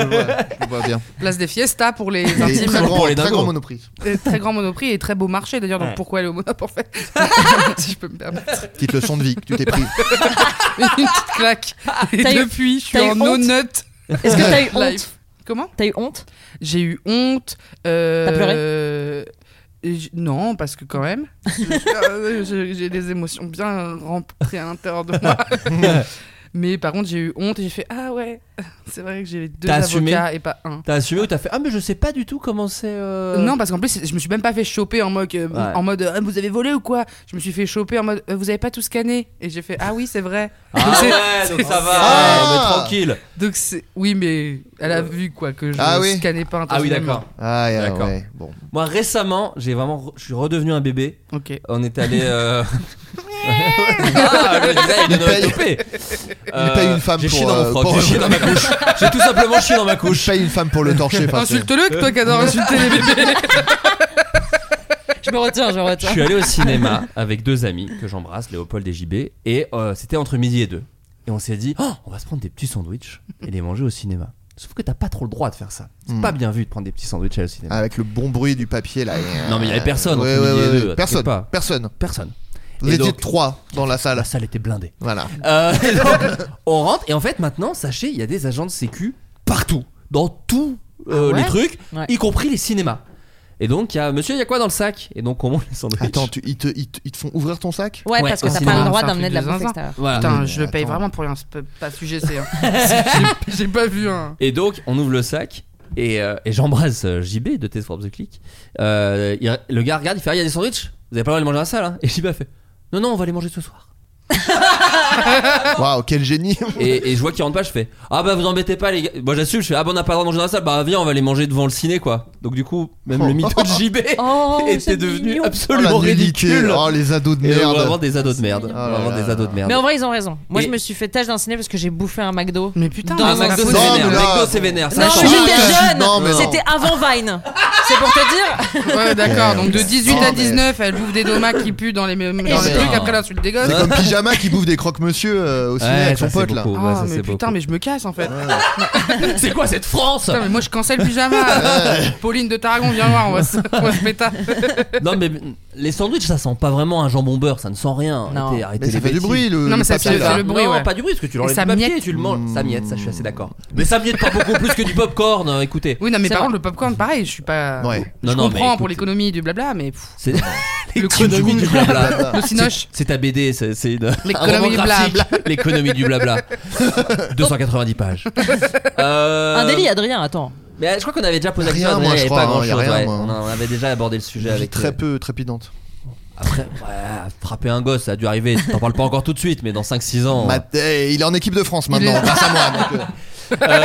S6: je vois bien.
S9: Place des Fiesta pour les
S6: Et
S9: intimes.
S6: très, grand,
S2: les
S6: très
S2: dingos.
S6: grand monoprix.
S9: Euh, très grand monoprix et très beau marché d'ailleurs, donc
S6: Ouais.
S9: pourquoi aller au monop en fait Si je peux me permettre.
S6: Petite leçon de vie que tu t'es pris.
S9: Une petite claque. Et
S8: T'as eu-
S9: depuis, je suis
S8: t'as eu
S9: en
S8: honte
S9: no-nut.
S8: Est-ce que t'as eu honte
S9: Life. Comment
S8: T'as eu honte
S9: J'ai eu honte. euh,
S8: T'as pleuré
S9: euh, j- Non, parce que quand même, je- euh, je- j'ai des émotions bien rentrées à l'intérieur de moi. Mais par contre, j'ai eu honte et j'ai fait Ah ouais, c'est vrai que j'ai deux
S2: T'as assumé
S9: avocats et pas un.
S2: T'as assumé ou t'as fait Ah, mais je sais pas du tout comment c'est. euh,
S9: Non, bah, parce qu'en plus, je me suis même pas fait choper en mode, euh,
S2: Ouais.
S9: en mode euh, Ah, vous avez volé ou quoi Je me suis fait choper en mode euh, vous avez pas tout scanné Et j'ai fait ah oui, c'est vrai.
S2: Ah
S9: C'est-
S2: ouais, donc
S9: c'est-
S2: ça va,
S6: Ah.
S2: mais tranquille.
S9: Donc c'est oui, mais elle a vu quoi que je
S6: Ah oui.
S9: scannais pas
S2: Ah oui,
S9: intentionnellement.
S2: d'accord.
S6: Ah, ouais,
S2: D'accord.
S6: ouais, bon.
S2: Moi récemment, j'ai vraiment, re- je suis redevenu un bébé.
S9: Ok.
S2: On est allé. euh, ah, le design
S6: Il
S2: de Noël
S6: paye-
S2: Topé.
S6: Il paye une femme
S2: J'ai
S6: pour.
S2: chié dans mon
S6: euh,
S2: froc,
S6: pour-
S2: j'ai chié dans ma couche. J'ai tout simplement chié dans ma couche.
S6: Il paye une femme pour le torcher. enfin, c'est-
S9: Insulte-le, toi qui adore insulter les bébés.
S8: Je me retiens, je me
S2: Je
S8: retiens.
S2: suis allé au cinéma avec deux amis que j'embrasse, Léopold et JB, et euh, c'était entre midi et deux. Et on s'est dit, Oh, on va se prendre des petits sandwichs et les manger au cinéma. Sauf que t'as pas trop le droit de faire ça. C'est
S6: Hmm. Ah.
S2: pas bien vu de prendre des petits sandwichs au cinéma.
S6: Avec le bon bruit du papier là. euh,
S2: Non, mais il y avait personne
S6: Ouais,
S2: entre
S6: ouais,
S2: midi et
S6: ouais,
S2: deux,
S6: Personne.
S2: t'inquiète pas.
S6: Personne.
S2: Personne.
S6: Vous
S2: Et
S6: étiez
S2: donc-
S6: trois dans la
S2: La
S6: salle.
S2: salle était blindée.
S6: Voilà.
S2: Euh, et donc, on rentre et en fait maintenant, sachez, il y a des agents de sécu partout, dans tous euh,
S8: Ah ouais
S2: les trucs,
S8: Ouais.
S2: y compris les cinémas. Et donc il y a Monsieur, il y a quoi dans le sac Et donc on monte les sandwichs.
S6: Attends, tu- ils, te, ils te- ils te font ouvrir ton sac
S8: Ouais,
S2: Ouais,
S8: parce que
S2: au
S8: t'as
S2: cinéma,
S8: pas le droit
S9: c'est un
S8: d'emmener de la
S9: truc de
S8: bouffe
S9: zinzin.
S8: extérière.
S2: Voilà.
S9: Putain,
S6: Ah, mais
S9: je le paye
S6: attends.
S9: vraiment pour rien, c'est pas- pas sujet, c'est. hein. J'ai- J'ai pas vu hein. un.
S2: Et donc, on ouvre le sac. Et, euh, et j'embrasse euh, JB de Test for the Click. Euh, il- le gars regarde, il fait Ah, il y a des sandwichs Vous avez pas le droit de les manger à la salle hein? Et JB a fait Non, non, on va les manger ce soir.
S6: Waouh, quel génie
S2: Et, et je vois qu'il rentre pas, je fais Ah bah vous embêtez pas les gars. Moi j'assume, je fais Ah bah on n'a pas le droit de manger dans la salle, bah viens, on va les manger devant le ciné quoi. Donc du coup, même le mytho de JB
S8: Oh,
S2: était
S8: c'est
S2: devenu
S8: mignon.
S6: Oh, la
S2: absolument
S6: nullité.
S2: ridicule.
S6: Oh, les ados de
S2: Et on va avoir
S6: merde.
S2: des ados de merde.
S8: C'est
S2: On
S6: mignon.
S2: va avoir des ados de merde.
S8: Mais en vrai, ils ont raison. Moi,
S2: Ah, Et-
S8: je me suis fait tâche d'un ciné parce que j'ai bouffé un McDo.
S9: Mais putain,
S8: Dans
S9: mais
S2: Ah,
S8: un
S9: ça
S2: McDo
S9: fout-
S2: c'est
S6: Non,
S2: vénère,
S6: mais là-
S2: McDo c'est vénère. ça
S8: Non,
S2: change.
S6: mais
S8: j'étais
S6: Ah,
S8: jeune.
S6: non, mais non.
S8: C'était avant Vine. C'est pour te dire.
S9: Ouais, d'accord, donc de 18
S6: Non,
S9: à
S6: mais-
S9: 19, elle bouffe des domas qui puent dans les, dans les
S2: c'est-
S9: trucs, après elle insulte des gosses.
S6: C'est comme Pyjama qui bouffe des croque-monsieur euh, au ciné
S2: Ouais,
S6: avec
S2: ça,
S6: son
S2: c'est
S6: pote là.
S2: beaucoup.
S9: Ah,
S2: Ouais, ça,
S9: mais
S2: c'est
S9: putain,
S2: beaucoup.
S9: mais je me casse en fait.
S2: C'est quoi cette France
S9: Putain, mais moi je cancelle pyjama. Pauline de Tarragon, viens voir, on va se, on va se péta.
S2: Non mais les sandwichs ça sent pas vraiment un jambon beurre, ça ne sent rien.
S8: Non.
S2: Arrêtez, arrêtez
S6: Mais ça
S2: les
S6: fait du
S2: bêtises.
S6: bruit le.
S9: Non, mais
S6: le
S9: ça
S6: papier,
S9: fait-
S6: là.
S9: ça fait le bruit,
S2: non,
S9: ouais.
S2: pas du bruit parce que tu l'enlèves
S9: Et ça
S2: du papier
S9: miette.
S2: tu le manges. Ça miette, ça je suis assez d'accord. Mais ça miette pas beaucoup plus que du popcorn, euh, écoutez.
S9: Oui, non, mais
S8: C'est
S9: par
S8: vrai.
S9: contre, le popcorn, pareil, je suis pas.
S6: Ouais.
S9: Je
S2: Non, non, mais
S9: comprends pour
S2: écoute-
S9: l'économie du blabla, mais pff,
S2: C'est
S9: coût
S2: l'économie
S9: du
S2: du blabla.
S9: le cinoche.
S2: C'est ta BD, c'est c'est une.
S9: L'économie
S2: un roman
S9: du
S2: graphique.
S9: blabla.
S2: L'économie du blabla. 290 pages. Euh,
S8: Un délit, Adrien, attends.
S2: Mais euh, je crois qu'on avait déjà posé la
S6: Rien,
S2: question.
S6: moi,
S2: Adrien,
S6: je
S2: il y avait pas
S6: crois, hein,
S2: grand
S6: il y a
S2: chose.
S6: rien,
S2: ouais.
S6: moi.
S2: On a- on avait déjà abordé le sujet
S6: Vie
S2: avec
S6: très
S2: euh,
S6: peu trépidante.
S2: Après, ouais, frapper un gosse, ça a dû arriver. T'en parles pas encore tout de suite, mais dans 5-6 ans.
S6: Ma- eh, il est en équipe de France maintenant,
S9: est-
S6: grâce à moi. donc, euh,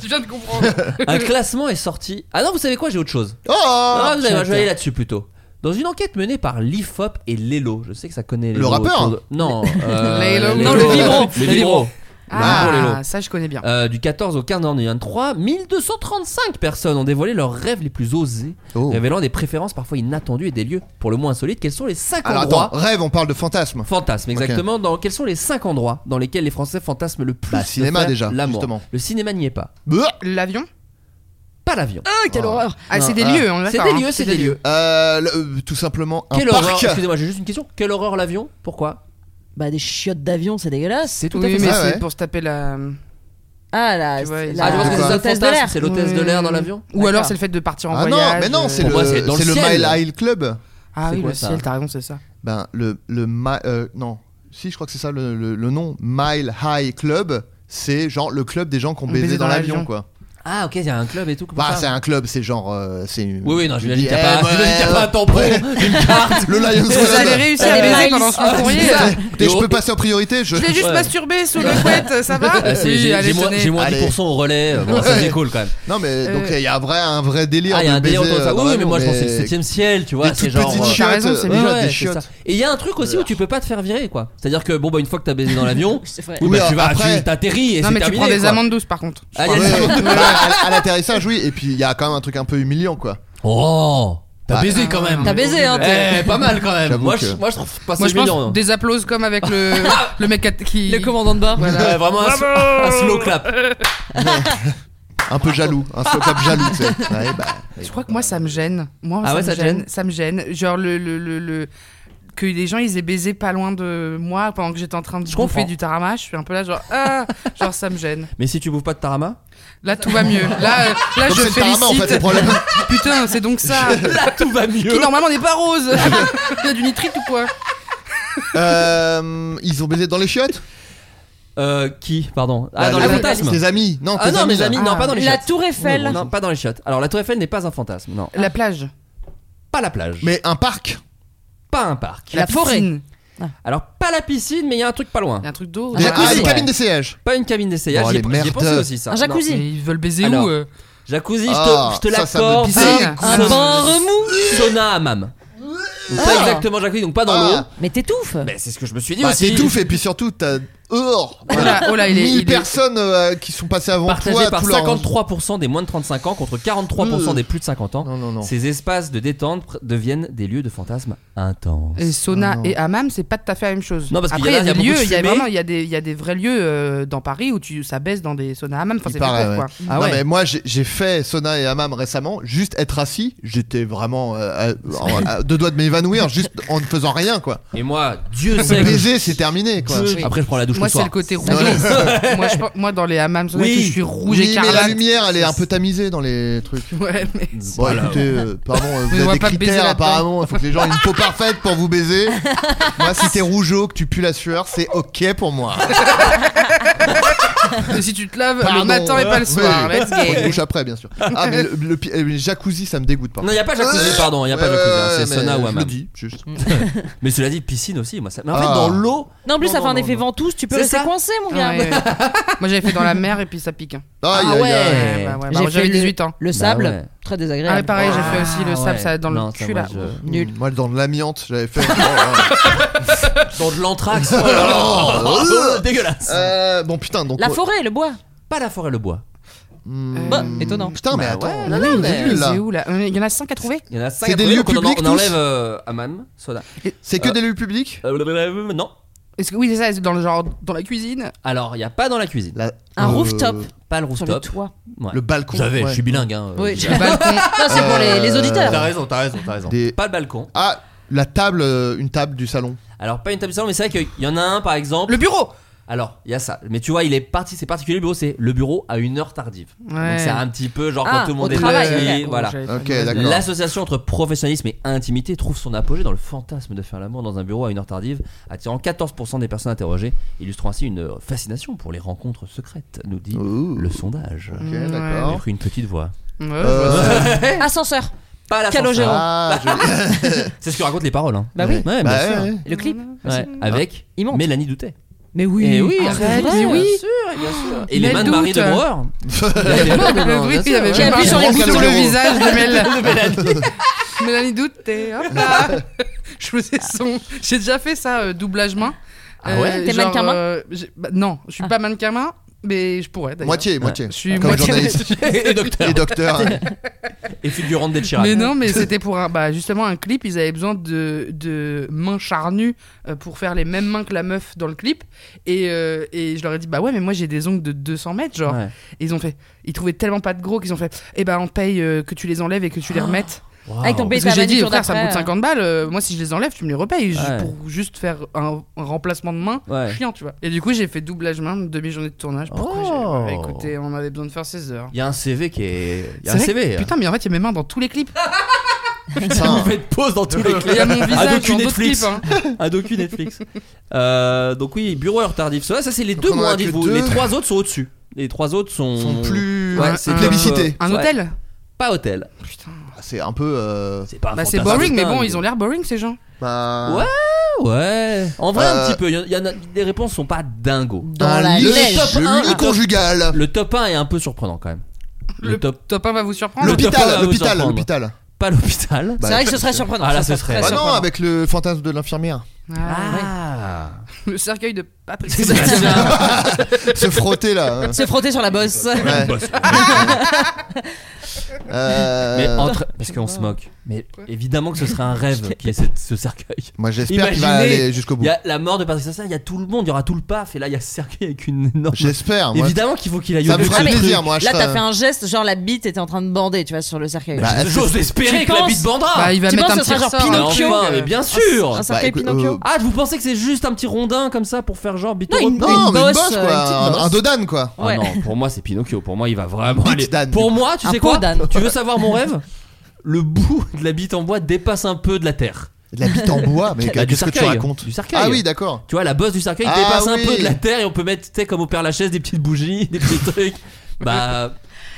S9: Tu viens de comprendre.
S2: Euh, Un classement est sorti. Ah non, vous savez quoi, j'ai autre chose.
S6: Oh
S2: Ah, vous savez quoi, je vais
S8: putain.
S2: aller là-dessus plutôt. Dans une enquête menée par l'IFOP et Lelo, je sais que ça connaît les
S6: Le rappeur
S2: Non, euh,
S9: Lelo.
S8: Non, le vibro.
S2: Le
S8: Le
S2: vibro.
S9: Ah,
S2: Le vibro, Lelo.
S9: ça je connais bien.
S2: Euh, du 14 au 15 novembre 2023, 1235 personnes ont dévoilé leurs rêves les plus osés,
S6: Oh.
S2: révélant des préférences parfois inattendues et des lieux pour le moins insolites. Quels sont les 5
S6: Alors
S2: endroits
S6: attends, rêve, on parle de fantasme.
S2: Fantasme, exactement. Dans quels sont les 5 endroits dans lesquels les Français fantasment le plus
S6: Bah,
S2: de
S6: cinéma,
S2: faire
S6: déjà,
S2: l'amour
S6: justement.
S2: Le cinéma n'y est pas.
S6: Bah,
S9: L'avion
S2: Pas l'avion.
S8: Ah, quelle horreur.
S9: Ah, c'est des
S6: ah.
S9: lieux, on l'a
S2: c'est des lieux, c'est des lieux.
S6: euh, le- euh, tout simplement un
S2: Quelle horreur
S6: parc.
S2: Excusez-moi, j'ai juste une question. Quelle horreur l'avion Pourquoi
S8: Bah, des chiottes d'avion, c'est dégueulasse.
S2: C'est tout à
S9: Oui,
S2: fait
S9: mais
S2: ça.
S6: ça,
S9: c'est
S6: ouais.
S9: pour se taper la.
S8: Ah, la,
S9: Tu vois, ils-
S8: la,
S2: Ah, tu penses que c'est ça le
S8: l'hôtesse de
S2: fantasme
S8: l'air.
S2: C'est l'hôtesse de l'air dans
S9: Oui.
S2: l'avion
S9: Ou alors
S8: D'accord.
S9: c'est le fait de partir en
S6: Ah non,
S9: voyage.
S6: mais non, c'est
S9: euh,
S6: le,
S2: moi, c'est dans le
S6: c'est le
S2: ciel.
S6: Mile High Club.
S9: Ah
S2: C'est
S9: oui,
S2: quoi,
S9: le
S2: ça
S9: ciel, t'as raison, c'est ça.
S6: Ben le le mi- euh, non, si je crois que c'est ça le, le- le nom Mile High Club, c'est genre le club des gens qui ont
S9: Ont baisé
S6: baisé dans
S9: dans
S6: l'avion
S9: l'avion.
S6: quoi.
S2: Ah ok, il y a un club et tout. comme
S6: Bah,
S2: ça.
S6: c'est un club, c'est genre. euh, c'est une-
S2: Oui, oui, non,
S6: tu
S2: j'imagine
S6: dis,
S2: qu'il y a
S6: eh,
S2: pas-
S6: ouais,
S2: j'imagine qu'il y a pas un tampon,
S6: ouais.
S2: une carte.
S6: Le Lions
S2: Vous
S6: Club.
S2: allez réussir à
S6: Eh,
S2: baiser
S6: Miles.
S2: pendant son
S6: Ah,
S2: courrier.
S6: c'est ça.
S2: Et
S6: Et je
S2: au-
S6: peux passer en priorité.
S9: Je l'ai juste
S2: Ouais.
S9: masturbé sous le couette, ça va
S2: Ah, c'est-
S9: Oui,
S2: j'ai-
S9: allez,
S2: J'ai moins,
S9: tenez.
S2: j'ai moins
S9: Allez.
S2: 10% au relais. euh, Bon, ça c'est cool quand même.
S6: Non, mais donc
S2: Euh.
S6: il y a un vrai, un vrai délire.
S2: Ah, il y a
S6: de
S2: un délire
S6: baiser,
S2: autour de ça.
S6: euh, dans
S2: Oui,
S6: la
S2: mais
S6: rue,
S2: moi je pense que c'est le 7ème ciel, tu vois.
S6: Des
S2: C'est
S6: toutes
S2: genre.
S6: petites
S2: euh,
S6: chiottes, T'as raison, c'est
S2: ouais,
S6: mijote,
S2: ouais,
S6: des
S2: c'est
S6: chiottes.
S2: ça. Et il y a un truc aussi où tu peux pas te faire virer, quoi. C'est-à-dire que, bon, bah, une fois que t'as baisé dans l'avion,
S9: vrai.
S2: oui,
S6: Oui,
S2: bah, tu vas,
S6: après-
S2: tu t'atterris et
S9: Non,
S2: c'est
S9: mais tu
S2: terminé,
S9: prends des
S2: quoi.
S9: amendes douces par contre.
S2: Ah,
S6: Ouais,
S2: il y a-
S6: ouais. Bah, à, à l'atterrissage, oui. Et puis il y a quand même un truc un peu humiliant, quoi.
S2: Oh, t'as baisé quand même.
S8: T'as baisé, hein, t'es-
S2: Eh, pas mal quand même.
S6: J'avoue
S2: Moi,
S6: que-
S2: je, moi, je trouve pas ça
S9: Ah,
S2: hein.
S9: Moi je
S2: humiliant.
S9: pense des applauses comme avec le, Ah le mec at- qui.
S8: Le commandant de bord.
S2: Ouais, vraiment un,
S9: Bravo
S2: un slow clap.
S6: Un
S9: Ah,
S6: peu jaloux, un slow clap jaloux, tu sais. Ouais, bah,
S9: Je crois que moi ça me gêne. Moi
S2: Ah
S9: ça,
S2: ouais,
S9: me
S2: ça te
S9: gêne.
S2: gêne
S9: Ça me gêne. Genre le, le, le, le- que les gens ils aient baisé pas loin de moi pendant que j'étais en train de bouffer
S2: comprends.
S9: du tarama. Je suis un peu là genre ah genre ça me gêne.
S2: Mais si tu bouffes pas de tarama,
S9: Là tout va mieux. Là euh, là
S6: Donc
S9: je
S6: c'est le
S9: félicite.
S6: tarama, en fait, le problème.
S9: Putain c'est donc ça.
S2: là tout va mieux.
S9: Qui normalement n'est pas rose. Il y a du nitrite ou quoi
S6: Euh, ils ont baisé dans les chiottes
S2: Euh, qui Pardon. Ah, dans
S6: Bah,
S2: les
S6: les-
S2: fantasmes.
S6: Tes amis Non,
S2: Ah
S6: tes
S2: non,
S6: amis.
S2: mes amis, non, pas dans les
S8: La
S2: chiottes.
S8: Tour Eiffel.
S2: Non, pas dans les chiottes. Alors, la Tour Eiffel n'est pas un fantasme, non.
S9: La plage.
S2: Pas la plage,
S6: Mais un parc
S2: pas un parc.
S8: La forêt.
S9: piscine.
S2: Alors, pas la piscine, mais il y a un truc pas loin.
S9: Il y a un truc d'eau.
S2: Un
S6: Des-
S2: jacuzzi,
S6: ah, des
S2: ouais.
S6: cabines d'essayage.
S2: Pas une cabine d'essayage,
S6: Oh,
S2: j'y ai
S6: les
S2: j'y ai pensé
S6: merdes.
S2: aussi ça.
S8: Un jacuzzi.
S2: Non.
S9: Mais ils veulent baiser
S2: Alors,
S9: où euh
S2: Jacuzzi,
S6: Ah,
S2: je te, je te
S6: ça, ça me
S2: l'accorde.
S6: pisse
S9: Ah,
S6: les
S2: Un-
S8: couilles.
S2: un bain
S8: remous.
S2: Sauna hammam. Donc, pas
S6: Ah.
S2: exactement jacuzzi, donc pas dans
S6: Ah.
S2: l'eau.
S8: Mais t'étouffes.
S2: Mais c'est ce que je me suis dit
S6: Bah,
S2: aussi.
S6: t'étouffes et puis surtout, t'as. Hors
S9: Oh là, oh là, il est-
S6: 1000
S9: il est-
S6: personnes euh, qui sont passées avant
S2: Partagé
S6: toi.
S2: par
S6: tout leur-
S2: 53% des moins de 35 ans contre 43%
S6: Euh.
S2: des plus de 50 ans.
S6: Non, non, non.
S2: Ces espaces de détente pr- deviennent des lieux de fantasmes intenses.
S9: Et sauna
S6: Ah non.
S9: et hammam, c'est pas tout à fait la même chose.
S2: Non, parce qu'il
S9: Après,
S2: y en a,
S9: il y a des
S2: il y a beaucoup
S9: lieux, il
S2: de
S9: y a
S2: fumée.
S9: vraiment, il y a des, il y a des vrais lieux euh, dans Paris où tu, ça baisse dans des saunas hammam. Enfin,
S6: Il
S9: c'est fait
S6: paraît,
S9: pour,
S6: ouais.
S9: quoi.
S2: Ah
S6: non
S2: ouais.
S6: mais moi j'ai- j'ai fait sauna et hammam récemment. Juste être assis, j'étais vraiment euh, à- en- à deux doigts de m'évanouir juste en ne faisant rien quoi.
S2: Et moi, Dieu sait. que je-
S6: Baiser c'est terminé quoi.
S9: Oui.
S2: Après, je prends la douche
S9: Moi,
S2: le
S9: c'est
S2: soir.
S9: le côté rouge.
S6: Voilà.
S9: moi, je, pense- moi, dans les hammams, sauna,
S2: Oui.
S9: je suis rouge
S6: Oui, mais la
S9: écarlate.
S6: lumière elle est un peu tamisée dans les trucs.
S9: Ouais, mais
S6: Bon écoutez, euh, pardon, euh,
S9: Mais on
S6: vous
S9: va
S6: avez
S9: pas
S6: des
S9: baiser
S6: critères
S9: là-dedans.
S6: apparemment. Il faut que les gens aient une peau parfaite pour vous baiser. moi si t'es rougeau, que tu pues la sueur, c'est ok pour moi.
S9: mais si tu te laves
S6: Pardon.
S9: le matin et pas le soir,
S6: Oui.
S9: let's go.
S6: On se douche après bien sûr. Ah mais le, le pi- euh, le jacuzzi ça me dégoûte pas.
S2: Non, il n'y a pas jacuzzi, pardon, il n'y a pas jacuzzi, hein, c'est sauna ou
S6: Je le
S2: hammam.
S6: dis juste.
S2: Mais cela dit, piscine aussi, moi ça. Mais en
S6: Ah.
S2: fait, dans l'eau.
S8: Non, en plus,
S2: Non,
S8: ça fait
S2: non,
S8: un
S2: non,
S8: effet
S2: non.
S8: ventouse. Tu peux
S2: C'est
S8: rester
S2: ça
S8: coincé, mon gars.
S9: Ouais, ouais. moi, j'avais fait dans la mer et puis ça pique.
S6: Aïe,
S8: Ah
S6: aïe,
S8: ouais.
S6: aïe.
S9: Ouais, bah, ouais, bah,
S8: J'ai fait
S9: J'avais
S8: le-
S9: 18 ans.
S8: Le
S2: Bah
S8: sable,
S2: ouais.
S8: très
S9: Ah,
S8: désagréable.
S9: mais pareil, j'ai fait aussi le
S2: Ah,
S9: sable,
S2: ouais.
S9: ça dans
S2: Non,
S9: le
S2: ça,
S9: cul
S2: moi,
S9: là.
S2: je-
S8: Nul.
S6: Mmh, Moi, dans de l'amiante, j'avais fait.
S2: Dans de l'anthrax.
S6: Oh,
S2: Dégueulasse.
S6: Euh, bon, putain, donc.
S8: La
S6: ouais.
S8: forêt, le bois.
S2: Pas la forêt, le bois.
S6: Hmm.
S8: Bah, étonnant.
S6: Putain, mais
S2: Bah
S6: attends,
S2: ouais,
S6: on est
S2: non,
S6: nul,
S2: mais-
S6: on est nul, là.
S9: C'est où là Euh, Il y en a 5 à trouver
S2: Il y en a 5
S6: C'est des lieux publics,
S2: On,
S6: tous
S2: enlève euh, Amman, Soda.
S6: C'est que
S2: Euh,
S6: des lieux publics
S2: Euh, non.
S9: Est-ce que oui, c'est ça, c'est dans le genre dans la cuisine
S2: Alors, il n'y a pas dans la cuisine.
S6: La-
S8: Un
S6: le-
S8: rooftop.
S2: Pas le
S8: Sur le
S2: rooftop.
S8: toit.
S2: Ouais.
S6: Le balcon.
S2: Vous savez,
S6: ouais.
S2: je suis bilingue. Hein, euh,
S8: Oui,
S2: déjà.
S8: le balcon. Non, c'est pour les, les auditeurs.
S2: T'as raison, t'as raison, t'as raison.
S6: Des-
S2: Pas le balcon.
S6: Ah, la table, euh, une table du salon.
S2: Alors, pas une table de salon, mais c'est vrai qu'il y en a un par exemple.
S9: Le bureau
S2: Alors, il y a ça. Mais tu vois, il est parti, c'est particulier le bureau, c'est le bureau à une heure tardive.
S9: Ouais.
S2: Donc, c'est un petit peu genre
S8: Ah,
S2: quand tout le
S8: au
S2: monde est
S8: travail,
S2: parti.
S8: ok.
S2: Voilà.
S6: Ok, d'accord.
S2: L'association entre professionnalisme et intimité trouve son apogée dans le fantasme de faire l'amour dans un bureau à une heure tardive, attirant 14% des personnes interrogées, illustrant ainsi une fascination pour les rencontres secrètes, nous dit
S6: Ouh.
S2: le sondage.
S6: Ok,
S9: Ouais.
S2: J'ai
S6: d'accord.
S2: pris une petite voix.
S9: Ouais,
S6: Euh,
S8: Ascenseur.
S2: Pas la hein.
S8: Calogero.
S6: ah, je-
S2: C'est ce que racontent les paroles. Hein.
S8: Bah oui.
S2: Ouais, bien
S6: Bah,
S2: sûr.
S6: ouais, ouais.
S8: Le clip.
S2: Ouais, Avec
S8: Il monte.
S2: Mélanie Doutet.
S8: Mais oui.
S9: Eh
S2: Et Eh oui,
S8: arrête,
S2: arrête,
S8: mais
S2: bien
S8: oui.
S2: sûr, bien sûr. Et
S9: Il
S2: les
S9: a
S2: mains
S9: le
S2: de Marie de
S9: doute.
S2: Brouwer. Il y a les mains dedans,
S9: Oui,
S2: bien
S9: il
S2: sûr,
S9: avait
S2: ouais.
S9: même
S8: appuie
S9: un
S8: sur les
S9: rond
S8: boutons.
S9: sur le
S6: Calogero.
S9: visage de Mel-
S2: De Mélanie.
S9: Mélanie Doute, t'es hop là Je faisais son. J'ai déjà fait ça, euh, doublage main.
S2: Ah ouais
S8: T'es
S9: genre,
S8: mannequin main
S9: euh, j'ai- bah, Non, je suis pas mannequin main, mais je pourrais d'ailleurs.
S6: Moitié, moitié.
S9: Je suis
S6: Comme
S9: moitié-
S6: journaliste
S2: Et docteur.
S6: et docteur. hein.
S2: Et figurante des Chirac.
S9: Mais non, mais c'était pour un, bah, justement un clip. Ils avaient besoin de, de mains charnues euh, pour faire les mêmes mains que la meuf dans le clip. Et, euh, et je leur ai dit, bah ouais, mais moi j'ai des ongles de 200 mètres, genre.
S2: Ouais.
S9: Et ils ont fait, ils trouvaient tellement pas de gros qu'ils ont fait, eh ben on paye euh, que tu les enlèves et que tu les remettes.
S2: Wow.
S8: Avec ton
S9: Parce
S8: bébé,
S9: que
S8: ta
S9: j'ai dit,
S8: manicure
S9: frère, ça me
S8: d'après,
S9: coûte 50 balles. euh, moi, si je les enlève, tu me les repayes ju-
S2: Ouais.
S9: pour juste faire un, un remplacement de main.
S2: Ouais.
S9: Chiant, tu vois. Et du coup, j'ai fait doublage main, une demi-journée de tournage. Pourquoi
S2: Oh.
S9: j'ai- bah, Écoutez, on avait besoin de faire 16 heures.
S2: Il y a un CV qui est. Il y a
S9: C'est
S2: un hein.
S9: vrai que-
S2: CV.
S9: Putain, mais en fait, il y a mes mains dans tous les clips.
S6: Putain.
S2: Vous faites pause Ah, dans tous les clips.
S9: Il y a mon
S2: un
S9: visage
S2: docu
S9: dans d'autres
S2: Netflix.
S9: clips. hein.
S2: Un docu Netflix. Euh, donc oui, bureau à heure tardive. Ça, ça c'est les deux
S6: on en a
S2: moins
S6: que
S2: dites-vous.
S6: deux.
S2: Les trois autres sont au-dessus. Les trois autres sont.
S6: Ils sont plus.
S2: Mmh. Ouais, c'est
S6: un-
S2: comme,
S6: plébiscité.
S2: euh,
S9: Un
S2: ouais.
S9: hôtel
S2: Pas hôtel.
S6: C'est un peu. euh,
S2: C'est pas un
S9: Bah, c'est
S2: fantasme
S9: boring, mais
S2: dingue.
S9: bon, ils ont l'air boring ces gens.
S6: Bah...
S2: Ouais, ouais. En vrai, un
S6: Euh,
S2: petit peu. Il y en- il y en a- les réponses sont pas dingos.
S8: Dans Un la lit- neige.
S6: le lit
S2: le top-
S6: conjugal.
S2: Le top 1 est un peu surprenant quand même. Le, top.
S9: Ah, Top 1 va vous surprendre.
S2: le top 1 va
S6: L'hôpital,
S2: vous
S6: l'hôpital,
S2: surprendre.
S6: l'hôpital.
S2: Pas l'hôpital.
S6: Bah, vrai
S8: que ce serait surprenant,
S2: Ah là,
S8: ça
S2: ce
S8: serait
S2: serait.
S6: Bah non,
S8: surprenant.
S6: avec le fantasme de l'infirmière.
S2: Ah.
S9: Le cercueil de Patrick
S6: Se frotter là. hein.
S8: Se frotter sur la bosse.
S6: Ouais. Euh,
S2: Mais entre. Parce qu'on se moque. Mais évidemment que ce serait un rêve qu'il y ait cette- ce cercueil.
S6: Moi j'espère qu'il va
S2: Imaginez,
S6: aller jusqu'au bout.
S2: Il y a la mort de Patrick Sassin, il y a tout le monde, il y aura tout le paf, et là il y a ce cercueil avec une énorme.
S6: J'espère. moi.
S2: Évidemment qu'il faut qu'il aille
S6: Ça
S2: au
S6: me
S2: bout de
S6: ferait
S2: ce
S6: plaisir,
S2: truc.
S6: moi. je
S8: Là,
S6: serais-
S8: t'as fait un geste, genre la bite était en train de bander, tu vois, sur le cercueil.
S6: Bah, est-ce que-
S2: J'ose espérer
S8: Tu
S2: que la
S8: penses
S2: bite bandera.
S9: Bah, il va
S8: Tu
S9: mettre
S8: penses
S9: un
S8: que ce
S9: petit
S8: sera genre
S9: ressort,
S2: Mais
S9: hein.
S8: Pinocchio
S2: enfin, mais bien sûr.
S8: Un cercueil
S6: Bah, écoute,
S8: Pinocchio.
S6: euh,
S2: Ah, vous pensez que c'est juste un petit rondin comme ça pour faire genre bite
S8: Non,
S2: au-
S8: une-
S2: Ah
S6: Non, mais une
S8: bosse,
S6: bosse,
S8: euh,
S6: quoi,
S8: une petite
S6: un-
S8: bosse.
S6: un dodan quoi.
S8: Ouais.
S2: non, pour moi c'est Pinocchio, pour moi il va vraiment
S6: Bite
S2: aller.
S6: d'âne.
S2: Pour moi, tu
S8: Un
S2: sais
S8: pot
S2: quoi
S8: d'âne.
S2: Tu veux savoir mon rêve Le bout de la bite en bois dépasse un peu de la terre.
S6: De La bite en bois, mais
S2: Bah, du
S6: qu'est-ce que tu
S2: cercueil.
S6: racontes
S2: Du cercueil.
S6: Ah oui, d'accord.
S2: Tu vois, la bosse du cercueil
S6: Ah
S2: dépasse un
S6: oui.
S2: peu de la terre et on peut mettre, tu sais, comme au Père Lachaise, des petites bougies, des petits trucs. Bah.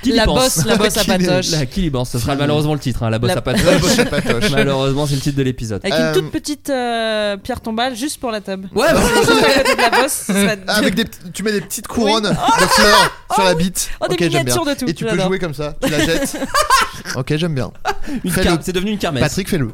S2: Qui l'y
S8: La
S2: pense
S8: bosse, la bosse à
S6: Qui l'est-
S8: patoche.
S2: La qui l'y pense Ce sera malheureusement le titre, hein, la bosse
S8: La-
S2: à patoche.
S6: La bosse à patoche.
S2: malheureusement, c'est le titre de l'épisode.
S8: Avec
S6: Euh,
S8: une toute petite euh, pierre tombale juste pour la table.
S2: Ouais, bah,
S8: Juste à côté de la bosse, ce serait-
S6: Ah, Avec des, p- tu mets des petites couronnes de fleurs sur la bite.
S8: Oh, des
S6: ok, j'aime bien.
S8: miniatures de tout,
S6: Et tu peux
S8: j'adore.
S6: jouer comme ça. Tu la jettes. ok, j'aime bien.
S2: une
S6: Fais
S2: car-
S6: le-
S2: c'est devenu une kermesse.
S6: Patrick, fais-le.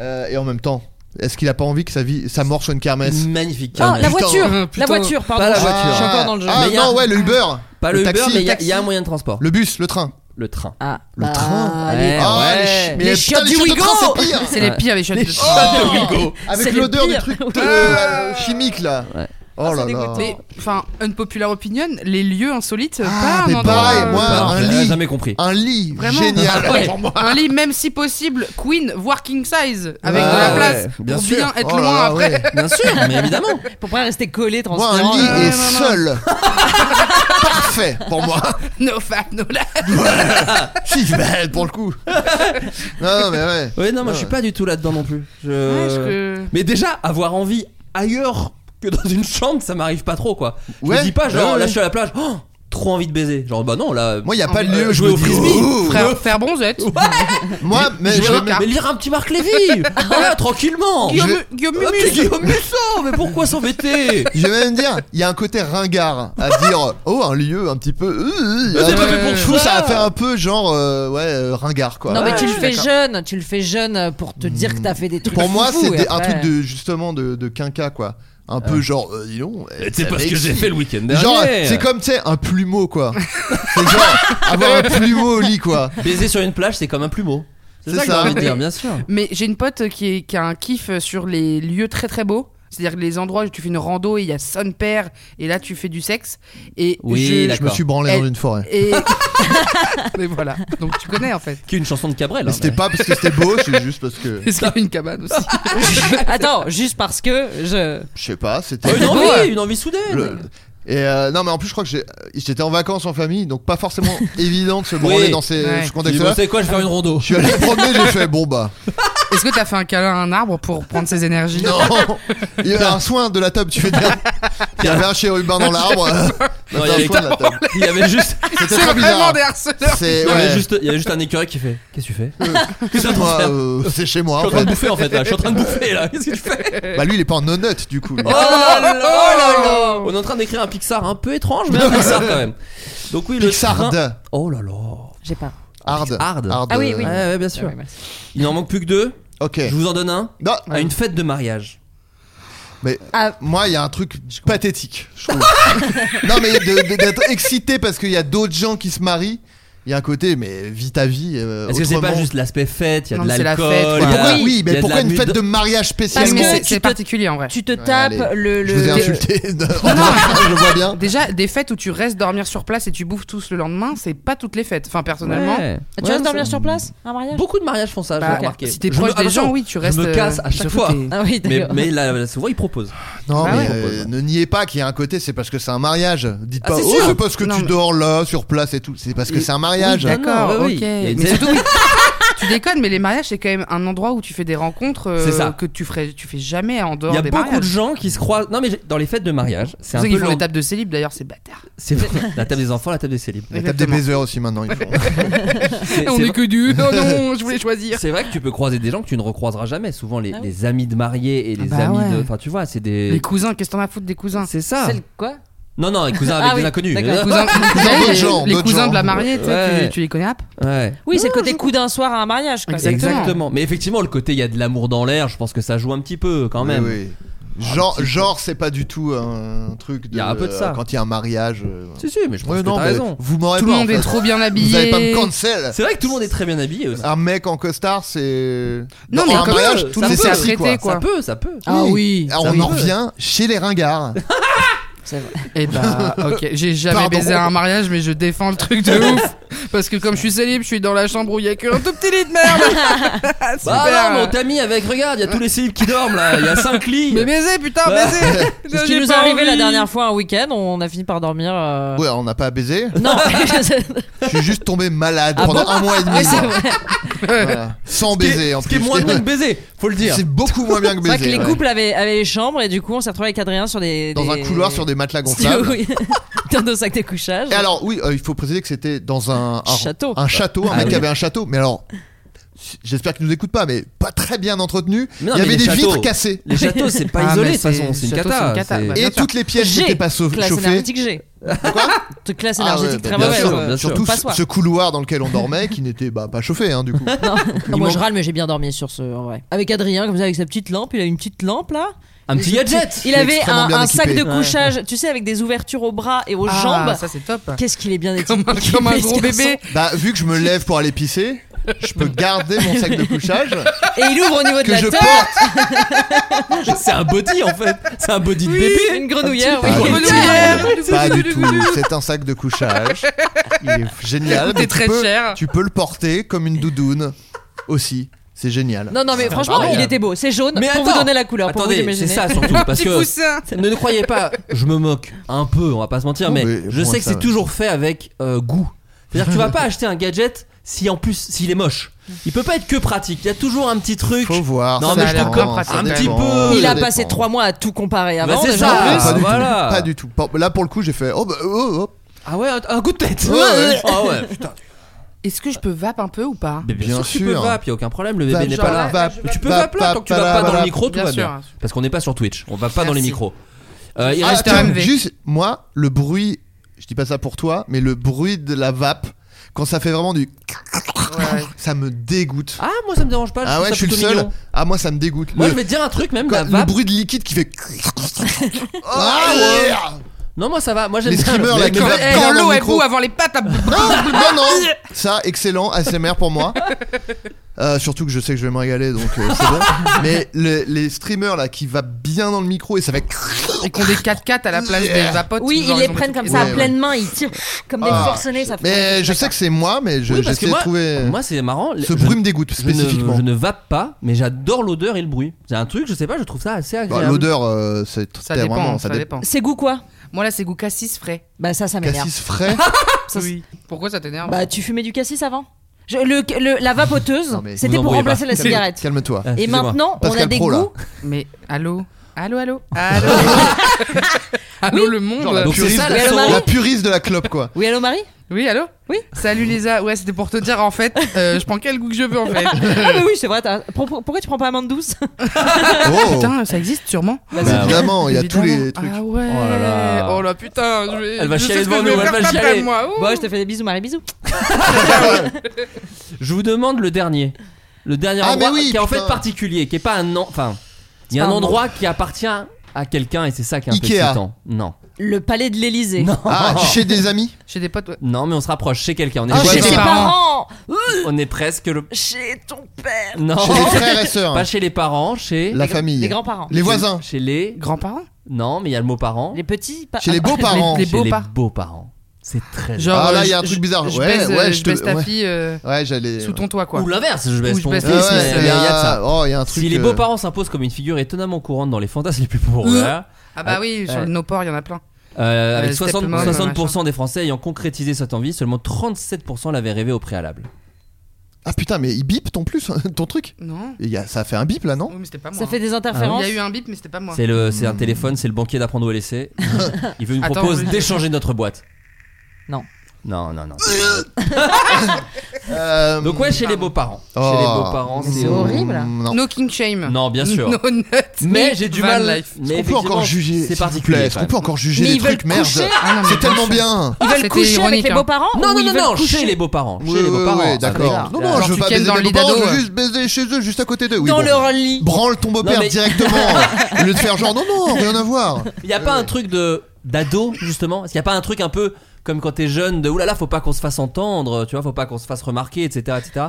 S6: Euh, et en même temps, est-ce qu'il a pas envie que sa vie, sa mort soit une kermesse
S2: Une magnifique
S8: Oh,
S9: Ah,
S2: kermesse.
S8: la
S6: Putain.
S8: voiture
S9: Euh, Putain.
S8: La voiture, pardon.
S2: Pas la
S8: Je-
S2: voiture.
S8: Je suis encore dans le jeu.
S6: Ah
S2: Mais y a-
S6: non, ouais, le Uber.
S2: Pas le, Uber,
S6: taxi,
S2: mais il y a-
S6: taxi.
S2: il y, a un moyen de transport.
S6: Le bus, le train.
S2: Le train.
S8: Ah,
S6: Le
S8: bah,
S6: train.
S8: les-
S2: Ouais,
S6: Ah,
S2: ouais.
S6: les chi- mais
S8: Les
S6: putain,
S8: chiottes
S6: les
S8: du
S6: chiottes de train,
S8: Wigo.
S6: c'est pire.
S9: C'est les pires, les chiottes de
S6: Oh.
S2: de Wigo.
S8: C'est
S6: Avec
S8: le
S6: l'odeur du
S8: pire.
S6: truc euh, chimique là.
S2: Ouais.
S6: Oh là
S8: c'est
S6: là.
S9: Ah,
S6: Ah,
S9: Mais, enfin, unpopular opinion, les lieux insolites, pas un
S6: mais
S9: endroit.
S6: pareil,
S9: euh,
S6: moi,
S2: Bah,
S6: un
S2: j'ai
S6: lit.
S2: jamais compris.
S6: Un lit
S9: Vraiment.
S6: génial.
S9: Ouais. Un lit, même si possible, queen, voire king size, avec
S6: Ouais,
S9: de la
S6: ouais,
S9: place,
S2: bien
S9: pour
S2: sûr.
S9: bien être
S6: Oh là
S9: loin
S6: là,
S9: après.
S6: ouais.
S2: Bien sûr, mais évidemment.
S8: Pour pas rester collé,
S6: Moi, un
S8: transparent.
S6: lit
S9: non, non,
S6: et
S9: non.
S6: seul. Parfait pour moi.
S9: No fat, no life.
S6: Si, bah, pour le coup. Non, mais ouais.
S2: Oui, non, moi
S6: Ah Ouais.
S2: je suis pas du tout là-dedans non plus. Je-
S9: Ouais, je que-
S2: Mais déjà, avoir envie ailleurs que dans une chambre, ça m'arrive pas trop quoi. Je me
S6: Ouais.
S2: dis pas genre
S6: Ouais,
S2: là
S6: ouais.
S2: je suis à la plage, oh, trop envie de baiser. Genre bah non, là.
S6: Moi, il y a pas de
S2: euh,
S6: lieu. je
S2: jouer
S6: me
S2: au
S6: dis,
S2: frisbee,
S6: ouh.
S9: Frère, faire bronzette.
S6: Moi, mais je
S2: Jouer
S6: vais
S2: au-
S6: même-
S2: mais lire un petit Marc Lévy Voilà, tranquillement
S9: Guillaume,
S6: Je vais-
S9: Guillaume
S2: Ah,
S9: Mumus.
S2: tu Guillaume Musso, mais pourquoi s'embêter
S6: je vais même dire, il y a un côté ringard à dire, oh, un lieu un petit peu. euh,
S2: Mais c'est
S6: un
S2: pas
S6: peu-
S2: fait pour
S6: Je trouve
S2: ça.
S6: ça a fait un peu genre, euh, ouais, euh, ringard quoi.
S8: Non, mais tu
S2: Ouais,
S8: le fais
S2: d'accord.
S8: jeune, tu le fais jeune pour te dire que t'as fait des trucs.
S6: Pour moi,
S8: foufous,
S6: c'est
S8: et
S6: des- un
S8: après- euh.
S6: truc de justement de, de quinca quoi. Un peu genre, euh, dis donc. euh,
S2: C'est
S6: ça
S2: pas ce que
S6: m'excite.
S2: j'ai fait le week-end dernier.
S6: Genre, c'est comme, tu sais, un plumeau quoi. c'est genre, avoir un plumeau au lit quoi.
S2: Baiser sur une plage, c'est comme un plumeau. C'est
S6: C'est
S2: ça que j'ai
S6: ça.
S2: envie de dire, bien sûr.
S9: Mais j'ai une pote qui, est- qui a un kiff sur les lieux très très beaux. C'est-à-dire les endroits où tu fais une rando et il y a son père et là tu fais du sexe. Et
S2: Oui,
S9: je-
S2: la-
S6: Je me suis branlé dans une forêt.
S9: Et... mais voilà, donc tu connais en fait.
S2: Qui est une chanson de Cabrel.
S6: Mais
S2: hein,
S6: c'était
S2: mais-
S6: pas parce que c'était beau, c'est juste parce que.
S9: Est-ce qu'il y a une cabane aussi
S8: euh, Attends, juste parce que je.
S6: Je sais pas, c'était.
S2: Oh, Une
S8: beau, ouais.
S2: envie, une envie soudaine.
S6: Le- Et euh, non, mais en plus, je crois que j'ai- j'étais en vacances en famille, donc pas forcément évident de se branler
S2: Oui.
S6: dans ces
S9: Ouais.
S6: ce
S2: Tu dis, bon,
S6: contexte-là.
S2: bah, c'est quoi, je vais faire une rondo.
S6: euh, Je suis allé promener, j'ai fait bon bah.
S9: Est-ce que t'as fait un câlin à un arbre pour prendre ses énergies
S6: Non Il y avait un soin de la table, tu fais bien. Il y avait un chérubin dans l'arbre. euh,
S2: Non,
S6: dans
S2: il y
S6: un
S2: avait-
S6: soin de la table.
S2: Il y avait juste,
S6: C'était
S9: C'est
S6: très
S9: vraiment
S6: bizarre.
S9: des harceleurs
S6: C'est.
S2: il y avait
S6: Ouais.
S2: juste, il y avait juste un écureuil qui fait. Qu'est-ce que tu fais Qu'est-ce que
S6: C'est
S2: tu
S6: moi,
S2: fais
S6: euh, C'est chez
S2: Je
S6: moi.
S2: suis en
S6: en
S2: train
S6: fait.
S2: de bouffer en fait là. Je suis en train de bouffer là. Qu'est-ce que tu fais
S6: Bah lui, il est pas en no-nut du coup. lui.
S2: Oh là là, oh là là. On est en train d'écrire un Pixar un peu étrange, mais un Pixar quand même. Donc oui, le
S6: Pixard.
S2: train- Oh là là.
S8: J'ai pas.
S6: Hard.
S2: Hard.
S8: Ah oui, oui.
S2: Ouais, ouais, bien sûr. Il n'en manque plus que deux.
S6: Ok.
S2: Euh, Je vous en donne un.
S6: Non,
S2: À une fête de mariage.
S6: mais
S8: Ah.
S6: moi, il y a un truc pathétique, je trouve. non, mais de- de- d'être excité parce qu'il y a d'autres gens qui se marient, il y a un côté, mais vis ta vie. euh,
S2: Est-ce que c'est pas
S6: autrement.
S2: juste l'aspect fête Il y a
S9: Non,
S2: de
S9: mais c'est la
S2: l'alcool.
S9: fête,
S2: il y a-
S9: quoi.
S6: Pourquoi,
S2: il y a
S6: oui,
S2: de
S6: mais
S2: la
S6: pourquoi une
S2: mu-
S6: fête de mariage
S8: Parce
S6: spécialement
S9: Mais
S8: que
S9: c'est-
S8: tu
S9: c'est
S8: te-
S9: particulier en vrai.
S8: Tu te tapes
S6: allez.
S8: le.
S6: Je
S8: le-
S6: vous ai
S8: le-
S6: insulté. je vois bien.
S9: Déjà, des fêtes où tu restes dormir sur place et tu bouffes tous le lendemain, c'est pas toutes les fêtes. Enfin, personnellement.
S2: Ouais.
S8: Tu
S2: Ouais,
S8: restes dormir
S2: ça-
S8: sur place Un mariage
S2: Beaucoup de mariages font ça,
S9: Bah,
S2: j'ai remarqué.
S9: Si t'es
S2: Je
S9: proche
S2: me-
S9: des
S2: attention,
S9: gens, oui, tu restes.
S2: Je me
S9: euh,
S2: casse à
S9: surtout
S2: chaque fois.
S9: t'es-
S8: Ah oui,
S2: Mais,
S8: d'accord.
S2: mais là, là, souvent, ils proposent.
S6: Non,
S9: Bah
S6: mais
S9: ouais.
S6: euh, ne niez pas qu'il y a un côté, c'est parce que c'est un mariage. Dites
S2: Ah,
S6: pas,
S2: c'est
S6: oh,
S2: sûr.
S6: c'est parce que
S9: Non,
S6: tu
S9: mais-
S6: dors là, sur place et tout. C'est parce que c'est un mariage.
S9: D'accord,
S2: Ah Non, non, ouais,
S9: ok.
S2: oui. Il y a une-
S9: Mais surtout, tu déconnes, mais les mariages, c'est quand même un endroit où tu fais des rencontres euh,
S2: C'est ça.
S9: que tu, ferais, tu fais jamais en dehors
S2: Il y a
S9: des
S2: beaucoup
S9: mariages.
S2: de gens qui se croisent. Non, mais j'ai- dans les fêtes de mariage, c'est un peu.
S9: qu'ils font
S2: l'en-
S9: des tables de célib d'ailleurs, c'est bâtard.
S2: C'est vrai. La table des enfants, la table des célibes.
S6: La table des baiseurs aussi maintenant. ils font.
S9: On
S2: c'est
S9: est
S2: vrai-
S9: que du. Non, non, je voulais choisir.
S2: C'est vrai que tu peux croiser des gens que tu ne recroiseras jamais. Souvent, les,
S9: Ah oui.
S2: les amis de mariés et les
S9: bah
S2: amis de.
S9: ouais.
S2: Enfin, tu vois, c'est des.
S9: Les cousins, qu'est-ce que t'en as à foutre des cousins
S2: C'est ça.
S8: C'est le quoi
S2: Non, non, les cousins
S8: Ah
S2: avec
S8: oui,
S2: des inconnus.
S9: d'accord, les cousins- Les- les cousins de la mariée, tu sais, tu- tu les connais hop
S2: Ouais.
S8: Oui, c'est le côté coup d'un soir à un mariage. Quoi.
S2: Exactement. Mais effectivement, le côté il y a de l'amour dans l'air, je pense que ça joue un petit peu quand même. Ah,
S6: Oui, Genre, genre c'est pas du tout un truc de.
S2: Il y a un peu de ça.
S6: euh, Quand il y a un mariage. euh,
S2: Si, si, mais je pense
S6: Ouais,
S2: que
S6: non,
S2: t'as
S6: mais
S2: raison.
S6: Vous m'aurez
S2: Tout
S6: pas,
S2: le
S6: en
S2: monde
S6: fait.
S2: est trop bien
S6: Vous
S2: habillé.
S6: allez pas me cancel.
S2: C'est vrai que tout le monde est très bien habillé
S8: Ah
S2: aussi.
S6: Un mec en costard, c'est.
S2: Non,
S6: Dans
S2: mais
S6: un
S2: ça
S6: mariage,
S2: peut,
S6: tout
S2: ça
S6: le monde
S2: peut,
S6: est assis,
S2: ça peut, ça peut.
S9: Ah oui,
S6: Alors,
S9: ça
S6: on en
S9: peut.
S6: revient chez les ringards.
S8: C'est vrai.
S9: Eh bah, ok, j'ai jamais
S6: Pardon.
S9: baisé à un mariage, mais je défends le truc de ouf. Parce que comme je suis célib, je suis dans la chambre où il y a que un tout petit lit de merde.
S2: Bah
S9: Super.
S2: non, mais on t'a mis avec, regarde, il y a tous les célibes qui dorment là, il y a 5 lits.
S9: Mais baiser, putain,
S2: Bah.
S9: baiser.
S8: C'est ce qui
S9: j'ai
S8: nous est
S9: pas
S8: arrivé la
S9: envie.
S8: dernière fois un week-end, on a fini par dormir. euh,
S6: Ouais, on n'a pas baisé.
S8: Non,
S6: Je suis juste tombé malade
S8: Ah
S6: pendant
S8: bon
S6: un mois et
S8: Ouais,
S6: demi.
S8: c'est vrai.
S6: Voilà. Sans baiser en
S2: ce
S6: plus.
S2: qui est moins bien que baiser, faut le dire.
S6: C'est beaucoup moins bien que
S8: C'est vrai
S6: baiser.
S8: que les
S6: ouais.
S8: couples avaient, avaient les chambres et du coup on s'est retrouvé avec Adrien sur des.
S6: Dans un
S8: des-
S6: couloir sur des matelas gonflables.
S8: Oui, dans nos sacs de couchage.
S6: Et alors, oui, euh, il faut préciser que c'était dans un, un-
S8: Château.
S6: Un château, un
S2: Ah
S6: mec
S2: oui.
S6: qui avait un château. Mais alors, j'espère qu'il nous écoute pas, mais pas très bien entretenu.
S2: Mais non,
S6: il
S2: mais
S6: y avait
S2: les
S6: des
S2: châteaux-
S6: vitres cassées.
S2: Les châteaux, c'est pas
S9: Ah,
S2: isolé
S9: mais
S2: de toute façon, c'est une
S9: château, c'est
S2: cata.
S9: cata,
S2: c'est-
S9: bah, bien
S6: Et
S9: sûr.
S6: toutes les pièces
S8: G,
S6: n'étaient pas sau-
S8: classe
S6: chauffées.
S8: énergétique G. Quoi Classe
S6: Ah ouais,
S8: énergétique
S6: bah,
S8: très
S6: bien
S8: mauvaise.
S6: sûr,
S8: euh,
S6: Surtout
S8: pas
S6: ce-
S8: soir.
S6: ce couloir dans lequel on dormait qui n'était bah, pas chauffé hein, du coup.
S8: Non, moi je râle, mais j'ai bien dormi sur ce. En vrai. Avec Adrien, comme ça, avec sa petite lampe, il a une petite lampe là.
S2: Un petit
S8: Et ce
S2: gadget.
S8: Il avait
S6: extrêmement
S8: un,
S6: bien
S8: un sac de
S6: équipé.
S8: couchage, tu sais, avec des ouvertures aux bras et aux
S9: Ah,
S8: jambes.
S9: Ça, c'est top.
S8: Qu'est-ce qu'il est bien équipé
S9: Comme un, comme un
S8: ce
S9: gros
S8: garçon.
S9: bébé.
S6: Bah, vu que je me lève pour aller pisser, je peux garder mon sac de couchage
S8: Et il ouvre au niveau de
S6: que
S8: la
S6: je
S8: tête.
S6: porte.
S2: C'est un body en fait, c'est un body de bébé.
S8: Une grenouillère.
S6: Pas
S8: oui.
S6: du tout.
S9: Grenouillère.
S6: Pas du tout. C'est un sac de couchage. Il est génial.
S9: Il
S6: mais
S9: coûtait
S6: tu
S9: très
S6: peux-
S9: cher.
S6: Tu peux le porter comme une doudoune aussi. C'est génial.
S8: Non, non, mais franchement,
S2: Pardon.
S8: il était beau. C'est jaune.
S2: Mais
S8: pour
S2: attends,
S8: vous donner la couleur, pour vous
S2: Attendez,
S8: imaginer.
S2: c'est ça surtout parce
S9: Petit
S2: que
S9: poussin.
S2: ne, ne croyez pas, je me moque un peu, on va pas se mentir,
S6: Non,
S2: mais,
S6: mais
S2: je
S6: moi,
S2: sais que
S6: ça
S2: c'est
S6: va.
S2: toujours fait avec euh, goût. C'est-à-dire que tu vas pas acheter un gadget si en plus s'il est moche. Il peut pas être que pratique. Il y a toujours un petit truc.
S6: Faut voir.
S2: Non,
S6: ça
S2: mais je
S6: dépend,
S2: te comprends.
S6: ça
S2: Un petit
S6: dépend,
S2: peu.
S8: Il
S6: ça
S8: a passé
S6: dépend.
S8: trois mois à tout comparer
S2: Bah,
S8: avant.
S2: c'est
S8: déjà,
S2: ça.
S8: en plus.
S6: Pas du,
S2: Voilà.
S6: tout, pas du tout. Pas- Là pour le coup j'ai fait oh bah oh, oh.
S2: Ah ouais, un, un coup de tête.
S6: Ouais, ouais.
S2: Ah ouais, putain.
S9: Est-ce que je peux vape un peu ou pas
S2: Mais bien,
S6: Bien
S2: sûr, que tu
S6: sûr.
S2: peux vape, y a aucun problème, le bébé
S6: Vape,
S2: n'est
S6: genre,
S2: pas là.
S6: vape,
S2: tu peux vape
S6: vape,
S2: là tant que tu vas
S6: vape,
S2: pas dans le
S6: vape.
S2: micro, tout
S9: Bien
S2: va
S9: sûr. hein.
S2: bien. Parce qu'on n'est pas sur Twitch, on va pas dans les
S9: Merci.
S2: micros. Euh, il
S6: Ah,
S2: reste
S6: tiens,
S9: RMV.
S6: juste moi le bruit. Je dis pas ça pour toi, mais le bruit de la vape quand ça fait vraiment du
S9: Ouais.
S6: ça me dégoûte.
S2: Ah, moi ça me dérange pas.
S6: Ah
S2: trouve
S6: ouais,
S2: ça
S6: je suis le
S2: plutôt
S6: seul.
S2: mignon.
S6: Ah moi ça me dégoûte.
S2: Moi
S6: Le-
S2: je vais te dire un truc même,
S6: quand-
S2: la
S6: le
S2: vape.
S6: bruit de liquide qui fait. Ah ouais.
S2: Non, moi ça va. Moi j'aime
S6: Les
S2: bien.
S6: streamers,
S2: Mais-
S6: là,
S2: mais-
S6: qui
S9: Quand,
S6: va-
S9: eh,
S6: dans
S9: quand
S6: le
S9: l'eau est
S6: micro.
S9: boue avant les pattes, là.
S6: Non, non, non. Ça, excellent ASMR pour moi. Euh, surtout que je sais que je vais me régaler, donc euh, c'est bon. Mais le- les streamers là qui va bien dans le micro et ça fait.
S9: et qu'on des 4x4 à la place des vapotes.
S8: Oui,
S9: genre,
S8: ils les
S9: ont
S8: prennent
S9: des
S8: comme
S9: trucs-
S8: ça
S6: Ouais,
S8: à pleine main, ils tirent comme des
S6: Ah.
S8: forcenés. Ça fait-
S6: Mais je sais que c'est moi, mais je-
S2: Oui, parce
S6: j'essaie
S2: que
S6: de
S2: moi,
S6: trouver.
S2: moi c'est marrant.
S6: ce
S2: je-
S6: bruit me dégoûte
S2: je ne-
S6: spécifiquement.
S2: Je ne vape pas, mais j'adore l'odeur et le bruit. C'est un truc, je sais pas, je trouve ça assez
S6: Bah,
S2: agréable.
S6: L'odeur, euh, c'est
S9: Ça
S6: c'est
S9: dépend,
S6: vraiment.
S9: ça,
S6: dé-
S9: dépend.
S8: C'est goût quoi
S9: Moi, là, c'est goût cassis frais.
S8: Bah ça, ça m'énerve.
S6: Cassis frais.
S8: Ça, c'est-
S9: Pourquoi ça t'énerve
S8: Bah tu fumais du cassis avant Je- le, le- La vapoteuse,
S6: mais-
S8: c'était
S2: Vous
S8: pour
S2: embrouillez
S8: remplacer la
S2: pas.
S8: cigarette.
S6: Calme-toi.
S2: Ah,
S8: Et
S2: excusez-moi.
S8: maintenant, on a
S6: Pascal
S8: des
S6: Pro, là.
S8: goûts.
S9: Mais allô Allô, allô Allô Allô, le
S6: Genre la
S9: monde
S2: Donc c'est
S6: puriste-
S2: ça, la
S8: Mais elle
S2: soro.
S8: m'a-
S6: la puriste de la clope, quoi.
S8: Oui, allô Marie
S9: Oui, allô
S8: Oui.
S9: Salut Lisa, ouais, c'était pour te dire en fait, euh, je prends quel goût que je veux en fait.
S8: Ah mais oui, c'est vrai. t'as- Pro- pro- Pourquoi tu prends pas amande douce
S6: Oh.
S9: Putain, ça existe sûrement.
S6: Bah,
S2: Bah,
S6: évidemment, il y a tous les
S9: Évidemment.
S6: trucs.
S9: Ah ouais.
S2: Oh
S9: Oh
S2: là
S9: là,
S2: là.
S9: putain, je vais.
S2: Elle va
S9: je
S2: chialer
S9: sais ce que
S2: devant
S9: je vais
S2: nous, elle
S9: faire
S2: va
S9: après
S2: chialer.
S9: moi. Ouh.
S8: Bon, je te fais des bisous Marie, bisous.
S2: Je vous demande le dernier. Le dernier
S6: Ah,
S2: endroit
S6: mais oui,
S2: qui est en
S6: putain.
S2: fait particulier, qui est pas un. en- Enfin, il y a
S8: C'est
S2: un
S8: pas un
S2: endroit qui appartient à quelqu'un et c'est ça qui est un peu
S6: Ikea.
S2: excitant. Non.
S8: Le palais de l'Elysée.
S2: Non.
S6: Ah, chez des amis
S9: Chez des potes, ouais.
S2: Non, mais on se rapproche chez quelqu'un. On, est
S8: Ah,
S6: Ouais,
S8: chez
S2: presque-
S8: ses
S6: non.
S8: parents
S2: on est presque le.
S8: Chez ton père
S2: Non.
S6: Chez les frères et sœurs.
S2: Pas chez les parents, chez.
S6: La famille.
S8: Les grands-parents.
S6: Les voisins.
S2: Chez les.
S9: Grands-parents
S2: Non, mais il y a le mot parents.
S8: Les petits pa-
S6: Chez les beaux-parents.
S9: Les
S2: Chez
S9: beaux
S2: les
S9: pas.
S2: beaux-parents. C'est très.
S9: Genre,
S6: Ah, là,
S9: euh,
S6: il y a un
S9: je-
S6: truc bizarre.
S9: Je
S6: Ouais,
S9: baisse, euh,
S6: ouais, je
S9: je
S6: te-
S9: baisse ta
S6: ouais.
S9: fille euh,
S6: Ouais, j'allais.
S9: sous ton toit, quoi.
S2: Ou l'inverse, je
S9: Ou
S2: baisse
S9: je
S2: ton
S9: baisse
S2: fils.
S9: les
S6: Ah ouais,
S9: fils,
S2: mais
S9: euh,
S2: il y a de ça.
S6: ah, Oh, il y a un truc.
S2: Si les
S6: euh,
S2: beaux-parents s'imposent comme une figure étonnamment courante dans les fantasmes les plus populaires,
S9: Ah bah oui, sur
S2: Ouais.
S9: le nos ports, il y en a plein.
S2: euh, avec
S9: Euh,
S2: 60,
S9: Stepmom,
S2: 60% des Français ayant concrétisé cette envie, seulement 37% l'avaient rêvé au préalable.
S6: Ah putain, mais il bip ton plus, ton truc
S9: Non.
S6: Il y a- ça a fait un bip là, non
S9: Oui, mais c'était pas moi.
S8: Ça fait des
S9: hein.
S8: interférences.
S9: Il y a eu un bip, mais c'était pas moi.
S2: C'est le, c'est un téléphone, c'est le banquier d'apprendre au laisser. Il veut nous
S9: Attends,
S2: propose
S9: oui.
S2: d'échanger notre boîte.
S8: Non.
S2: Non, non, non.
S9: Euh,
S2: Donc ouais, chez les beaux-parents.
S6: Oh.
S2: Chez les beaux-parents,
S9: Mais c'est horrible. No king shame.
S2: Non, bien sûr.
S9: No nuts.
S2: Mais j'ai du
S9: Van
S2: mal.
S9: life.
S2: Mais
S6: Est-ce qu'on peut encore
S2: effectivement,
S6: juger
S2: C'est
S6: s'il vous
S2: particulier.
S6: plaît Est-ce
S2: quand
S6: qu'on peut
S2: même.
S6: encore juger
S2: Mais
S6: les
S2: ils veulent
S6: trucs Merde
S2: coucher.
S8: Ah non, mais
S6: C'est tellement
S8: bien sûr.
S6: bien
S8: Ils veulent coucher avec les beaux-parents
S2: Non,
S8: ou
S2: non,
S8: ils
S2: non,
S8: veulent
S2: non, chez
S8: coucher
S2: les beaux-parents.
S6: Oui,
S2: Chez les
S6: oui,
S2: beaux-parents. Ah,
S6: oui,
S2: ça
S6: d'accord.
S2: fait
S6: Non,
S2: bizarre.
S6: non, je veux
S9: tu
S6: pas
S9: kennes
S6: baiser
S9: dans
S6: mes
S9: le lit
S6: beaux-parents,
S9: d'ado,
S6: je veux
S9: ouais.
S6: juste baiser chez eux, juste à côté d'eux. Oui,
S8: Dans
S6: bon.
S8: leur lit.
S6: Branle ton beau-père
S2: mais-
S6: directement, au lieu de faire genre non, non, rien à voir.
S2: Il n'y a pas un truc de d'ado justement Est-ce qu'il n'y a pas un truc un peu comme quand t'es jeune de oulala faut pas qu'on se fasse entendre tu vois faut pas qu'on se fasse remarquer etc etc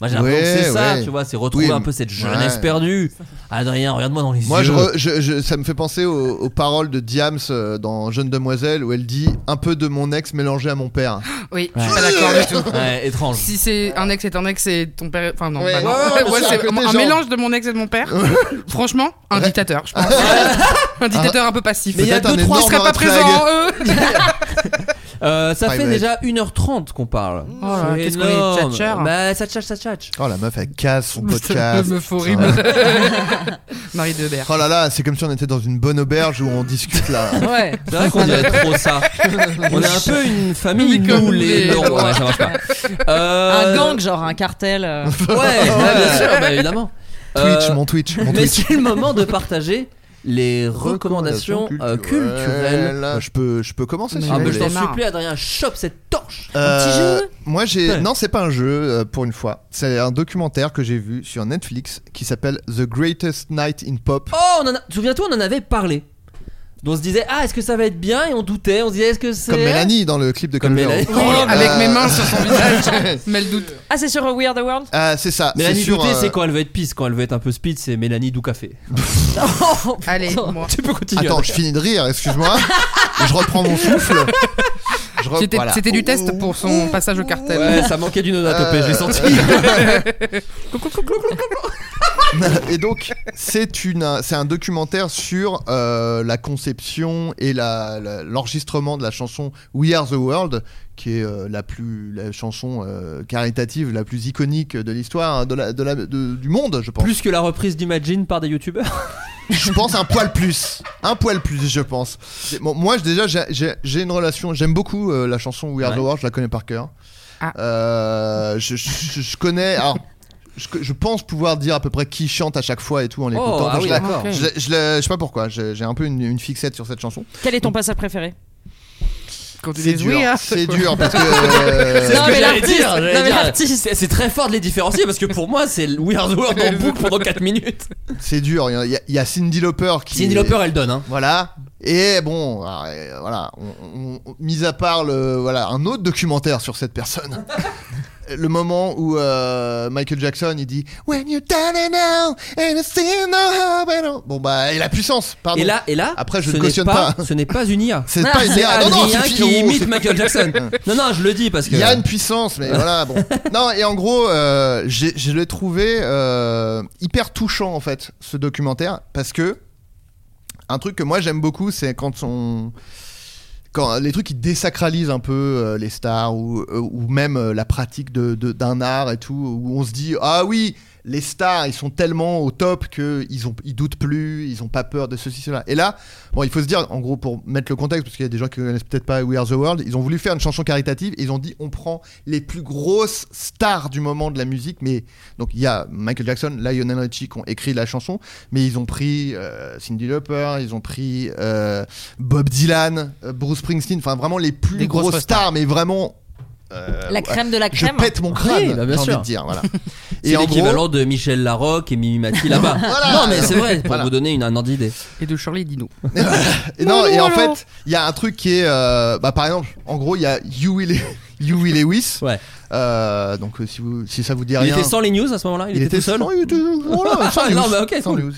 S2: moi j'ai l'impression
S6: Ouais,
S2: que c'est ça
S6: ouais.
S2: tu vois c'est retrouver
S6: Oui,
S2: un peu cette jeunesse
S6: ouais.
S2: perdue Adrien regarde-moi dans les
S6: Moi, je
S2: yeux
S6: re- je- je- ça me fait penser aux, aux paroles de Diams euh, dans Jeune Demoiselle où elle dit un peu de mon ex mélangé à mon père.
S9: hein. Oui, je suis pas d'accord du tout.
S2: ouais, étrange
S9: Si c'est un ex et un ex, c'est ton père. Enfin, non,
S6: Ouais.
S9: pas non.
S6: Ouais, ouais, ouais,
S9: Ouais,
S6: c'est à
S9: c'est
S6: côté,
S9: un
S6: genre.
S9: mélange de mon ex et de mon père. Franchement, un dictateur, je pense. un dictateur un peu passif.
S2: Mais il y a
S6: Peut-être un
S2: deux, trois,
S9: Il
S6: énorme
S9: serait pas
S6: red
S9: présent
S6: flag.
S9: en E.
S2: hein.
S9: eux.
S2: Euh, ça fait
S6: Private.
S2: déjà 1h30 qu'on parle
S9: Oh là,
S2: C'est
S9: qu'est-ce qu'on est
S2: énorme.
S9: tchatcheurs.
S2: bah ça tchatche ça tchatche
S6: Oh la meuf, elle casse son
S9: Cette
S6: podcast. Ah
S9: meuf horrible. Marie de
S6: Oh là là, c'est comme si on était dans une bonne auberge où on discute là.
S8: Ouais.
S2: C'est vrai qu'on dirait trop ça. On est un peu une famille, nous,
S9: comme
S2: les
S9: les-
S2: Laurent. Ouais, ça marche pas. Euh,
S8: Un gang, genre un cartel. euh.
S2: Ouais, ouais, bien sûr, bah, évidemment.
S6: Twitch,
S2: Euh,
S6: mon Twitch, mon
S2: Mais
S6: Twitch.
S2: c'est le moment de partager les recommandations euh, culturelles.
S6: Je peux, je peux commencer. si
S2: Ah,
S6: vous
S2: mais je t'en
S6: voulez.
S9: démarre.
S2: supplie, Adrien, chope cette torche.
S6: Euh,
S8: jeu
S6: Moi, j'ai.
S2: Ouais.
S6: Non, c'est pas un jeu euh, pour une fois. C'est un documentaire que j'ai vu sur Netflix qui s'appelle The Greatest Night in Pop.
S2: Oh, on en a... souviens-toi, on en avait parlé. On se disait, ah, est-ce que ça va être bien Et on doutait, on se disait, est-ce que c'est.
S6: Comme Mélanie dans le clip de
S2: Comme
S6: Colbert.
S2: Mélanie.
S6: Oh là là.
S9: Avec mes mains sur son visage. Mais le doute.
S8: Ah, c'est sur We Are the World
S6: Ah, c'est ça.
S2: Mélanie
S6: c'est sur,
S2: doutait,
S6: euh,
S2: c'est quand elle veut être pisse, quand elle veut être un peu speed, c'est Mélanie Doux Café.
S9: Allez, moi.
S2: tu peux continuer.
S6: Attends, je finis de rire, excuse-moi. je reprends mon souffle. Je re-
S9: C'était
S6: voilà.
S9: c'était du test pour son passage au cartel.
S2: Ouais, ça manquait d'une onatopée,
S6: Euh.
S2: je l'ai senti.
S6: et donc, c'est une, un- c'est un documentaire sur euh, la conception et la- la- l'enregistrement de la chanson We Are the World, qui est euh, la plus, la chanson euh, caritative la plus iconique de l'histoire hein, de la- de la- de- du monde, je pense.
S2: Plus que la reprise d'Imagine par des youtubeurs.
S6: je pense un poil plus, un poil plus, je pense. Bon, moi, je- déjà, j'ai- j'ai j'ai une relation. J'aime beaucoup euh, la chanson We Are the
S2: Ouais.
S6: World. Je la connais par cœur.
S9: Ah.
S6: Euh, je, je- je connais. alors, je, je pense pouvoir dire à peu près qui chante à chaque fois et tout en l'écoutant.
S2: ah
S6: Enfin,
S2: oui,
S6: je la-
S2: d'accord.
S6: je, la- je la- je sais pas pourquoi. J'ai j'ai un peu une, une fixette sur cette chanson.
S8: Quel est ton passage préféré
S9: Quand tu
S6: C'est
S9: dis
S6: dur.
S9: oui, hein,
S6: c'est
S9: quoi.
S6: dur parce que. euh,
S2: C'est ce
S8: Non,
S2: que
S8: mais
S2: j'allais
S8: l'artiste,
S2: dire,
S8: non,
S2: j'allais
S8: mais
S2: dire.
S8: l'artiste.
S2: C'est c'est très fort de les différencier parce que pour moi c'est le We Are the World en boucle pendant 4 minutes.
S6: c'est dur. Il y a- il y, a- il y a Cindy Lauper qui.
S2: Cindy Lauper elle donne hein.
S6: Voilà. Et bon, alors, euh, voilà, on, on- on- mis à part le, voilà, un autre documentaire sur cette personne. Le moment où euh, Michael Jackson il dit When you're down and out and I see no hope at all. Bon bah et la puissance, pardon.
S2: Et là, et là
S6: Après, je
S2: ce
S6: ne
S2: n'est
S6: cautionne pas.
S2: Ce n'est pas une IA.
S6: c'est
S8: Ah,
S6: pas une
S8: c'est
S6: IA. Non, non,
S2: Adrien
S6: c'est
S2: qui
S6: oh,
S2: imite
S6: c'est-
S2: Michael Jackson. non, non, je le dis parce que.
S6: Il y a une puissance, mais voilà. Bon. Non, et en gros, euh, j'ai- je l'ai trouvé euh, hyper touchant en fait, ce documentaire, parce que un truc que moi j'aime beaucoup, c'est quand on quand les trucs qui désacralisent un peu euh, les stars ou, euh, ou même euh, la pratique de- de- d'un art et tout, où on se dit ah oui, les stars ils sont tellement au top que ils ont ils doutent plus, ils ont pas peur de ceci cela. Et là, bon il faut se dire en gros pour mettre le contexte parce qu'il y a des gens qui connaissent peut-être pas We Are the World, ils ont voulu faire une chanson caritative, et ils ont dit on prend les plus grosses stars du moment de la musique, mais donc il y a Michael Jackson, Lionel Richie qui ont écrit la chanson, mais ils ont pris euh, Cindy Lauper, ils ont pris euh, Bob Dylan, euh, Bruce Springsteen, enfin vraiment les plus
S9: Des grosses
S6: grosses stars, mais vraiment. euh,
S8: La crème de la
S6: Je
S8: crème
S6: pète mon crâne,
S2: Oui, bah, bien
S6: j'ai envie
S2: sûr.
S6: de dire. Voilà.
S2: C'est l'équivalent de Michel Larocque et Mimi Mati là-bas.
S6: Voilà.
S2: non, mais c'est vrai, pour
S6: Voilà.
S2: vous donner une, un ordre d'idée.
S9: Et de Charlie Dino.
S6: Et non, et en
S9: non.
S6: fait, il y a un truc qui est. euh, bah, par exemple, en gros, il y a Huey, Le- Huey Lewis.
S2: Ouais.
S6: Euh, donc, euh, si, vous, si ça vous dit
S2: Il
S6: rien.
S2: était sans les news à ce moment-là, il, était tout seul.
S6: sans- il était- voilà, sans
S2: Ah, non,
S6: news,
S2: mais ok,
S6: sans
S2: cool.
S6: news.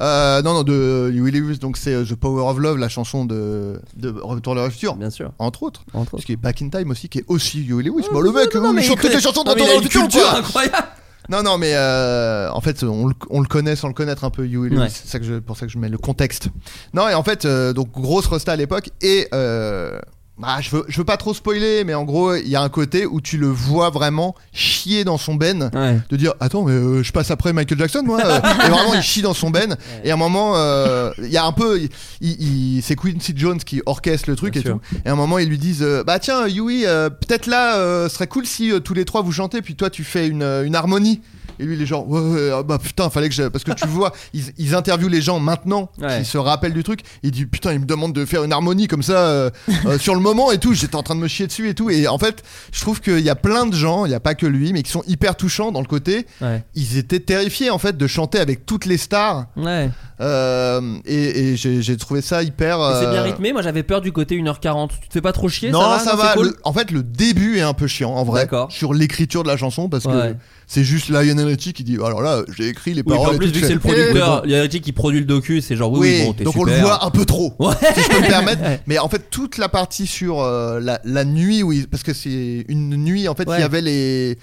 S6: Euh, non, non, de euh, Huey Lewis, donc c'est euh, The Power of Love, la chanson de, de Retour vers le futur,
S2: Bien sûr.
S6: entre autres.
S2: Entre
S6: Parce
S2: autres.
S6: qu'il y a Back in Time aussi, qui est aussi Huey Lewis.
S2: Non,
S6: Bah, le
S2: non,
S6: mec,
S2: non,
S6: euh,
S2: mais
S6: il
S2: il
S6: chante toutes
S2: connaît-
S6: les chansons de
S2: Non, mais il
S6: Retour
S2: a
S6: vers le
S2: une
S6: futur,
S2: culture
S6: quoi.
S2: incroyable.
S6: Non, non, mais euh, en fait, on le, on le connaît sans le connaître un peu, Huey Lewis.
S2: Ouais.
S6: C'est ça que je, pour ça que je mets le contexte. Non, et en fait, euh, donc grosse resta à l'époque. Et euh, Ah, je veux, je veux pas trop spoiler, mais en gros, il y a un côté où tu le vois vraiment chier dans son ben, de dire attends, mais euh, je passe après Michael Jackson, moi. euh. et vraiment, il chie dans son ben. Et à un moment, euh, il y a un peu, il- il- il- c'est Quincy Jones qui orchestre le truc et tout. Et à un moment, ils lui disent euh, bah tiens, Yui, euh, peut-être là, euh, ce serait cool si euh, tous les trois vous chantez, puis toi, tu fais une, euh, une harmonie. Et lui, il est genre, ouais, ouais, ah bah putain, fallait que je. Parce que tu vois, ils, ils interviewent les gens maintenant
S2: Ouais.
S6: qui se rappellent du truc. Il dit, putain, il me demande de faire une harmonie comme ça euh, euh, sur le moment et tout. J'étais en train de me chier dessus et tout. Et en fait, je trouve qu'il y a plein de gens, il n'y a pas que lui, mais qui sont hyper touchants dans le côté.
S10: Ouais.
S6: Ils étaient terrifiés en fait de chanter avec toutes les stars.
S10: Ouais.
S6: Euh, et et j'ai j'ai trouvé ça hyper.
S2: Et C'est bien
S6: euh,
S2: rythmé, moi j'avais peur du côté 1h40. Tu te fais pas trop chier
S6: non,
S2: ça va
S6: ça
S2: Non,
S6: va.
S2: c'est cool
S6: Le- en fait, le début est un peu chiant, en vrai, sur l'écriture de la chanson, parce que
S2: Ouais.
S6: c'est juste Lionel Richie qui dit oh, alors là, j'ai écrit les
S2: Oui,
S6: paroles.
S2: puis en plus,
S6: et tout,
S2: vu que
S6: tu
S2: c'est le
S6: fais,
S2: producteur, il
S6: oui,
S2: y a Eric qui produit le docu, c'est genre oui, oui,
S6: Oui,
S2: bon, t'es
S6: donc on
S2: super.
S6: le voit un peu trop.
S2: Ouais.
S6: bon, si je peux me permettre. Mais en fait, toute la partie sur euh, la, la nuit, où il- parce que c'est une nuit, en fait, il y avait les.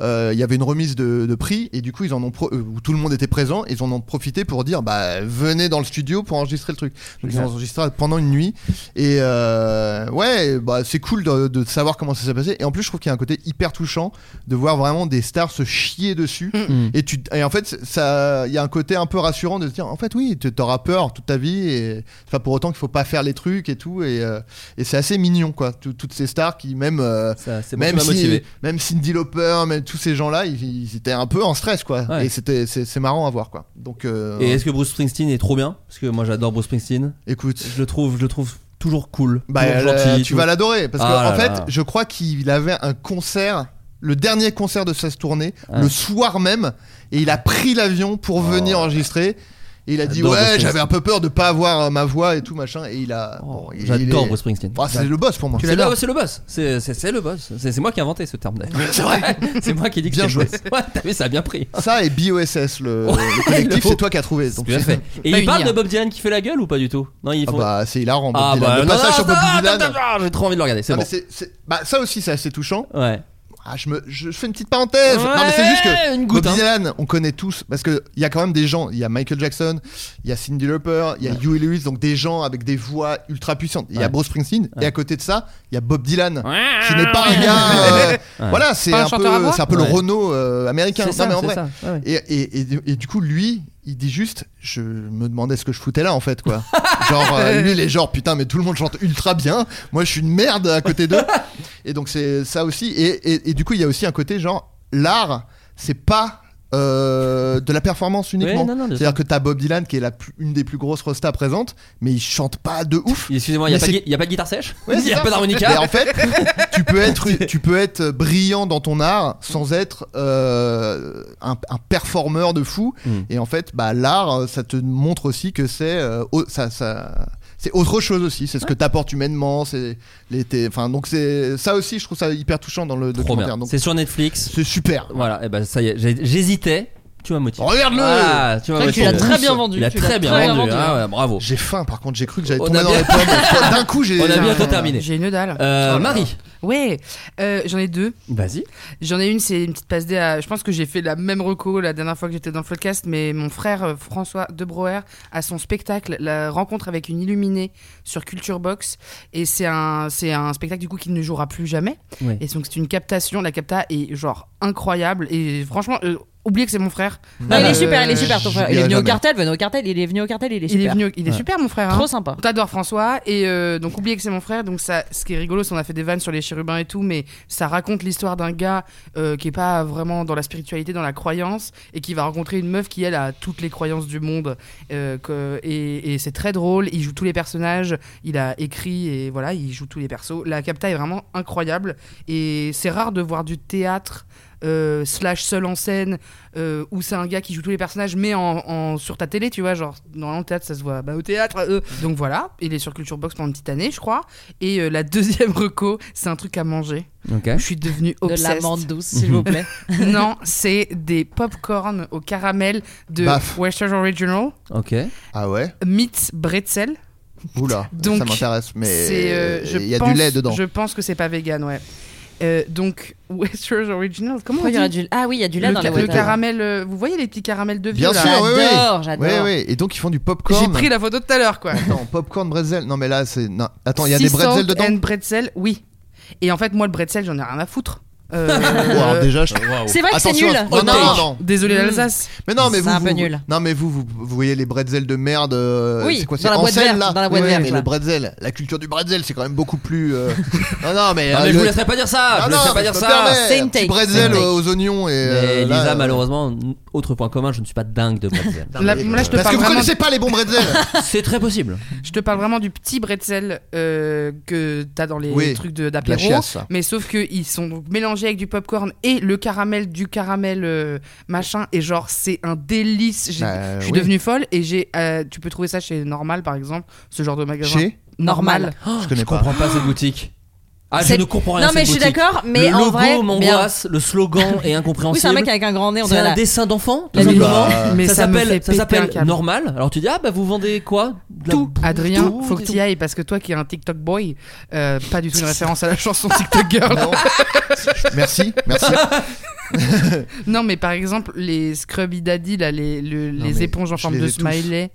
S6: euh, Il y avait une remise de, de prix et du coup ils en ont pro- euh, où tout le monde était présent et ils en ont profité pour dire bah venez dans le studio pour enregistrer le truc donc ils
S2: Exact.
S6: ont enregistré pendant une nuit et euh, ouais bah c'est cool de, de savoir comment ça s'est passé et en plus je trouve qu'il y a un côté hyper touchant de voir vraiment des stars se chier dessus
S2: Mm.
S6: et tu et en fait ça il y a un côté un peu rassurant de se dire en fait oui tu t'auras peur toute ta vie et c'est pas pour autant qu'il faut pas faire les trucs et tout et, euh, et c'est assez mignon quoi Tout- toutes ces stars qui même euh,
S2: c'est bon,
S6: même
S2: tu m'as
S6: si
S2: motivé.
S6: même Cindy Lauper même tous ces gens là ils, ils étaient un peu en stress quoi
S2: Ouais.
S6: et c'était c'est c'est marrant à voir quoi donc euh,
S2: Et est-ce que Bruce Springsteen est trop bien Parce que moi j'adore Bruce Springsteen.
S6: Écoute,
S2: je le trouve, je le trouve toujours cool,
S6: Bah,
S2: toujours
S6: euh,
S2: gentil.
S6: tu
S2: tout.
S6: vas l'adorer parce
S2: Ah
S6: que en
S2: là
S6: fait,
S2: là.
S6: je crois qu'il avait un concert, le dernier concert de sa tournée,
S2: Ouais. Oh,
S6: le soir même, et il a pris l'avion pour venir enregistrer. Et il a dit
S2: J'adore Bruce
S6: ouais,
S2: Springsteen.
S6: j'avais un peu peur de pas avoir euh, ma voix et tout machin, et il a. bon, Oh, il-
S2: Oh, J'adore
S6: il est-
S2: Bruce Springsteen.
S6: Ah, c'est le boss pour moi.
S2: C'est le- C'est le boss. C'est- C'est c'est le boss. C'est c'est moi qui ai inventé ce terme d'ailleurs.
S6: C'est vrai.
S2: c'est moi qui ai dit que
S6: Bien
S2: c'était
S6: joué.
S2: le boss. Ouais, t'as vu, ça a bien pris.
S6: Ça et BOSS le, le
S2: le
S6: collectif,
S2: faux.
S6: c'est toi qui as trouvé. Donc
S2: Tout à
S6: c'est-
S2: fait. Et
S6: Pas
S2: il parle
S6: une IA.
S2: de Bob Dylan qui fait la gueule ou pas du tout Non, il
S6: Ah
S2: faut.
S6: bah c'est hilarant. Bob
S2: Ah
S6: Dylan.
S2: bah,
S6: le
S2: non,
S6: passage
S2: non,
S6: sur Bob
S2: non,
S6: Dylan.
S2: non, non, J'ai trop envie de le regarder. C'est
S6: Ah, mais
S2: bon.
S6: c'est- c'est- bah, ça aussi, c'est assez touchant.
S2: Ouais.
S6: Ah, je, me, je fais une petite parenthèse. non, mais c'est juste que
S2: Ouais, une goutte,
S6: Bob
S2: hein.
S6: Dylan, on connaît tous parce que il y a quand même des gens. Il y a Michael Jackson, il y a Cindy Lauper, il y a Huey Lewis, donc des gens avec des voix ultra puissantes. Il y a
S2: Ouais.
S6: Bruce Springsteen et à côté de ça, il y a Bob Dylan
S2: Ah,
S6: qui n'est pas
S2: Ouais.
S6: un gars. euh,
S2: Ouais.
S6: Voilà, c'est
S2: Pas un
S6: un,
S2: chanteur à
S6: peu,
S2: voix
S6: c'est un peu
S2: Ouais.
S6: le Renault euh, américain.
S2: C'est
S6: Non,
S2: ça,
S6: mais en
S2: c'est
S6: vrai.
S2: ça. Ouais, ouais.
S6: Et, et- et- et du coup, lui, il dit juste, je me demandais ce que je foutais là en fait, quoi. genre, euh, lui, il est genre, putain, mais tout le monde chante ultra bien. Moi, je suis une merde à côté d'eux. et donc, c'est ça aussi. Et, et- et du coup, il y a aussi un côté genre, l'art, c'est pas. euh, de la performance uniquement.
S2: non, non, bien
S6: C'est-à-dire que t'as Bob Dylan qui est la plus- une des plus grosses rostas présentes, mais il chante pas de ouf.
S2: Excusez-moi, il n'y a,
S6: Mais
S2: pas de
S6: c'est-
S2: gui- y a pas de guitare sèche
S6: Ouais,
S2: Il
S6: c'est
S2: n'y a
S6: ça.
S2: pas d'harmonica
S6: Mais en fait, tu peux être, tu peux être brillant dans ton art sans être euh, un, un performeur de fou.
S9: Hmm.
S6: Et en fait, bah, l'art, ça te montre aussi que c'est euh, au- ça, ça- c'est autre chose aussi. C'est ce que t'apportes humainement. C'est les, tes- enfin, donc c'est ça aussi. Je trouve ça hyper touchant dans le
S2: Trop
S6: documentaire.
S2: bien.
S6: Donc,
S2: C'est sur Netflix.
S6: C'est super.
S2: Voilà, et ben ça y est, j'ai- j'hésitais. Tu m'as motivé.
S6: Regarde-le
S2: Ah, tu m'as
S6: Très
S2: motivé.
S6: cool.
S2: Il a très bien vendu. Ah ouais, bravo.
S6: J'ai faim par contre, j'ai cru que j'allais
S2: On
S6: tomber
S2: a
S6: dans
S2: bien-
S6: les pommes. D'un coup, j'ai
S2: On a bientôt
S6: Putain.
S2: terminé.
S9: J'ai une dalle.
S2: Euh, Marie.
S9: Ouais, euh, j'en ai deux.
S2: Vas-y.
S9: J'en ai une, c'est une petite passe D. à- Je pense que j'ai fait la même reco la dernière fois que j'étais dans le podcast, mais mon frère euh, François Debrouwer a son spectacle, la rencontre avec une illuminée sur Culture Box, et c'est un, c'est un spectacle du coup qu'il ne jouera plus jamais.
S2: Ouais.
S9: Et donc c'est une captation, la capta est genre incroyable, et franchement, euh, oubliez que c'est mon frère.
S8: Non, il
S9: Euh,
S8: est super, il est super ton frère. Il est venu au
S9: jamais.
S8: cartel, venu au cartel, il est venu au cartel, il est super.
S9: Il est, venu- il est super, mon frère. hein.
S8: Trop sympa.
S9: On T'adore François. Et euh, donc, oubliez que c'est mon frère. Donc, ça, ce qui est rigolo, c'est qu'on a fait des vannes sur les chérubins et tout, mais ça raconte l'histoire d'un gars euh, qui est pas vraiment dans la spiritualité, dans la croyance, et qui va rencontrer une meuf qui, elle, a toutes les croyances du monde. euh, que- et et c'est très drôle. Il joue tous les personnages. Il a écrit et voilà, il joue tous les persos. La capta est vraiment incroyable. Et c'est rare de voir du théâtre. euh, slash seul en scène euh, où c'est un gars qui joue tous les personnages mais en, en- sur ta télé tu vois genre dans le théâtre ça se voit bah, au théâtre euh. donc voilà il est sur Culture Box pendant une petite année je crois et euh, la deuxième reco c'est un truc à manger
S2: Ok.
S9: je suis devenue
S8: De
S9: obsesse
S8: l'amande douce, s'il vous plaît.
S9: non c'est des popcorn au caramel de
S6: Baf.
S9: Western Original
S2: Ok.
S6: Ah ouais.
S9: Meat Bretzel
S6: Oula,
S9: donc,
S6: ça m'intéresse, mais
S9: c'est, euh, je
S6: il y a
S9: pense-
S6: du lait dedans.
S9: Je pense que c'est pas vegan, ouais. Euh, donc, Westeros Original, comment
S8: Pourquoi il
S9: on
S8: y a
S9: dit
S8: du- Ah oui, il y a du lait
S9: le,
S8: dans la
S9: le
S8: boîte.
S9: caramel, euh, vous voyez les petits caramels de vieux
S6: Bien
S9: là
S6: sûr,
S2: Ah,
S6: oui, oui. Oui, oui. Et donc ils font du popcorn.
S9: J'ai pris la photo de tout à l'heure, quoi.
S6: Attends, popcorn bretzel. Non mais là c'est non. Attends, il y a
S9: Sea
S6: des bretzels
S9: salt
S6: dedans.
S9: and bretzel, oui. Et en fait, moi, le bretzel, j'en ai rien à foutre. Euh,
S6: Wow, Oh, alors déjà, je-
S9: C'est vrai que c'est
S6: Attention,
S9: nul.
S6: Non, non, non, non.
S9: Désolé,
S2: Mm.
S9: l'Alsace.
S6: Mais non, mais
S9: C'est
S6: vous,
S9: un peu
S6: vous-
S9: nul.
S6: Non, mais vous, vous, vous voyez les bretzels de merde. euh,
S9: Oui,
S6: c'est quoi,
S9: dans
S6: c'est
S9: la boîte
S6: Ansel,
S9: verte,
S6: là
S9: dans la boîte
S6: Ouais,
S9: verte,
S6: mais
S9: là.
S6: le bretzel, la culture du bretzel, c'est quand même beaucoup plus. euh, non, non, mais.
S2: Ah, mais
S6: euh,
S2: je
S6: le-
S2: vous laisserai pas dire ça,
S6: Non,
S2: je vous
S6: non,
S2: laisserai pas
S6: mais
S2: dire
S6: je me
S2: ça.
S6: permets,
S2: C'est une
S6: un petit
S2: take,
S6: bretzel
S2: c'est une take.
S6: aux oignons et.
S2: Mais
S6: euh, là,
S2: Lisa,
S6: euh,
S2: malheureusement, n- autre point commun, je ne suis pas dingue de bretzel.
S9: Là, là, je te parle
S2: Parce que vous
S9: vraiment-
S2: connaissez
S6: pas les bons bretzels.
S2: C'est très possible.
S9: Je te parle vraiment du petit bretzel euh, que t'as dans les
S2: Oui,
S9: trucs
S2: de
S9: de-
S2: la
S9: d'apéro.
S2: chiasse, ça.
S9: mais sauf que ils sont donc mélangés avec du popcorn et le caramel du caramel euh, machin. Et genre, c'est un délice. J'ai-
S6: Bah,
S9: je suis
S6: oui.
S9: devenue folle. Et j'ai, euh, tu peux trouver ça chez Normal, par exemple, ce genre de magasin.
S6: Chez
S9: Normal.
S6: Oh, je connais pas.
S2: comprends pas cette boutique. Ah, je
S9: C'est-
S2: ne comprends rien.
S8: Non,
S2: à cette
S8: mais je suis
S2: boutique.
S8: d'accord, mais
S2: le
S8: en
S2: logo
S8: vrai,
S2: m'angoisse,
S8: mais-
S2: le slogan est incompréhensible.
S8: Oui, c'est un mec avec un grand nez, on
S2: C'est
S8: dirait
S2: un
S8: la-
S2: dessin d'enfant, tout
S8: la
S2: simplement.
S8: Bible. Mais
S2: ça
S8: ça me fait
S2: s'appelle, ça
S8: péter un
S2: s'appelle
S8: câble.
S2: normal. Alors tu dis ah bah vous vendez quoi De la
S9: Tout, Adrien,
S2: tout,
S9: faut que
S2: tout.
S9: tu ailles parce que toi qui es un TikTok boy, euh, pas du tout une référence à la chanson TikTok Girl.
S6: Merci, merci.
S9: Non, mais par exemple, les Scrubby Daddy, là, les, le-
S6: Non,
S9: les
S6: mais
S9: éponges en
S6: je
S9: forme
S6: les
S9: de
S6: ai tous.
S9: smiley.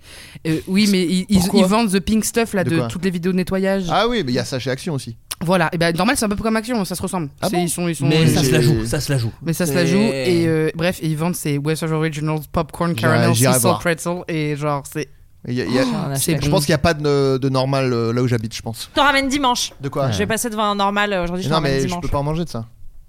S9: Euh, oui, mais ils, ils-
S6: Pourquoi
S9: ils vendent The Pink Stuff, là,
S6: De
S9: de,
S6: quoi
S9: toutes les vidéos de nettoyage.
S6: Ah oui, mais il y a ça chez Action aussi.
S9: Voilà, et ben normal, c'est un peu comme Action, ça se ressemble.
S6: Ah
S9: C'est- ils sont, ils sont,
S2: Mais
S9: ils-
S2: ça se la joue, ça se la joue.
S9: Mais ça se la joue, et euh, bref, et ils vendent ces West Original Popcorn
S6: J'irai-
S9: Caramel
S6: Bah, j'irai
S9: Sea Salt
S6: voir.
S9: Pretzel, et genre, c'est.
S6: Il y a- il y a-
S9: Oh,
S6: je
S9: c'est bon.
S6: pense qu'il n'y a pas de, de normal euh, là où j'habite, je pense.
S8: Je t'en ramène dimanche.
S6: De quoi
S8: Je vais passer devant un normal euh, aujourd'hui, je
S6: Mais
S8: t'en
S6: non,
S8: ramène
S6: mais je
S8: dimanche.
S6: peux pas en manger de ça.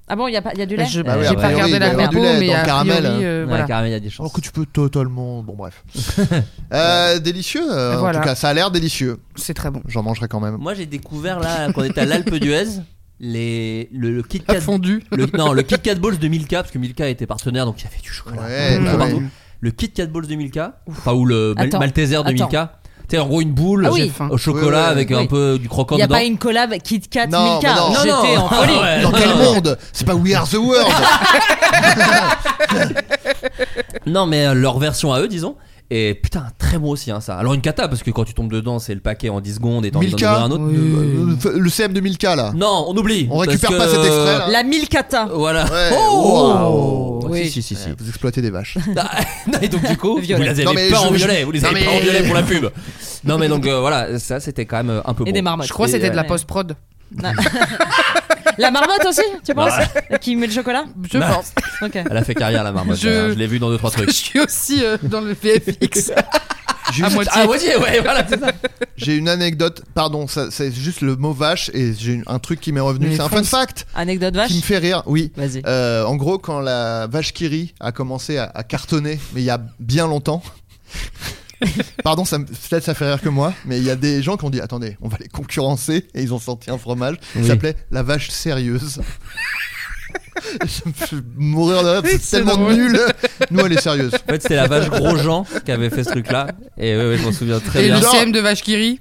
S8: Ah bon, il y, a pas- il y a du lait
S6: Bah oui,
S9: j'ai
S6: a
S9: pas
S6: priori,
S9: regardé
S6: il
S9: la
S6: doit y avoir du
S9: compo,
S6: lait
S9: mais
S6: dans
S9: a
S6: le
S9: priori,
S6: caramel.
S9: euh, Ouais, voilà.
S2: caramel, il y a des chances.
S6: Alors que tu peux totalement. Bon, bref. Euh, délicieux, euh,
S9: Voilà.
S6: en tout cas, ça a l'air délicieux.
S9: C'est très bon.
S6: J'en mangerai quand même.
S2: Moi j'ai découvert là quand on était à l'Alpe d'Huez les le, le Kit
S9: Ah,
S2: Kat
S9: fondu.
S2: le- non le Kit Kat Balls de Milka parce que Milka était partenaire donc il y avait du chocolat un
S6: Ouais,
S2: peu
S6: bah
S2: partout.
S6: ouais.
S2: Le Kit Kat Balls de Milka enfin ou le Mal-
S8: Attends,
S2: Malteser de
S8: attends.
S2: Milka c'est en gros une boule
S8: Ah oui. J'ai
S6: faim.
S2: au chocolat
S6: Ouais, ouais,
S2: avec
S8: oui.
S2: un peu du croquant
S8: Il n'y a
S2: dedans.
S8: pas une collab Kit Kat
S6: Non,
S8: Milka.
S6: mais non.
S8: J'étais en folie.
S2: Ah ouais.
S6: Dans quel monde C'est pas We Are the World
S2: Non, mais euh, leur version à eux, disons. Et putain, très bon aussi, hein, ça. Alors, une cata, parce que quand tu tombes dedans, c'est le paquet en 10 secondes et t'en
S6: Milka
S2: ouvres un autre.
S6: Euh, euh, Le CM de Milka là.
S2: Non, on oublie.
S6: On
S2: parce
S6: récupère
S2: que-
S6: pas cet extrait là.
S8: La Milkata.
S2: Voilà.
S6: Ouais,
S2: Oh
S6: wow.
S2: Si, si, si, si.
S6: Ouais, Vous exploitez des vaches.
S2: Non, et donc, du coup, vous
S8: Violet.
S2: les avez
S6: Non, mais
S2: pas
S6: je-
S2: en violet.
S6: je-
S2: Vous les
S6: Non,
S2: avez pas
S6: mais-
S2: en violet pour la pub. Non, mais donc, euh, voilà, ça, c'était quand même euh, un peu
S8: Et
S2: bon.
S8: des marmottes.
S9: Je crois que
S2: Et,
S9: c'était de la
S6: euh,
S2: ouais.
S9: post-prod.
S8: La marmotte aussi, tu penses Qui met le chocolat
S9: Je
S2: Bah.
S9: pense.
S8: Ok.
S2: Elle a fait carrière, la marmotte.
S9: Je-
S2: euh, Je, l'ai vu dans deux, trois
S9: Je
S2: trucs.
S9: suis aussi euh, dans le VFX.
S6: Juste-
S9: à moitié.
S2: Ah, ouais, ouais, voilà, c'est ça.
S6: J'ai une anecdote, pardon, ça- c'est juste le mot vache et j'ai une- un truc qui m'est revenu.
S9: Mais
S6: C'est un fun
S9: fonce.
S6: fact
S8: Anecdote vache
S6: qui me fait rire, oui.
S8: Vas-y.
S6: Euh, en gros, quand la vache qui rit a commencé à, à cartonner, mais il y a bien longtemps. Pardon, ça me- peut-être ça fait rire que moi, mais il y a des gens qui ont dit attendez, on va les concurrencer et ils ont sorti un fromage.
S2: Oui.
S6: Ça s'appelait la vache sérieuse. je me fais mourir de rire, c'est
S9: C'est
S6: tellement
S9: drôle.
S6: nul. Nous, elle est sérieuse.
S2: En fait, c'était la vache Grosjean qui avait fait ce truc-là. Et ouais, ouais, je m'en souviens très
S9: Et
S2: bien.
S9: le
S6: Genre-
S9: CM de vache qui rit.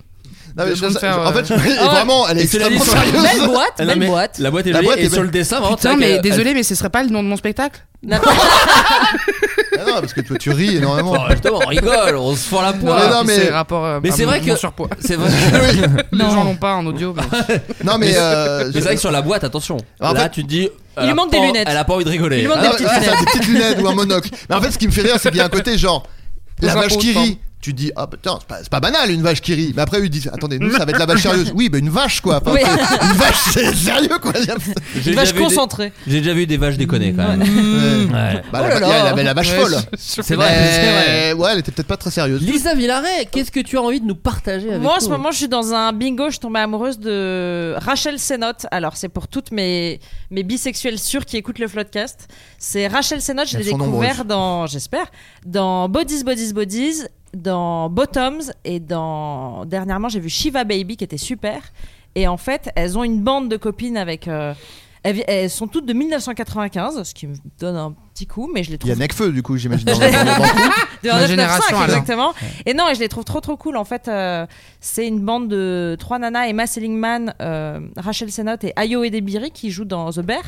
S6: Non, mais
S9: De
S6: je trouve
S9: me
S6: ça-
S9: faire,
S6: en
S9: euh,
S6: fait, vraiment, elle est
S2: Et Oh, c'est la
S6: extrêmement
S2: liste.
S6: sérieuse.
S8: Belle boîte,
S2: Ah, non,
S8: belle
S2: mais
S8: boîte.
S2: La boîte est
S6: La
S2: jolie
S6: boîte
S2: et
S6: est
S2: sur
S6: belle.
S2: le dessin, vraiment.
S9: Putain,
S2: tac,
S9: mais
S2: elle-
S9: désolé, mais ce serait pas le nom de mon spectacle
S6: Ah non, parce que toi, tu ris énormément.
S2: elle- Justement, on rigole, on se fend la
S9: Non,
S6: Ouais,
S2: poire.
S6: non,
S9: puis
S6: mais-
S9: c'est rapport euh,
S2: Mais
S9: à
S2: c'est
S9: mon-
S2: vrai que-
S9: mon surpoids.
S2: C'est vrai.
S9: Les gens l'ont pas en audio. mais-
S6: Non, mais. euh,
S2: Mais c'est vrai que sur la boîte, attention.
S6: En
S2: Là,
S6: fait-
S2: tu te dis.
S8: Il
S2: elle
S8: lui
S2: a
S8: manque
S2: pas-
S8: des lunettes.
S2: Elle a pas envie de rigoler.
S8: Il lui manque
S2: Ah,
S8: des
S6: Ah,
S8: petites
S6: ouais,
S8: lunettes.
S6: ça, des petites lunettes ou un monocle. Mais en fait, ce qui me fait rire, c'est qu'il y a un côté genre la
S9: Dans un
S6: vache qui
S9: pot de
S6: rit. Tu te dis, ah putain, c'est pas, c'est pas banal une vache qui rit. Mais après, ils disent, attendez, nous, ça va être la vache sérieuse. Oui, bah une vache quoi. Enfin,
S8: Oui. Oh
S6: c'est- Une vache, c'est sérieux quoi. Bah,
S2: j'ai
S8: Une
S2: déjà
S8: vache
S2: vu des-
S8: concentrée.
S2: J'ai déjà vu des vaches déconner quand même. Ouais.
S6: Bah, la-
S8: Oh là
S6: il y a la,
S8: là.
S6: la vache
S9: Ouais,
S6: folle.
S9: je- je-
S2: C'est vrai,
S6: Mais-
S2: c'est vrai.
S6: Ouais, elle était peut-être pas très sérieuse.
S2: Lisa Villaret, qu'est-ce que tu as envie de nous partager avec hein.
S8: Moi, en
S2: nous
S8: ce moment, je suis dans un bingo. Je suis tombée amoureuse de Rachel Sennott. Alors, c'est pour toutes mes, mes bisexuelles sûres qui écoutent le Floodcast. C'est Rachel Sennott. Je
S6: Elles
S8: l'ai
S6: sont
S8: découvert
S6: nombreuses.
S8: dans, j'espère, dans Bodies, Bodies, Bodies, dans Bottoms et dans. Dernièrement, j'ai vu Shiva Baby qui était super. Et en fait, elles ont une bande de copines avec. euh, elles, vi- elles sont toutes de 1995, ce qui me donne un petit coup, mais je les
S6: Il y a
S8: trouve
S6: Necfeu du coup, j'imagine. dans- dans- dans-
S8: de
S9: Ma
S8: 995,
S9: génération, alors.
S8: exactement. Et non, et je les trouve trop trop cool. En fait, euh, c'est une bande de trois nanas, Emma Seligman, euh, Rachel Sennott et Ayo Edebiri qui jouent dans The Bear.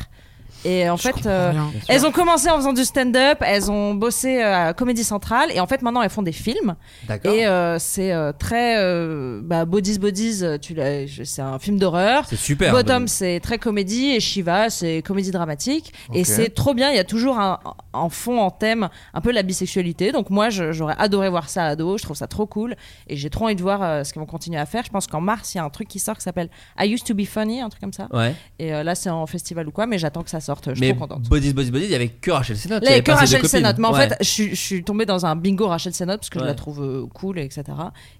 S8: Et en fait, euh,
S9: rien. Ah,
S8: elles ont commencé en faisant du stand-up, elles ont bossé euh, à Comédie Centrale, et en fait, maintenant, elles font des films.
S10: D'accord.
S8: Et euh, c'est euh, très. euh, bah, Bodies, Bodies, euh, tu l'as- je- c'est un film d'horreur.
S10: C'est super,
S8: Bottom,
S10: Bodies.
S8: c'est très comédie, et Shiva, c'est comédie dramatique. Et
S10: Ok.
S8: c'est trop bien, il y a toujours un, en fond, en thème, un peu la bisexualité. Donc moi, je- j'aurais adoré voir ça à ado, je trouve ça trop cool. Et j'ai trop envie de voir euh, ce qu'ils vont continuer à faire. Je pense qu'en mars, il y a un truc qui sort qui s'appelle I Used to Be Funny, un truc comme ça.
S2: Ouais.
S8: Et euh, là, c'est en festival ou quoi, mais j'attends que ça sorte. Je suis
S2: mais
S8: trop contente.
S2: Bodies, Bodies, Bodies, il y avait que Rachel Sennott. il y
S8: Là,
S2: avait
S8: que
S2: pas ses deux
S8: Rachel
S2: copines.
S8: Sennott. Mais en
S2: Ouais. Euh,
S8: fait, je, suis- je suis tombée dans un bingo Rachel Sennott parce que je
S2: Ouais.
S8: la trouve euh, cool, etc.